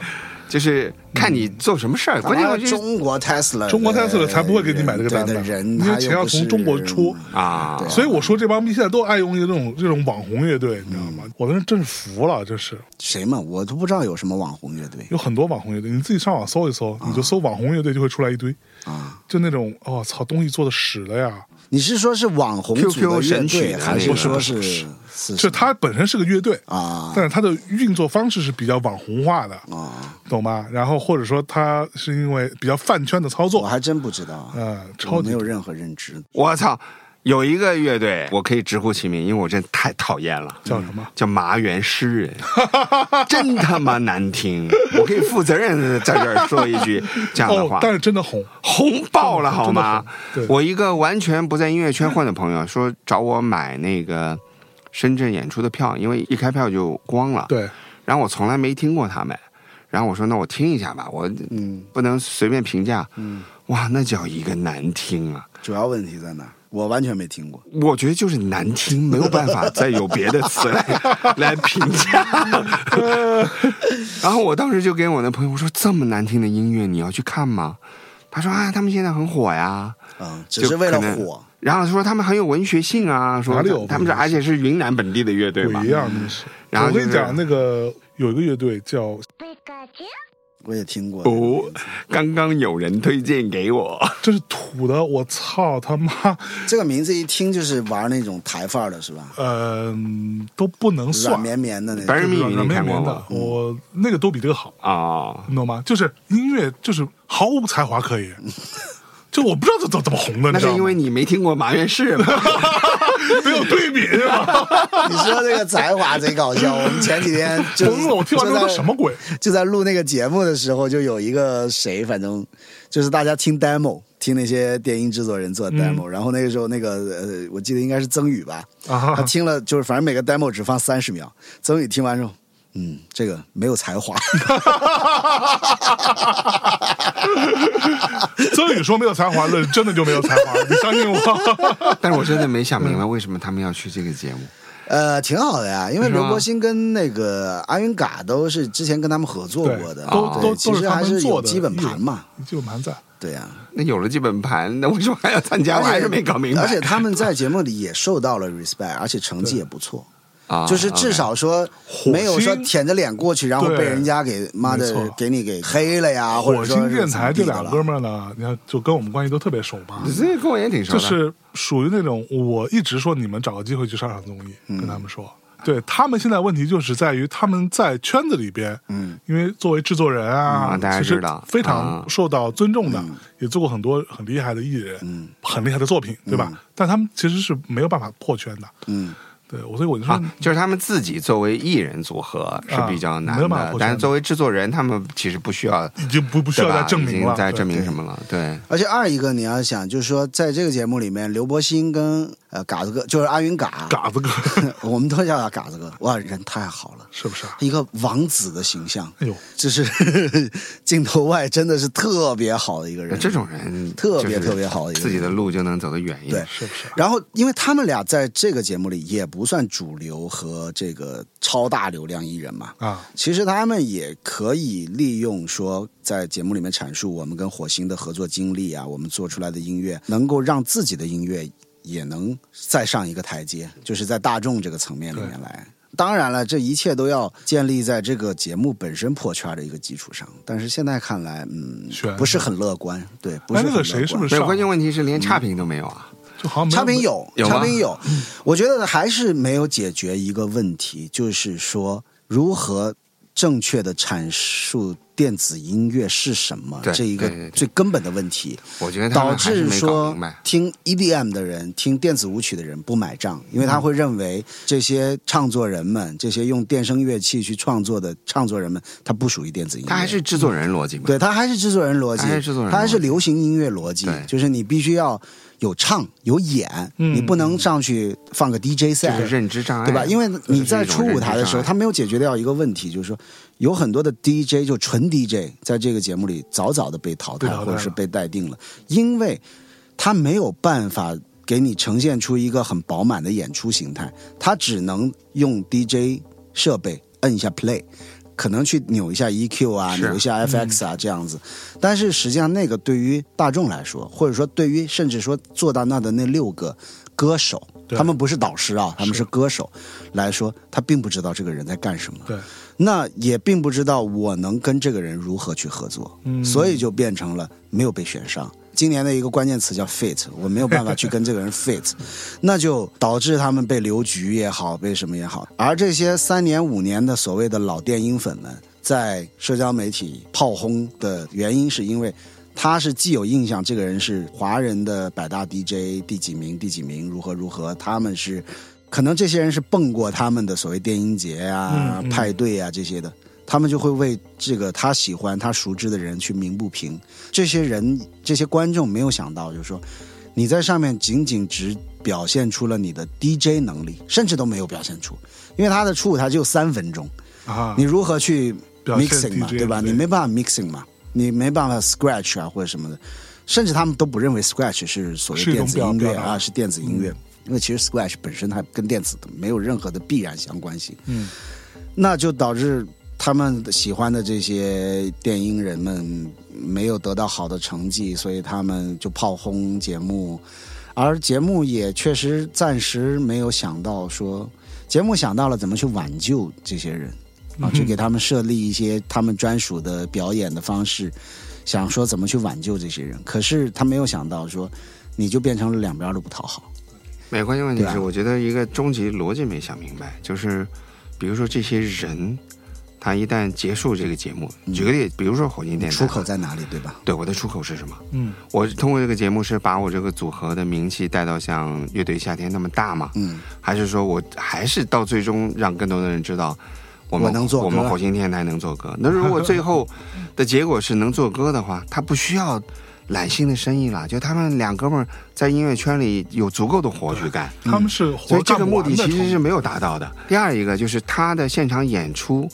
Speaker 1: 就是看
Speaker 2: 嗯
Speaker 1: 你做什么事儿。关键
Speaker 3: 啊
Speaker 1: 我就是
Speaker 3: 中国 Tesla，
Speaker 2: 中国 Tesla 才不会给你买这个单
Speaker 3: 对
Speaker 2: 的
Speaker 3: 的人，
Speaker 2: 因为
Speaker 3: 他又
Speaker 2: 钱要
Speaker 3: 不是
Speaker 2: 从中国出
Speaker 1: 啊，
Speaker 2: 所以我说这帮逼现在都爱用这种这种网红乐队，你知道吗？
Speaker 1: 嗯
Speaker 2: 我当时真是服了，这是
Speaker 3: 谁嘛，我都不知道有什么网红乐队
Speaker 2: 有很多网红乐队，你自己上网搜一搜，你就搜网红乐队就会出来一堆。
Speaker 3: 啊，
Speaker 2: 就那种哦操，东西做的屎的呀！
Speaker 3: 你是说是网红组
Speaker 1: QQ
Speaker 3: 的乐
Speaker 1: 神曲
Speaker 3: 队，
Speaker 1: 的
Speaker 3: 还
Speaker 1: 那
Speaker 3: 是
Speaker 1: 个
Speaker 3: 说
Speaker 1: 不
Speaker 3: 是
Speaker 2: 就是它本身是个乐队，
Speaker 3: 啊
Speaker 2: 但是它的运作方式是比较网红化的，
Speaker 3: 啊？
Speaker 2: 懂吗？然后或者说它是因为比较饭圈的操
Speaker 3: 我
Speaker 2: 作，
Speaker 3: 还真不知道，啊
Speaker 2: 嗯，超
Speaker 3: 我没
Speaker 2: 级
Speaker 3: 有任何认知。
Speaker 1: 我操，有一个乐队，我可以直呼其名，因为我真太讨厌了。
Speaker 2: 叫什么？
Speaker 1: 叫麻园诗人， 真他妈难听！我可以负责任的在这儿说一 句这样的
Speaker 2: 哦
Speaker 1: 话，，
Speaker 2: 但是真的红，
Speaker 1: 红爆了好吗
Speaker 2: 真的真的红？对
Speaker 1: 我一个完全不在音乐圈混的朋友说找我买那个深圳演出的票，因为一开票就光了。
Speaker 2: 对，
Speaker 1: 然后我从来没听过他们，然后我说那我听一下吧，我
Speaker 3: 嗯，
Speaker 1: 不能随便评价。
Speaker 2: 嗯
Speaker 1: 哇，那叫一个难听啊！
Speaker 3: 主要问题在哪儿？我完全没听过。
Speaker 1: 我觉得就是难听，没有办法再有别的词 来来评价。然后我当时就跟我的朋友我说：“这么难听的音乐，你要去看吗？”他说：“啊，他们现在很火呀。
Speaker 3: 嗯，只是为了
Speaker 1: 就可能
Speaker 3: 火，”
Speaker 1: 然后说他们很有文学性啊，说
Speaker 2: 哪里有
Speaker 1: 他们是
Speaker 2: 文学性
Speaker 1: 而且是云南本地的乐队嘛
Speaker 2: 不一。样，真是。
Speaker 1: 然后
Speaker 2: 我
Speaker 1: 就
Speaker 2: 跟
Speaker 1: 是
Speaker 2: 你讲，那个有一个乐队叫
Speaker 3: 我也听过。
Speaker 1: 哦，刚刚有人推荐给我，
Speaker 2: 这是土的，我操他妈，
Speaker 3: 这个名字一听就是玩那种台范儿的，是吧？
Speaker 2: 嗯、都不能
Speaker 3: 软
Speaker 2: 算。
Speaker 3: 绵绵的那
Speaker 1: 白
Speaker 3: 种。
Speaker 1: 日密语
Speaker 2: 软
Speaker 1: 你
Speaker 2: 绵
Speaker 1: 看过
Speaker 2: 绵
Speaker 1: 吗
Speaker 2: 的？，我那个都比这个好，
Speaker 1: 啊，
Speaker 2: 你懂吗？就是音乐，就是毫无才华可言，就我不知道怎怎怎么红的，
Speaker 1: 那
Speaker 2: 你知
Speaker 1: 是
Speaker 2: 道
Speaker 1: 因为
Speaker 2: 吗？
Speaker 1: 你没听过麻院 士吧？
Speaker 2: 没有 对比是吧？
Speaker 3: 你说这个才华贼搞笑。我们前几天就
Speaker 2: 疯了！我听完之后
Speaker 3: 就
Speaker 2: 说
Speaker 3: 在
Speaker 2: 什么鬼？
Speaker 3: 就在录那个节目的时候，就有一个谁，反正就是大家听 demo，听那些电音制作人
Speaker 2: 嗯
Speaker 3: 做的 demo，、然后那个时候那个呃，我记得应该是曾宇吧，
Speaker 2: 啊
Speaker 3: 他听了就是反正每个 demo 只放三十秒，曾宇听完之后。嗯，这个没有才华，
Speaker 2: 曾宇说没有才华的，真的就没有才华，你相信我。
Speaker 1: 但是我真的没想明白为什么他们要去这个节目。
Speaker 3: 呃，挺好的呀，因为
Speaker 1: 是吗
Speaker 3: 刘柏辛跟那个阿云嘎都是之前跟他们合作过的，啊
Speaker 2: 对啊都
Speaker 3: 对
Speaker 2: 都
Speaker 3: 其
Speaker 2: 都是
Speaker 3: 实
Speaker 2: 他
Speaker 3: 还
Speaker 2: 们
Speaker 3: 是有
Speaker 2: 做的
Speaker 3: 基本盘嘛，
Speaker 2: 基本盘在。
Speaker 3: 对呀、
Speaker 1: 那有了基本盘，那为什么还要参加？我还是没搞明白。
Speaker 3: 而且他们在节目里也受到了 respect，而且成绩也不错。
Speaker 1: 啊
Speaker 3: 就是至少说没有说舔着脸过去，然后
Speaker 2: 对
Speaker 3: 被人家给妈
Speaker 2: 没
Speaker 3: 的
Speaker 2: 错
Speaker 3: 给你给黑了呀，啊或者
Speaker 2: 火
Speaker 3: 说
Speaker 2: 星
Speaker 3: 是
Speaker 2: 电
Speaker 3: 怎么
Speaker 2: 台
Speaker 3: 地
Speaker 2: 这
Speaker 3: 的
Speaker 2: 俩
Speaker 3: 了
Speaker 2: 哥们儿呢，你看就跟我们关系都特别熟嘛。
Speaker 1: OK 这跟我也挺熟
Speaker 2: 就
Speaker 1: 的。
Speaker 2: 是属于那种我一直说你们找个机会去上上综艺，
Speaker 1: 嗯
Speaker 2: 跟他们说。对他们现在问题就是在于他们在圈子里边，嗯，因为作为制作人啊，
Speaker 1: 嗯大家
Speaker 2: 其实
Speaker 1: 知道
Speaker 2: 非
Speaker 1: 啊嗯
Speaker 2: 常受到尊重的，也做过很多很厉害的艺人，嗯，很厉害的作品，对吧？
Speaker 1: 嗯
Speaker 2: 但他们其实是没有办法破圈的，
Speaker 3: 嗯，
Speaker 2: 对，我所以我就说，
Speaker 1: 啊，就是他们自己作为艺人组合是比较难
Speaker 2: 没有
Speaker 1: 的，
Speaker 2: 办法破圈的
Speaker 1: 但是作为制作人，他们其实不需要，
Speaker 2: 已经不不需要
Speaker 1: 对吧
Speaker 2: 再证明
Speaker 1: 已经
Speaker 2: 了，
Speaker 1: 在
Speaker 2: 对
Speaker 1: 证明什么了？对，
Speaker 3: 而且二一个你要想，就是说在这个节目里面，刘柏辛跟呃嘎子哥，就是阿云嘎，
Speaker 2: 嘎子哥
Speaker 3: 我们都叫他嘎子哥，哇，人太好了，
Speaker 2: 是不是啊？
Speaker 3: 一个王子的形象，
Speaker 2: 哎呦，
Speaker 3: 就是 镜头外真的是特别好的一个人。
Speaker 1: 这种人
Speaker 3: 特别
Speaker 1: 就是
Speaker 3: 特别好的一个人
Speaker 1: 自己的路就能走得远一
Speaker 3: 对
Speaker 1: 点。，
Speaker 2: 是不是啊？
Speaker 3: 然后，因为他们俩在这个节目里也不算主流和这个超大流量艺人嘛，
Speaker 2: 啊，
Speaker 3: 其实他们也可以利用说，在节目里面阐述我们跟火星的合作经历啊，我们做出来的音乐，能够让自己的音乐也能再上一个台阶，就是在大众这个层面里面来。当然了，这一切都要建立在这个节目本身破圈的一个基础上。但是现在看来，嗯
Speaker 2: 悬，
Speaker 3: 不是很乐观，对，不
Speaker 2: 哎
Speaker 3: 是很
Speaker 2: 那
Speaker 3: 乐
Speaker 2: 个
Speaker 3: 观。
Speaker 2: 谁是不
Speaker 1: 没
Speaker 2: 是
Speaker 1: 有，
Speaker 2: 上
Speaker 1: 关键问题是连差评都没有啊！
Speaker 2: 就好像没
Speaker 3: 差评
Speaker 2: 有
Speaker 3: 有，
Speaker 1: 有吗
Speaker 3: 差评有。我觉得还是没有解决一个问题，就是说如何正确的阐述电子音乐是什么
Speaker 1: 对，
Speaker 3: 这一个
Speaker 1: 对对对
Speaker 3: 最根本的问题，
Speaker 1: 我觉得他
Speaker 3: 导
Speaker 1: 们还是
Speaker 3: 致
Speaker 1: 没搞
Speaker 3: 说
Speaker 1: 明白。
Speaker 3: 听 EDM 的人、听电子舞曲的人不买账，因为他会认为这些唱作人们、这些用电声乐器去创作的唱作人们，他不属于电子音乐。
Speaker 1: 他还是制作人逻辑嘛？
Speaker 3: 对，他还是制作人逻辑，
Speaker 1: 他还是制作人
Speaker 3: 他还
Speaker 1: 逻
Speaker 3: 是
Speaker 1: 辑
Speaker 3: 流行音乐逻辑
Speaker 1: 对，
Speaker 3: 就是你必须要有唱有演，
Speaker 2: 嗯
Speaker 3: 你不能上去放个 DJ
Speaker 1: 就
Speaker 3: 赛，
Speaker 1: 是认知障碍，
Speaker 3: 对吧？因为
Speaker 1: 这是
Speaker 3: 你
Speaker 1: 一
Speaker 3: 在
Speaker 1: 种
Speaker 3: 初
Speaker 1: 认
Speaker 3: 舞
Speaker 1: 知
Speaker 3: 台的
Speaker 1: 障
Speaker 3: 时候，
Speaker 1: 碍
Speaker 3: 他没有解决掉一个问题，就是说有很多的 DJ 就纯 DJ 在这个节目里早早的被淘汰
Speaker 2: 被淘汰
Speaker 3: 或者是
Speaker 2: 了
Speaker 3: 被待定了，因为他没有办法给你呈现出一个很饱满的演出形态，他只能用 DJ 设备摁一下 play。可能去扭一下 EQ 啊，
Speaker 1: 是嗯
Speaker 3: 扭一下 FX 啊，这样子。但是实际上，那个对于大众来说，或者说对于甚至说坐到那的那六个歌手，
Speaker 2: 对
Speaker 3: 他们不是导师啊，他们是歌手来说，他并不知道这个人在干什么，
Speaker 2: 对，
Speaker 3: 那也并不知道我能跟这个人如何去合作，
Speaker 2: 嗯
Speaker 3: 所以就变成了没有被选上。今年的一个关键词叫 fit，我没有办法去跟这个人 fit，那就导致他们被留局也好，被什么也好。而这些三年五年的所谓的老电音粉们，在社交媒体炮轰的原因，是因为他是既有印象这个人是华人的百大 DJ 第几名，第几名如何如何，他们是可能这些人是蹦过他们的所谓电音节啊、
Speaker 2: 嗯嗯
Speaker 3: 派对啊这些的，他们就会为这个他喜欢、他熟知的人去鸣不平。这些人、这些观众没有想到，就是说你在上面仅仅只表现出了你的 DJ 能力，甚至都没有表现出，因为他的初舞台只有三分钟，
Speaker 2: 啊
Speaker 3: 你，如何去
Speaker 2: 表现
Speaker 3: mixing 嘛，
Speaker 2: DJ
Speaker 3: 对吧？
Speaker 2: 对
Speaker 3: 你没办法 mixing 嘛，你没办法 scratch 啊或者什么的，甚至他们都不认为 scratch 是所谓
Speaker 2: 是一
Speaker 3: 电
Speaker 2: 种
Speaker 3: 子音
Speaker 2: 表
Speaker 3: 乐
Speaker 2: 表达
Speaker 3: 啊，是电子音乐，因为其实 scratch 本身它跟电子的没有任何的必然相关性。
Speaker 2: 嗯，
Speaker 3: 那就导致他们喜欢的这些电音人们没有得到好的成绩，所以他们就炮轰节目，而节目也确实暂时没有想到说，节目想到了怎么去挽救这些人啊，去给他们设立一些他们专属的表演的方式，想说怎么去挽救这些人，可是他没有想到说，你就变成了两边都不讨好。
Speaker 1: 没关键问题
Speaker 3: 对
Speaker 1: 是，
Speaker 3: 啊
Speaker 1: 我觉得一个终极逻辑没想明白，就是比如说这些人，他一旦结束这个节目，举个例，比如说火箭电台，
Speaker 3: 嗯出口在哪里，对吧？
Speaker 1: 对我的出口是什么？
Speaker 2: 嗯，
Speaker 1: 我通过这个节目是把我这个组合的名气带到像乐队夏天那么大吗？
Speaker 3: 嗯，
Speaker 1: 还是说我还是到最终让更多的人知道我们
Speaker 3: 我能做歌
Speaker 1: 我们火星电台能做歌？那如果最后的结果是能做歌的话，他不需要揽新的生意了，就他们两哥们儿在音乐圈里有足够的活去干。
Speaker 3: 嗯
Speaker 2: 他们是
Speaker 1: 嗯所
Speaker 2: 活
Speaker 1: 以这个
Speaker 2: 干不
Speaker 1: 目
Speaker 2: 完
Speaker 1: 的
Speaker 2: 的
Speaker 1: 其实是
Speaker 2: 程度
Speaker 1: 没有达到的。第二一个就是他的现场演出，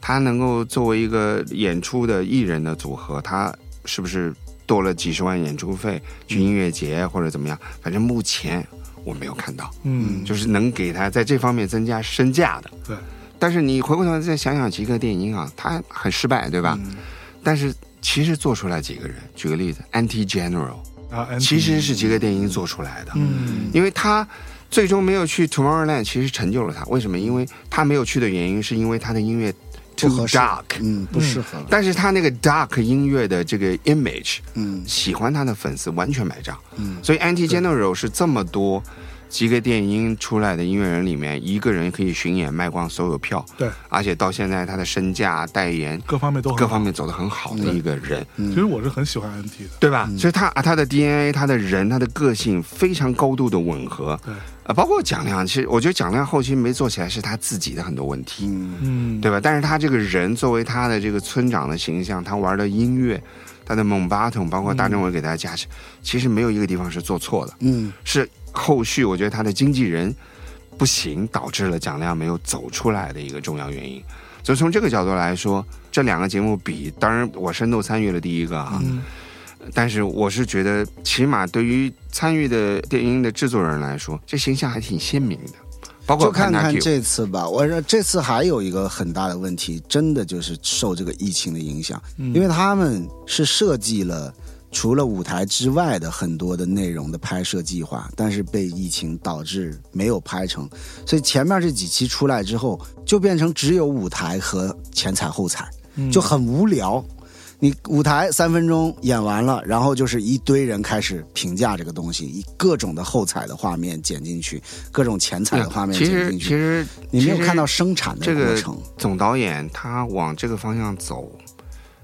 Speaker 1: 他能够作为一个演出的艺人的组合，他是不是多了几十万演出费去音乐节或者怎么样？反正目前我没有看到，
Speaker 2: 嗯，
Speaker 1: 就是能给他在这方面增加身价的。
Speaker 2: 对，
Speaker 1: 但是你回过头来再想想极客电音啊，他很失败，对吧？
Speaker 2: 嗯
Speaker 1: 但是其实做出来几个人，举个例子，Anti General
Speaker 2: 啊，
Speaker 1: 其实是极客电音做出来的。
Speaker 2: 嗯
Speaker 1: 因为他最终没有去 Tomorrowland，其实成就了他。为什么？因为他没有去的原因，是因为他的音乐 too
Speaker 3: 合适
Speaker 1: dark，
Speaker 3: 嗯，不适合了。
Speaker 1: 但是他那个 dark 音乐的这个 image，
Speaker 3: 嗯
Speaker 1: 喜欢他的粉丝完全买账。
Speaker 3: 嗯
Speaker 1: 所以 Anti General 是这么多几个电音出来的音乐人里面，一个人可以巡演卖光所有票，
Speaker 2: 对，
Speaker 1: 而且到现在他的身价、代言
Speaker 2: 各方面都很
Speaker 1: 各方面走得很好的一个人。
Speaker 2: 其实我是很喜欢 NT 的，
Speaker 1: 对吧？所以他啊，他的 DNA、他的人、他的个性非常高度的吻合，
Speaker 2: 对
Speaker 1: 啊，包括蒋亮，其实我觉得蒋亮后期没做起来是他自己的很多问题，
Speaker 3: 嗯
Speaker 2: 嗯，
Speaker 1: 对吧？但是他这个人作为他的这个村长的形象，他玩的音乐，他的蒙巴桶，包括大众文给大家加持，其实没有一个地方是做错的，
Speaker 3: 嗯
Speaker 1: 是后续我觉得他的经纪人不行，导致了蒋亮没有走出来的一个重要原因。所以从这个角度来说，这两个节目比，当然我深度参与了第一个啊，
Speaker 2: 嗯
Speaker 1: 但是我是觉得，起码对于参与的电影的制作人来说，这形象还挺鲜明的。包括
Speaker 3: 就看看
Speaker 1: Panache
Speaker 3: 这次吧。我说这次还有一个很大的问题，真的就是受这个疫情的影响，因为他们是设计了除了舞台之外的很多的内容的拍摄计划，但是被疫情导致没有拍成，所以前面这几期出来之后，就变成只有舞台和前彩后彩，
Speaker 2: 嗯
Speaker 1: 嗯
Speaker 3: 就很无聊。你舞台三分钟演完了，然后就是一堆人开始评价这个东西，以各种的后彩的画面剪进去，各种前彩的画面
Speaker 1: 啊其
Speaker 3: 剪
Speaker 1: 实
Speaker 3: 进
Speaker 1: 其
Speaker 3: 去，
Speaker 1: 实
Speaker 3: 你没有看到
Speaker 1: 其实
Speaker 3: 生产的
Speaker 1: 这
Speaker 3: 过
Speaker 1: 个
Speaker 3: 程。
Speaker 1: 总导演他往这个方向走，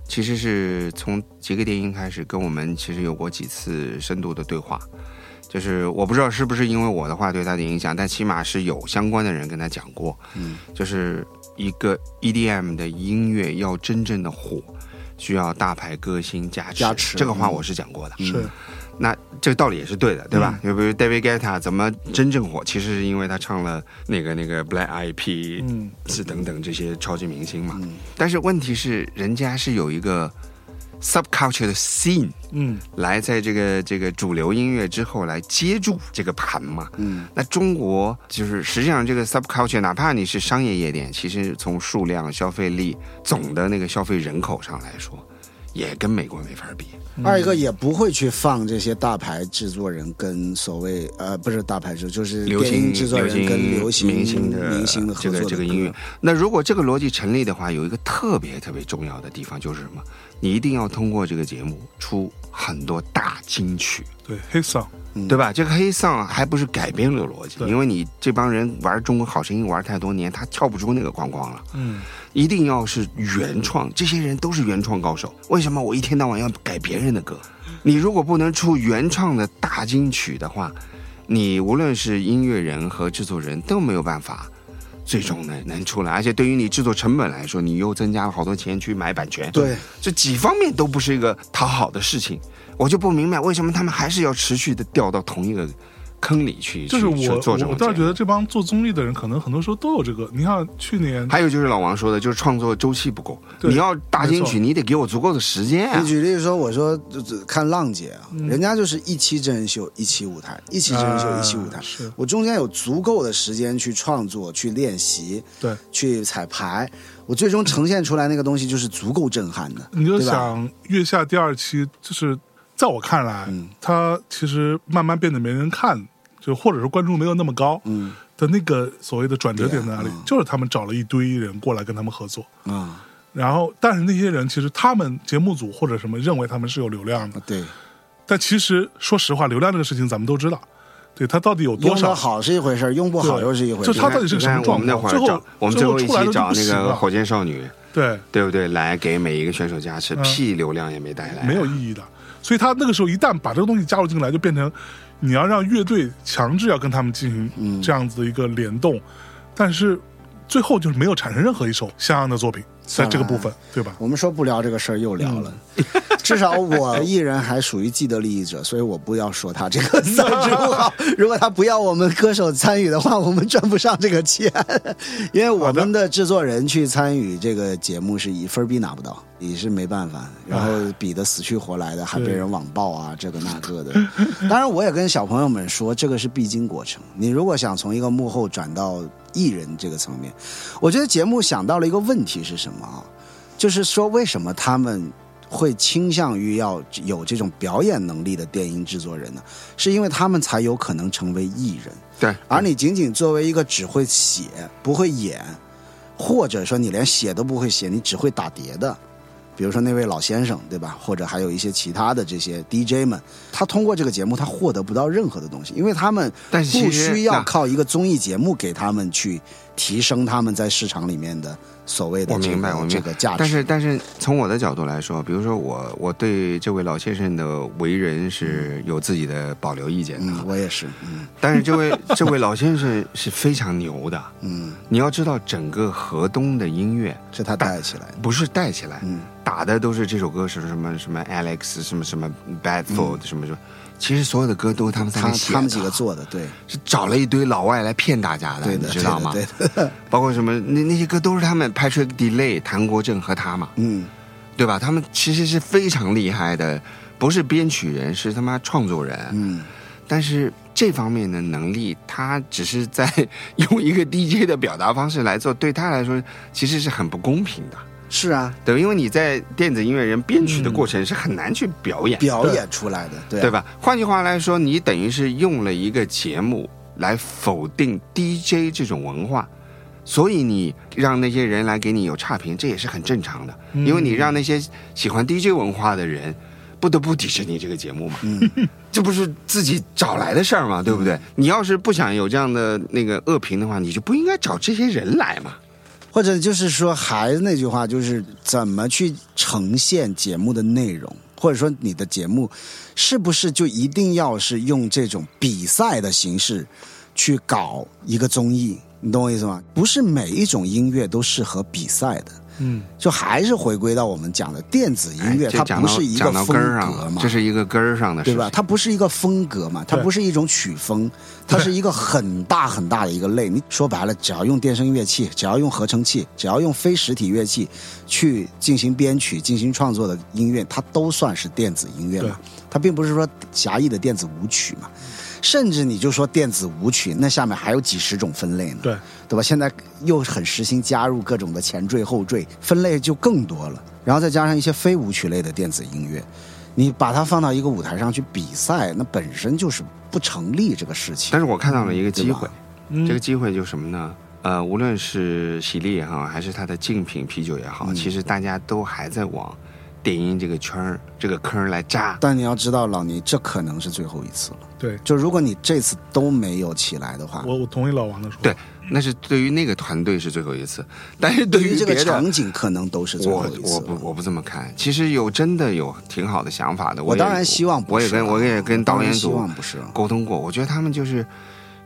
Speaker 1: 其实是从几个电影开始跟我们其实有过几次深度的对话。就是我不知道是不是因为我的话对他的影响，但起码是有相关的人跟他讲过，
Speaker 3: 嗯，
Speaker 1: 就是一个 EDM 的音乐要真正的火，需要大牌歌星加持。
Speaker 3: 加持嗯
Speaker 1: 这个话我是讲过的，
Speaker 2: 嗯是
Speaker 1: 那这个道理也是对的，对吧？就比如 David Guetta 怎么真正火，其实是因为他唱了那个那个 Black Eyed Peas，
Speaker 2: 嗯
Speaker 1: 是等等这些超级明星嘛。但是问题是，人家是有一个 subculture 的 scene
Speaker 2: 嗯
Speaker 1: 来在这个这个主流音乐之后来接住这个盘嘛。
Speaker 3: 嗯，
Speaker 1: 那中国就是实际上这个 subculture，哪怕你是商业夜店，其实从数量、消费力、总的那个消费人口上来说，也跟美国没法比。
Speaker 3: 二一个也不会去放这些大牌制作人跟所谓呃不是大牌制，就是
Speaker 1: 流
Speaker 3: 电
Speaker 1: 行
Speaker 3: 音制作人跟流行
Speaker 1: 明星的
Speaker 3: 明星的合
Speaker 1: 这
Speaker 3: 作
Speaker 1: 个
Speaker 3: 的
Speaker 1: 这个
Speaker 3: 歌
Speaker 1: 音乐。那如果这个逻辑成立的话，有一个特别特别重要的地方就是什么？你一定要通过这个节目出很多大金曲，
Speaker 2: 对，hit song，
Speaker 1: 对吧？这个黑丧啊还不是改编的逻辑，
Speaker 2: 嗯对
Speaker 1: 因为你这帮人玩中国好声音玩太多年，他跳不出那个框框了。
Speaker 2: 嗯，
Speaker 1: 一定要是原创，这些人都是原创高手。为什么我一天到晚要改别人的歌？你如果不能出原创的大金曲的话，你无论是音乐人和制作人都没有办法，最终能能出来。而且对于你制作成本来说，你又增加了好多钱去买版权，
Speaker 3: 对，
Speaker 1: 这几方面都不是一个讨好的事情。我就不明白为什么他们还是要持续的掉到同一个坑里去，
Speaker 2: 就是
Speaker 1: 去去做这
Speaker 2: 我，
Speaker 1: 种
Speaker 2: 我倒是
Speaker 1: 节
Speaker 2: 觉
Speaker 1: 目
Speaker 2: 得这帮做综艺的人，可能很多时候都有这个。你看去年，
Speaker 1: 还有就是老王说的，就是创作周期不够。
Speaker 2: 对
Speaker 1: 你要大金
Speaker 2: 没
Speaker 1: 曲，
Speaker 2: 错
Speaker 1: 你得给我足够的时间
Speaker 2: 哎
Speaker 1: 啊
Speaker 3: 你。举例说，我说就就看浪姐啊，人家就是一期真人秀一期舞台，一期真人秀
Speaker 2: 嗯啊
Speaker 3: 一期舞台，
Speaker 2: 是
Speaker 3: 我中间有足够的时间去创作、去练习、
Speaker 2: 对，
Speaker 3: 去彩排，我最终呈现出来那个东西就是足够震撼的，
Speaker 2: 你就
Speaker 3: 对吧
Speaker 2: 想月下第二期，就是在我看来，
Speaker 1: 嗯
Speaker 2: 它其实慢慢变得没人看，就或者是关注没有那么高，嗯，的那个所谓的转折点在哪里？
Speaker 1: 啊嗯
Speaker 2: 就是他们找了一堆人过来跟他们合作，
Speaker 3: 啊、
Speaker 2: 然后但是那些人其实他们节目组或者什么认为他们是有流量的，
Speaker 1: 嗯
Speaker 3: 对，
Speaker 2: 但其实说实话，流量这个事情咱们都知道，对它到底有多
Speaker 3: 用
Speaker 2: 少
Speaker 3: 得？好是一回事儿，用不好
Speaker 2: 对
Speaker 3: 又是一回
Speaker 2: 就
Speaker 3: 事
Speaker 1: 你
Speaker 3: 儿
Speaker 2: 他。
Speaker 1: 看
Speaker 2: 到底是
Speaker 1: 你
Speaker 2: 什么
Speaker 1: 看
Speaker 2: 状
Speaker 1: 我们那
Speaker 2: 况
Speaker 1: 会儿
Speaker 2: 最
Speaker 1: 找
Speaker 2: 后，
Speaker 1: 我们
Speaker 2: 最后
Speaker 1: 后一
Speaker 2: 出来
Speaker 1: 期
Speaker 2: 的就
Speaker 1: 找
Speaker 2: 不
Speaker 1: 那
Speaker 2: 行
Speaker 1: 个
Speaker 2: 了
Speaker 1: 火箭少女，
Speaker 2: 对，
Speaker 1: 对不对？来给每一个选手加持，屁流量也没带来。
Speaker 2: 嗯
Speaker 1: 啊
Speaker 2: 没有，意义
Speaker 1: 哎
Speaker 2: 的。所以他那个时候一旦把这个东西加入进来，就变成你要让乐队强制要跟他们进行
Speaker 1: 嗯
Speaker 2: 这样子的一个联动，但是最后就是没有产生任何一首像样的作品，在这个部分，对吧？
Speaker 3: 我们说不聊这个事儿，又聊了。
Speaker 2: 嗯
Speaker 3: 至少我一人还属于既得利益者，所以我不要说他这个 赞助号。如果他不要我们歌手参与的话，我们赚不上这个钱， 因为我们的制作人去参与这个节目是一分儿币拿不到，也是没办法。然后比得死去活来的，还被人网暴啊，这个那个的。 当然，我也跟小朋友们说，这个是必经过程。你如果想从一个幕后转到艺人这个层面，我觉得节目想到了一个问题是什么啊？就是说为什么他们会倾向于要有这种表演能力的电音制作人呢？是因为他们才有可能成为艺人，
Speaker 1: 对，啊
Speaker 3: 而你仅仅作为一个只会写不会演，或者说你连写都不会写，你只会打碟的。比如说那位老先生，对吧？或者还有一些其他的这些 DJ 们，他通过这个节目，他获得不到任何的东西，因为他们
Speaker 1: 但是其
Speaker 3: 不
Speaker 1: 实
Speaker 3: 需要
Speaker 1: 那
Speaker 3: 靠一个综艺节目给他们去提升他们在市场里面的所谓的
Speaker 1: 我
Speaker 3: 这
Speaker 1: 明白，我
Speaker 3: 个
Speaker 1: 明白
Speaker 3: 这个价值。
Speaker 1: 但是，但是从我的角度来说，比如说我，我对这位老先生的为人
Speaker 2: 嗯
Speaker 1: 是有自己的保留意见的。
Speaker 3: 嗯，我也是，嗯
Speaker 1: 但是这位这位老先生是非常牛的。
Speaker 3: 嗯，
Speaker 1: 你要知道，整个河东的音乐
Speaker 3: 是他带起来的，
Speaker 1: 不是带起来，
Speaker 3: 嗯
Speaker 1: 打的都是这首歌是什么什么 Alex 什么什么 Badford、什么什么，其实所有的歌都是他们三
Speaker 3: 嗯他
Speaker 1: 个写的
Speaker 3: 他们几个做的，对，
Speaker 1: 是找了一堆老外来骗大家的，
Speaker 3: 对
Speaker 1: 你
Speaker 3: 的，
Speaker 1: 知道吗？
Speaker 3: 对的，对的
Speaker 1: 包括什么那那些歌都是他们 Patrick Delay、谭国正和他嘛，
Speaker 3: 嗯，
Speaker 1: 对吧？他们其实是非常厉害的，不是编曲人，是他妈创作人。
Speaker 3: 嗯，
Speaker 1: 但是这方面的能力，他只是在用一个 DJ 的表达方式来做，对他来说其实是很不公平的。
Speaker 3: 是啊，
Speaker 1: 对，因为你在电子音乐人编曲的过程是很难去表演，
Speaker 3: 表演出来的，对啊
Speaker 1: 对
Speaker 3: 吧？
Speaker 1: 吧？换句话来说，你等于是用了一个节目来否定 DJ 这种文化，所以你让那些人来给你有差评，这也是很正常的，
Speaker 3: 嗯
Speaker 1: 因为你让那些喜欢 DJ 文化的人不得不抵制你这个节目嘛。
Speaker 3: 嗯
Speaker 1: 这不是自己找来的事儿嘛，对不对？你要是不想有这样的那个恶评的话，你就不应该找这些人来嘛。
Speaker 3: 或者就是说，还是那句话，就是怎么去呈现节目的内容，或者说你的节目是不是就一定要是用这种比赛的形式去搞一个综艺？你懂我意思吗？不是每一种音乐都适合比赛的。
Speaker 2: 嗯，
Speaker 3: 就还是回归到我们讲的电子音乐，
Speaker 1: 哎
Speaker 3: 它
Speaker 1: 这讲
Speaker 3: 不
Speaker 1: 到
Speaker 3: 是一个
Speaker 1: 讲到
Speaker 3: 风
Speaker 1: 根儿上
Speaker 3: 格
Speaker 1: 了
Speaker 3: 嘛，，
Speaker 1: 这是一个根儿上的事
Speaker 3: 对
Speaker 1: 情，
Speaker 3: 吧？它不是一个风格嘛，它
Speaker 2: 对
Speaker 3: 不是一种曲风，它是一个很大很大的一个类。你说白了，只要用电声乐器，只要用合成器，只要用非实体乐器去进行编曲、进行创作的音乐，它都算是电子音乐嘛。它并不是说狭义的电子舞曲嘛。甚至你就说电子舞曲，那下面还有几十种分类呢，
Speaker 2: 对
Speaker 3: 对吧？现在又很实行加入各种的前缀后缀，分类就更多了，然后再加上一些非舞曲类的电子音乐。你把它放到一个舞台上去比赛，那本身就是不成立这个事情。
Speaker 1: 但是我看到了一个机会，
Speaker 2: 嗯
Speaker 1: 这个机会就是什么呢？呃，无论是喜力也好，还是它的竞品啤酒也好，
Speaker 3: 嗯
Speaker 1: 其实大家都还在往电音这个圈儿、这个坑儿来扎。
Speaker 3: 但你要知道，老倪，这可能是最后一次了。
Speaker 2: 对
Speaker 3: 就如果你这次都没有起来的话，
Speaker 2: 我我同意老王的说法，
Speaker 1: 对，那是对于那个团队是最后一次，但是对
Speaker 3: 嗯于
Speaker 1: 于
Speaker 3: 这
Speaker 1: 别
Speaker 3: 个
Speaker 1: 的
Speaker 3: 场景，可能都是最后
Speaker 1: 我
Speaker 3: 一次
Speaker 1: 我
Speaker 3: 了
Speaker 1: 不我不这么看，其实有真的有挺好的想法的。
Speaker 3: 我
Speaker 1: 也
Speaker 3: 当然希望不
Speaker 1: 我也
Speaker 3: 是
Speaker 1: 跟
Speaker 3: 了
Speaker 1: 我也跟导
Speaker 3: 当
Speaker 1: 演
Speaker 3: 然希
Speaker 1: 组
Speaker 3: 望不是了啊
Speaker 1: 沟通过，我觉得他们就是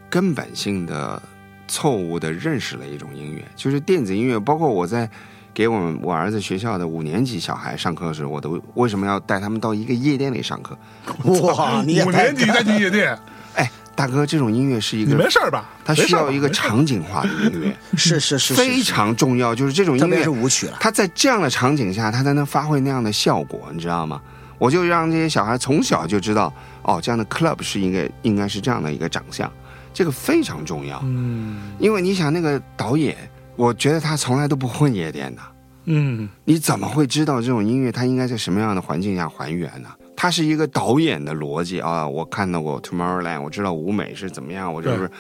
Speaker 1: 根本性的错误的认识了一种音乐，就是电子音乐。包括我在给我们我儿子学校的五年级小孩上课的时，候，我都为什么要带他们到一个夜店里上课？
Speaker 3: 哇，你也
Speaker 2: 五
Speaker 3: 太
Speaker 2: 年级再去夜店，
Speaker 1: 哎，大哥，这种音乐是一
Speaker 2: 你没
Speaker 1: 个，
Speaker 2: 事儿吧？
Speaker 1: 它需要一个
Speaker 2: 没事
Speaker 1: 场景化的音乐，
Speaker 3: 是是是是
Speaker 1: 非
Speaker 3: 是
Speaker 1: 常重要。就是这种
Speaker 3: 特
Speaker 1: 音乐
Speaker 3: 别是舞曲了。
Speaker 1: 他在这样的场景下，他才能发挥那样的效果，你知道吗？我就让这些小孩从小就知道，哦，这样的 club 是一个应该是这样的一个长相，这个非常重要
Speaker 2: 儿，。嗯
Speaker 1: 因为你想，那个导演，我觉得他从来都不混夜店的，
Speaker 2: 嗯，
Speaker 1: 你怎么会知道这种音乐它应该在什么样的环境下还原呢？它是一个导演的逻辑啊，我看到过 Tomorrowland，我知道舞美是怎么样，我就是，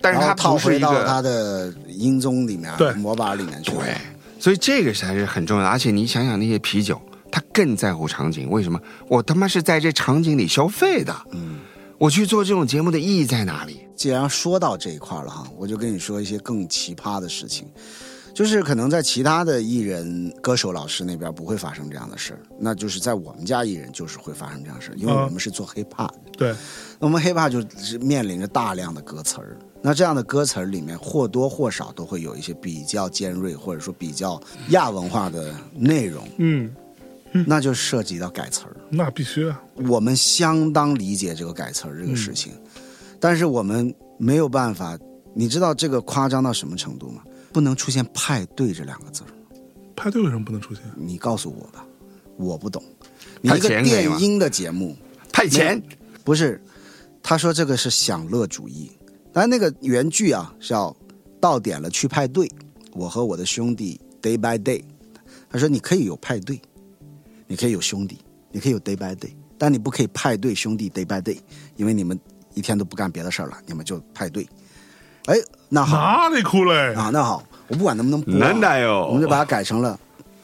Speaker 1: 但是
Speaker 3: 然
Speaker 1: 它
Speaker 3: 后套
Speaker 1: 不是
Speaker 3: 回
Speaker 1: 一
Speaker 3: 到
Speaker 1: 个
Speaker 3: 他的音综里面、
Speaker 2: 对
Speaker 3: 模板里面去。
Speaker 1: 对，所以这个才是很重要的。而且你想想那些啤酒，他更在乎场景，为什么？我他妈是在这场景里消费的，
Speaker 3: 嗯，
Speaker 1: 我去做这种节目的意义在哪里？
Speaker 3: 既然说到这一块儿了哈，我就跟你说一些更奇葩的事情，就是可能在其他的艺人、歌手、老师那边不会发生这样的事儿，那就是在我们家艺人就是会发生这样的事儿，因为
Speaker 2: 嗯
Speaker 3: 我们是做 hiphop 的。
Speaker 2: 对，
Speaker 3: 那我们 hiphop 就是面临着大量的歌词儿，那这样的歌词儿里面或多或少都会有一些比较尖锐或者说比较亚文化的内容，
Speaker 2: 嗯，
Speaker 3: 那就涉及到改词儿。
Speaker 2: 那必须啊，
Speaker 3: 我们相当理解这个改词儿这个事情，
Speaker 1: 嗯
Speaker 3: 但是我们没有办法。你知道这个夸张到什么程度吗？不能出现“派对”这两个字儿。
Speaker 2: 派对为什么不能出现？
Speaker 3: 你告诉我吧，我不懂。你
Speaker 1: 派
Speaker 3: 一个
Speaker 1: 钱可以吗
Speaker 3: 电音的节目，
Speaker 1: 派钱
Speaker 3: 不是，他说这个是享乐主义，但那个原剧啊是要到点了去派对，我和我的兄弟 day by day，他说你可以有派对，你可以有兄弟，你可以有 day by day，但你不可以派对兄弟 day by day，因为你们一天都不干别的事儿了，你们就派对。哎，那好
Speaker 2: 哪里哭嘞？
Speaker 3: 啊，那好，我不管能不能播啊，
Speaker 1: 能的哟
Speaker 3: 我们就把它改成了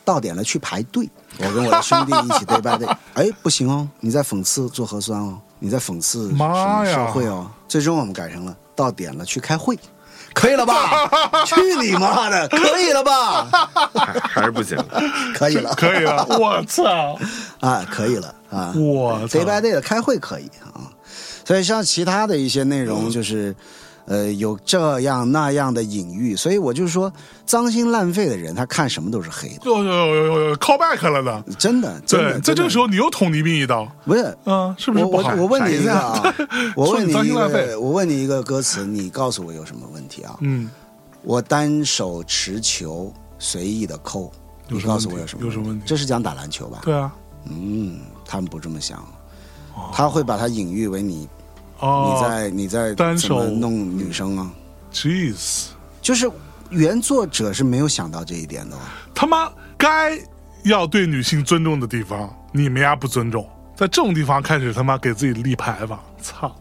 Speaker 3: 到点了去排队。我跟我的兄弟一起对拜对，哎，不行哦，你在讽刺做核酸哦，你在讽刺什
Speaker 2: 妈
Speaker 3: 么
Speaker 2: 呀
Speaker 3: 社会哦。最终我们改成了到点了去开会，可以了吧？去你妈的，可以了吧？
Speaker 1: 还还是不行。
Speaker 3: 可以了，
Speaker 2: 可以了，我操，
Speaker 3: 啊，可以了啊。
Speaker 2: 我操
Speaker 3: day，by day 的开会可以啊。所以像其他的一些内
Speaker 2: 嗯
Speaker 3: 容，就是、呃有这样那样的隐喻，所以我就说脏心烂肺的人，他看什么都是黑的，
Speaker 2: 呦呦呦呦呦，call back 了呢。
Speaker 3: 真的。真
Speaker 2: 对
Speaker 3: 的，
Speaker 2: 在这个时
Speaker 3: 候
Speaker 2: 候你又捅倪斌一刀，
Speaker 3: 不是。
Speaker 2: 嗯，是不
Speaker 3: 我
Speaker 2: 是不
Speaker 3: 我
Speaker 2: 好？
Speaker 3: 我问你一个啊， 我问你
Speaker 2: 说你脏
Speaker 3: 一
Speaker 2: 心烂肺
Speaker 3: 个，我问你一个歌词，你告诉我有什么问题啊？
Speaker 2: 嗯，
Speaker 3: 我单手持球随意的抠，
Speaker 2: 有
Speaker 3: 你
Speaker 2: 什么
Speaker 3: 告
Speaker 2: 问题
Speaker 3: 诉我有什么
Speaker 2: 有什么问题
Speaker 3: 这是讲打篮球吧？
Speaker 2: 对哦啊，
Speaker 3: 嗯，他们不这么想，他会把它隐喻为你
Speaker 2: 哦，
Speaker 3: 你在你在
Speaker 2: 单
Speaker 3: 怎么
Speaker 2: 手
Speaker 3: 弄女生啊？
Speaker 2: Jeez，
Speaker 3: 就是原作者是没有想到这一点的哦。
Speaker 2: 他妈该要对女性尊重的地方，你们丫不尊重，在这种地方开始他妈给自己立牌坊，操！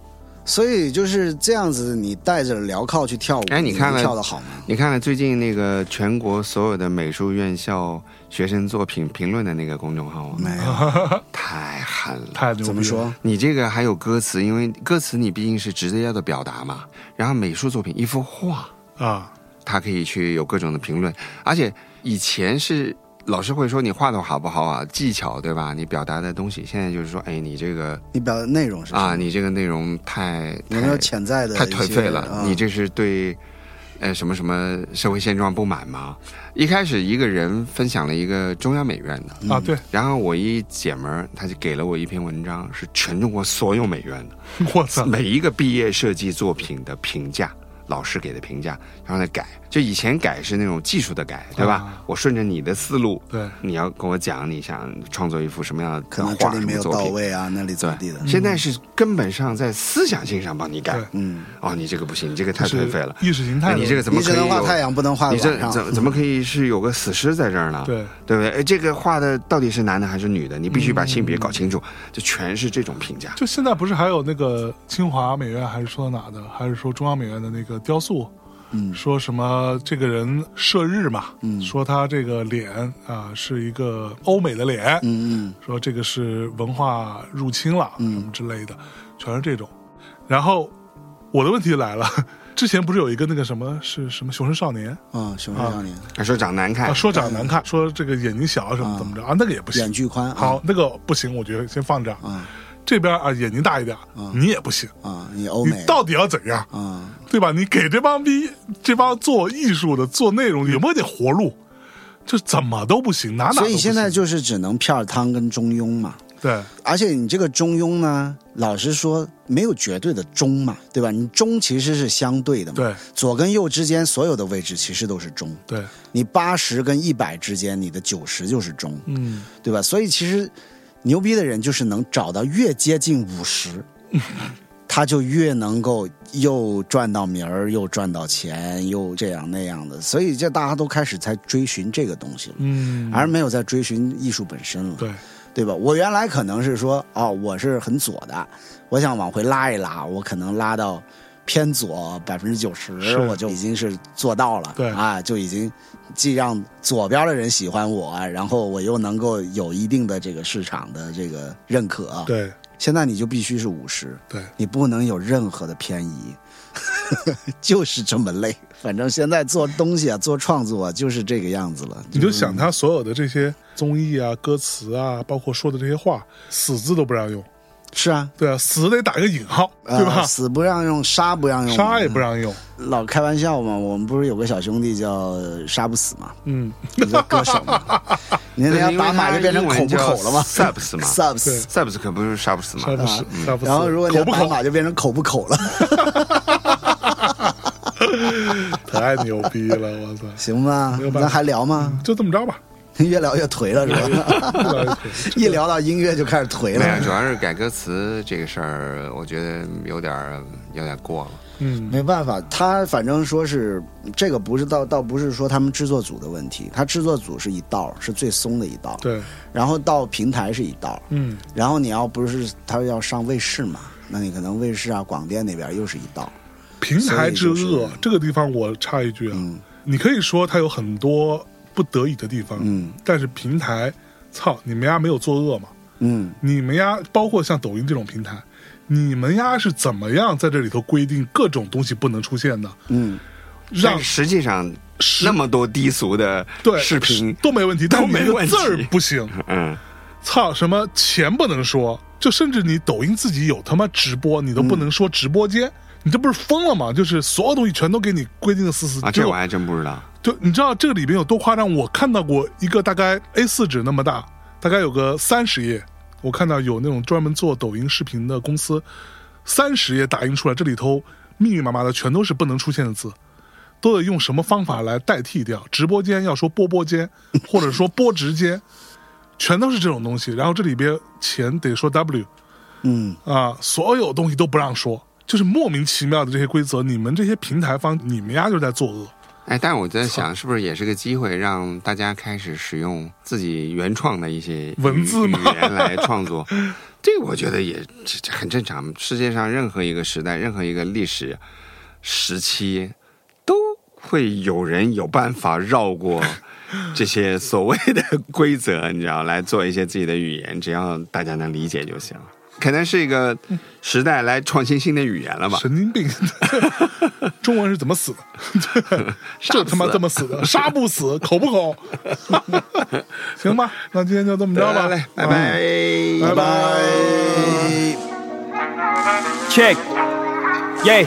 Speaker 3: 所以就是这样子，你带着镣铐去跳舞，
Speaker 1: 哎你
Speaker 3: 你
Speaker 1: 看了
Speaker 3: 能跳的好 吗？
Speaker 1: 你看了最近那个全国所有的美术院校学生作品评论的那个公众号吗？
Speaker 3: 没有，
Speaker 1: 太狠了，
Speaker 2: 太牛逼了！
Speaker 3: 怎么说？
Speaker 1: 你这个还有歌词，因为歌词你毕竟是直接要的表达嘛。然后美术作品一幅画，
Speaker 2: 啊？
Speaker 1: 他可以去有各种的评论，而且以前是老师会说你画的好不好啊，技巧对吧？你表达的东西，现在就是说，哎，你这个
Speaker 3: 你表达内容是什么
Speaker 1: 啊，，你这个内容太
Speaker 3: 有没有
Speaker 1: 太
Speaker 3: 潜在的
Speaker 1: 太
Speaker 3: 一
Speaker 1: 颓
Speaker 3: 些
Speaker 1: 废了，
Speaker 3: 啊
Speaker 1: 你这是对呃什么什么社会现状不满吗？一开始一个人分享了一个中央美院的，
Speaker 2: 啊，对，
Speaker 1: 然后我一姐们儿，她就给了我一篇文章，是全中国所有美院的。
Speaker 2: 我操！
Speaker 1: 每一个毕业设计作品的评价老师给的评价，然后再改。就以前改是那种技术的改，对吧？
Speaker 2: 啊
Speaker 1: 我顺着你的思路，
Speaker 2: 对
Speaker 1: 你要跟我讲你想创作一幅什么样的
Speaker 3: 可能这
Speaker 1: 画、
Speaker 3: 里
Speaker 1: 什
Speaker 3: 没
Speaker 1: 么
Speaker 3: 有
Speaker 1: 作
Speaker 3: 到
Speaker 1: 品。
Speaker 3: 位啊，那里怎么地
Speaker 1: 对嗯
Speaker 3: 的，？
Speaker 1: 现在是根本上在思想性上帮你改
Speaker 2: 对。
Speaker 3: 嗯，
Speaker 1: 哦，你这个不行，你这个太
Speaker 2: 是
Speaker 1: 颓废了。
Speaker 2: 意识形态
Speaker 1: 哎
Speaker 2: 的
Speaker 1: 你这个怎么
Speaker 3: 你
Speaker 1: 可
Speaker 3: 只
Speaker 1: 以有？
Speaker 3: 能画太阳，不能画
Speaker 1: 你
Speaker 3: 晚
Speaker 1: 这
Speaker 3: 上。
Speaker 1: 怎怎么可以是有个死尸在这儿呢？
Speaker 2: 对
Speaker 1: 对不对？哎，这个画的到底是男的还是女的？你必须把性别搞清楚，就全是这种评价。
Speaker 2: 就现在不是还有那个清华美院，还是说哪的，还是说中央美院的那个雕塑？
Speaker 3: 嗯
Speaker 2: 说什么这个人射日嘛？
Speaker 3: 嗯
Speaker 2: 说他这个脸啊是一个欧美的脸，
Speaker 3: 嗯嗯，
Speaker 2: 说这个是文化入侵了，
Speaker 3: 嗯
Speaker 2: 什么之类的，全是这种。然后我的问题来了， 之前不是有一个那个什么是什么《雄狮少年》
Speaker 3: 啊，熊出少年，
Speaker 1: 还哎说长难看
Speaker 2: 啊，，说长得难看，说这个眼睛小什么
Speaker 3: 哎啊
Speaker 2: 怎么着啊，那个也不行
Speaker 3: 眼。距宽啊，
Speaker 2: 好，那个不行，我觉得先放这儿。
Speaker 3: 啊
Speaker 2: 这边啊，眼睛大一点，你也不行，
Speaker 3: 啊，你欧
Speaker 2: 你
Speaker 3: 美
Speaker 2: 到底要怎样？
Speaker 3: 啊，
Speaker 2: 对吧？你给这帮逼这帮做艺术的、做内容的有没有点活路？这怎么都不行，哪哪都
Speaker 3: 所以
Speaker 2: 不
Speaker 3: 现在
Speaker 2: 行
Speaker 3: 就是只能片儿汤跟中庸嘛。
Speaker 2: 对
Speaker 3: 而且你这个中庸呢，老实说没有绝对的中嘛，对吧？你中其实是相对的嘛，
Speaker 2: 对
Speaker 3: 左跟右之间所有的位置其实都是中，
Speaker 2: 对，
Speaker 3: 你八十跟一百之间，你的九十就是中，
Speaker 2: 嗯，
Speaker 3: 对吧？所以其实牛逼的人就是能找到越接近五 十，他就越能够又赚到名儿，又赚到钱，又这样那样的。所以这大家都开始在追寻这个东西了，
Speaker 2: 嗯
Speaker 3: 而没有在追寻艺术本身了。
Speaker 2: 对
Speaker 3: 对吧？我原来可能是说，哦，我是很左的，我想往回拉一拉，我可能拉到偏左百分之九十
Speaker 2: 是，
Speaker 3: 我就已经是做到了，
Speaker 2: 对
Speaker 3: 啊，就已经既让左边的人喜欢我，然后我又能够有一定的这个市场的这个认可。，
Speaker 2: 对
Speaker 3: 现在你就必须是五十，
Speaker 2: 对，
Speaker 3: 你不能有任何的偏移， 就是这么累。反正现在做东西啊，做创作啊、就是这个样子了。
Speaker 2: 你就是想他所有的这些综艺啊、歌词啊，包括说的这些话，死字都不让用，
Speaker 3: 是啊，
Speaker 2: 对啊，死得打个引号，对吧
Speaker 3: 呃？死不让用，杀不让用，嗯
Speaker 2: 杀也不让用，
Speaker 3: 老开玩笑嘛，我们不是有个小兄弟叫呃杀不死嘛，
Speaker 2: 嗯，
Speaker 3: 一个歌手 嘛，你那要打码就变成口不口了嘛
Speaker 1: s u b s 嘛
Speaker 3: ，subs，
Speaker 1: s u b s 可不是杀不死嘛
Speaker 2: 杀。不死，杀不死。
Speaker 3: 啊然后如果你
Speaker 2: 口
Speaker 3: 要
Speaker 2: 不
Speaker 3: 打
Speaker 2: 口
Speaker 3: 码就变成口不口了，
Speaker 2: 太牛逼了，我操！
Speaker 3: 行吧
Speaker 2: 没有？办法
Speaker 3: 咱还聊吗？
Speaker 2: 就这么着吧，
Speaker 3: 越聊越颓了是吧？
Speaker 2: 越来越可
Speaker 3: 一聊到音乐就开始颓
Speaker 1: 没有，
Speaker 3: 了，
Speaker 1: 哎主要是改歌词这个事儿，我觉得有点儿有点过了。
Speaker 2: 嗯，
Speaker 3: 没办法，他反正说是这个不是倒倒不是说他们制作组的问题，他制作组是一道是最松的一道，
Speaker 2: 对，
Speaker 3: 然后到平台是一道，
Speaker 2: 嗯，
Speaker 3: 然后你要不是他要上卫视嘛，那你可能卫视啊广电那边又是一道，
Speaker 2: 平台之恶、
Speaker 3: 所以就是
Speaker 2: 这个地方，我插一句啊，
Speaker 3: 嗯
Speaker 2: 你可以说它有很多不得已的地方，
Speaker 3: 嗯
Speaker 2: 但是平台，操，你们家没有作恶嘛？
Speaker 3: 嗯。
Speaker 2: 你们家包括像抖音这种平台，你们家是怎么样在这里头规定各种东西不能出现的？
Speaker 3: 嗯，
Speaker 2: 让
Speaker 1: 但实际上
Speaker 2: 十
Speaker 1: 那么多低俗的
Speaker 2: 对
Speaker 1: 视频，
Speaker 2: 都没问题，但
Speaker 1: 没
Speaker 2: 你这个
Speaker 1: 问题
Speaker 2: 字儿不行，
Speaker 1: 嗯，
Speaker 2: 操什么钱不能说，就甚至你抖音自己有他妈直播，你都不能说直播间。你这不是疯了吗？就是所有东西全都给你规定的死死。
Speaker 1: 啊，
Speaker 2: 就
Speaker 1: 这我还真不知道。
Speaker 2: 就你知道这个里边有多夸张？我看到过一个大概 A 4纸那么大，大概有个三十页。我看到有那种专门做抖音视频的公司，三十页打印出来，这里头密密麻麻的全都是不能出现的字，都得用什么方法来代替掉。直播间要说波波间，或者说波直间，全都是这种东西。然后这里边钱得说 W，
Speaker 3: 嗯，
Speaker 2: 啊，所有东西都不让说，就是莫名其妙的这些规则，你们这些平台方，你们家就在作恶。
Speaker 1: 哎，但是我在想，是不是也是个机会，让大家开始使用自己原创的一些语
Speaker 2: 文字吗
Speaker 1: 语言来创作？ 这我觉得也这这很正常。世界上任何一个时代，任何一个历史时期，都会有人有办法绕过这些所谓的规则，你知道，来做一些自己的语言，只要大家能理解就行。可能是一个时代来创新新的语言了吧？
Speaker 2: 神经病！ 中文是怎么死 的？对，就他妈这么死的，杀不死，口不口？ 行吧，那今天就这么 着吧
Speaker 1: 来，
Speaker 2: 嗯
Speaker 1: 来，拜拜，
Speaker 2: 拜拜。
Speaker 5: Check. Yeah.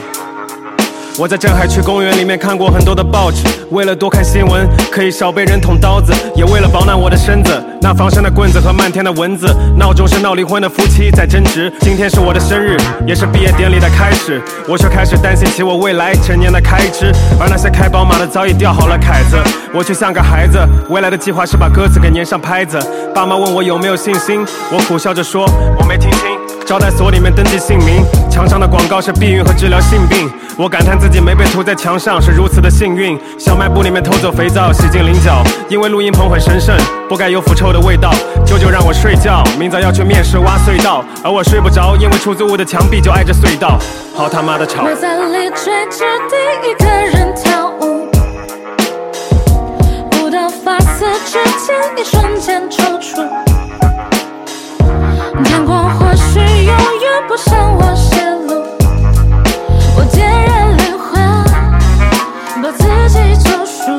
Speaker 5: 我在镇海区公园里面看过很多的报纸，为了多看新闻，可以少被人捅刀子，也为了保暖我的身子。那防身的棍子和漫天的蚊子，闹钟是闹离婚的夫妻在争执。今天是我的生日，也是毕业典礼的开始，我却开始担心起我未来成年的开支，而那些开宝马的早已吊好了凯子。我却像个孩子，未来的计划是把鸽子给粘上拍子。爸妈问我有没有信心，我苦笑着说我没听清。招待所里面登记姓名，墙上的广告是避孕和治疗性病。我感叹自己没被涂在墙上是如此的幸运。小卖部里面偷走肥皂洗净菱角，因为录音棚很神圣，不该有腐臭的味道。舅舅让我睡觉，明早要去面试挖隧道，而我睡不着，因为出租屋的墙壁就挨着隧道。好他妈的吵！
Speaker 4: 马在里追着第一个人跳舞，舞蹈发丝之间一瞬间抽搐。天光或许永远不向我泄露，我点燃灵魂，把自己救赎。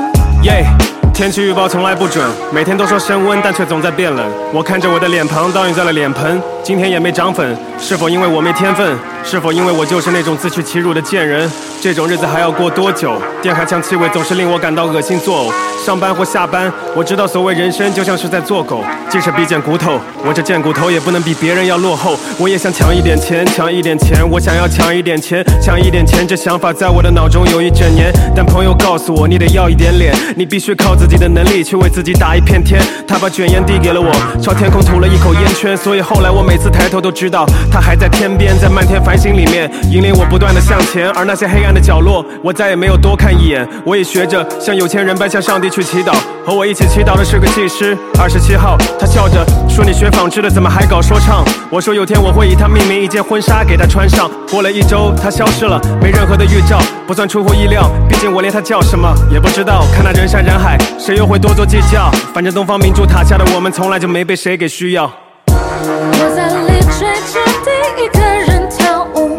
Speaker 5: 耶、天气预报从来不准，每天都说升温，但却总在变冷。我看着我的脸庞倒映在了脸盆，今天也没涨粉，是否因为我没天分？是否因为我就是那种自取其辱的贱人？这种日子还要过多久？电焊枪气味总是令我感到恶心作呕。上班或下班，我知道所谓人生就像是在做狗，即使比肩骨头，我这贱骨头也不能比别人要落后。我也想抢一点钱，抢一点钱，我想要抢一点钱，抢一点钱，这想法在我的脑中有一整年，但朋友告诉我，你得要一点脸，你必须靠自己的能力去为自己打一片天。他把卷烟递给了我，朝天空吐了一口烟圈，所以后来我每次抬头都知道，他还在天边，在漫天繁星里面引领我不断的向前。而那些黑暗的角落，我再也没有多看一眼。我也学着像有钱人般向上帝去祈祷。和我一起祈祷的是个技师，二十七号，他笑着说：“你学纺织的怎么还搞说唱？”我说：“有天我会以他命名一件婚纱给他穿上。”过了一周，他消失了，没任何的预兆，不算出乎意料，毕竟我连他叫什么也不知道。看那人山人海，谁又会多做计较？反正东方明珠塔下的我们从来就没被谁给需要。
Speaker 4: 我在里追着第一个人跳舞，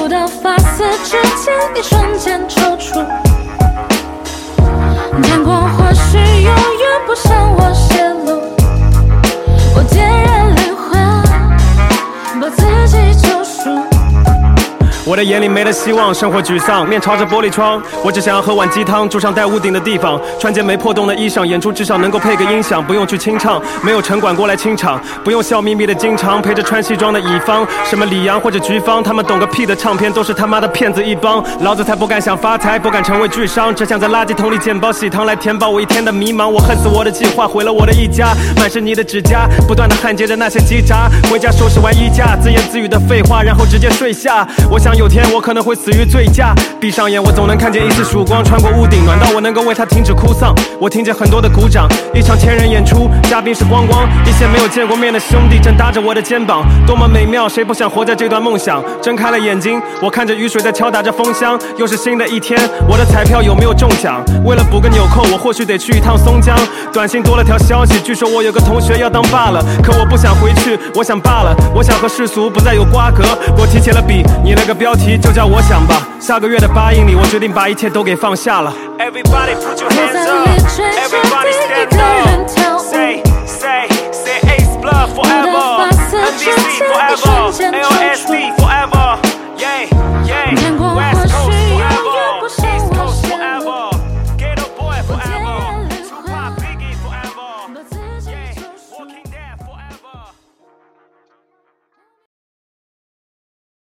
Speaker 4: 舞蹈发丝之间一瞬间抽搐。天光或许永远不向我泄露，我点燃灵魂，把自己救赎。
Speaker 5: 我的眼里没了希望，生活沮丧，面朝着玻璃窗，我只想要喝碗鸡汤，住上带屋顶的地方，穿件没破洞的衣裳，演出至少能够配个音响，不用去清唱，没有城管过来清场，不用笑眯眯的经常陪着穿西装的乙方，什么李阳或者菊芳，他们懂个屁的唱片都是他妈的骗子一帮，老子才不敢想发财，不敢成为巨商，只想在垃圾桶里捡包喜糖来填饱我一天的迷茫，我恨死我的计划，毁了我的一家，满是你的指甲，不断的焊接着那些鸡渣，回家收拾完衣架，自言自语的废话，然后直接睡下，我想有天我可能会死于醉驾，闭上眼我总能看见一丝曙光穿过屋顶，暖到我能够为它停止哭丧。我听见很多的鼓掌，一场千人演出，嘉宾是光光，一些没有见过面的兄弟正搭着我的肩膀，多么美妙，谁不想活在这段梦想？睁开了眼睛，我看着雨水在敲打着风箱，又是新的一天，我的彩票有没有中奖？为了补个纽扣，我或许得去一趟松江。短信多了条消息，据说我有个同学要当爸了，可我不想回去，我想罢了，我想和世俗不再有瓜葛。我提起了笔，你那个标题就叫我想吧。下个月的八英里，我决定把一切都给放下了。Everybody put your
Speaker 4: 我在里
Speaker 5: hands up.
Speaker 4: 追着
Speaker 5: Everybody
Speaker 4: 第
Speaker 5: stand
Speaker 4: 一个人
Speaker 5: up.
Speaker 4: 跳舞。
Speaker 5: Say, say, say, Ace Blood
Speaker 4: 我的
Speaker 5: forever.
Speaker 4: 发丝
Speaker 5: NBC
Speaker 4: 之间一
Speaker 5: forever.
Speaker 4: 瞬间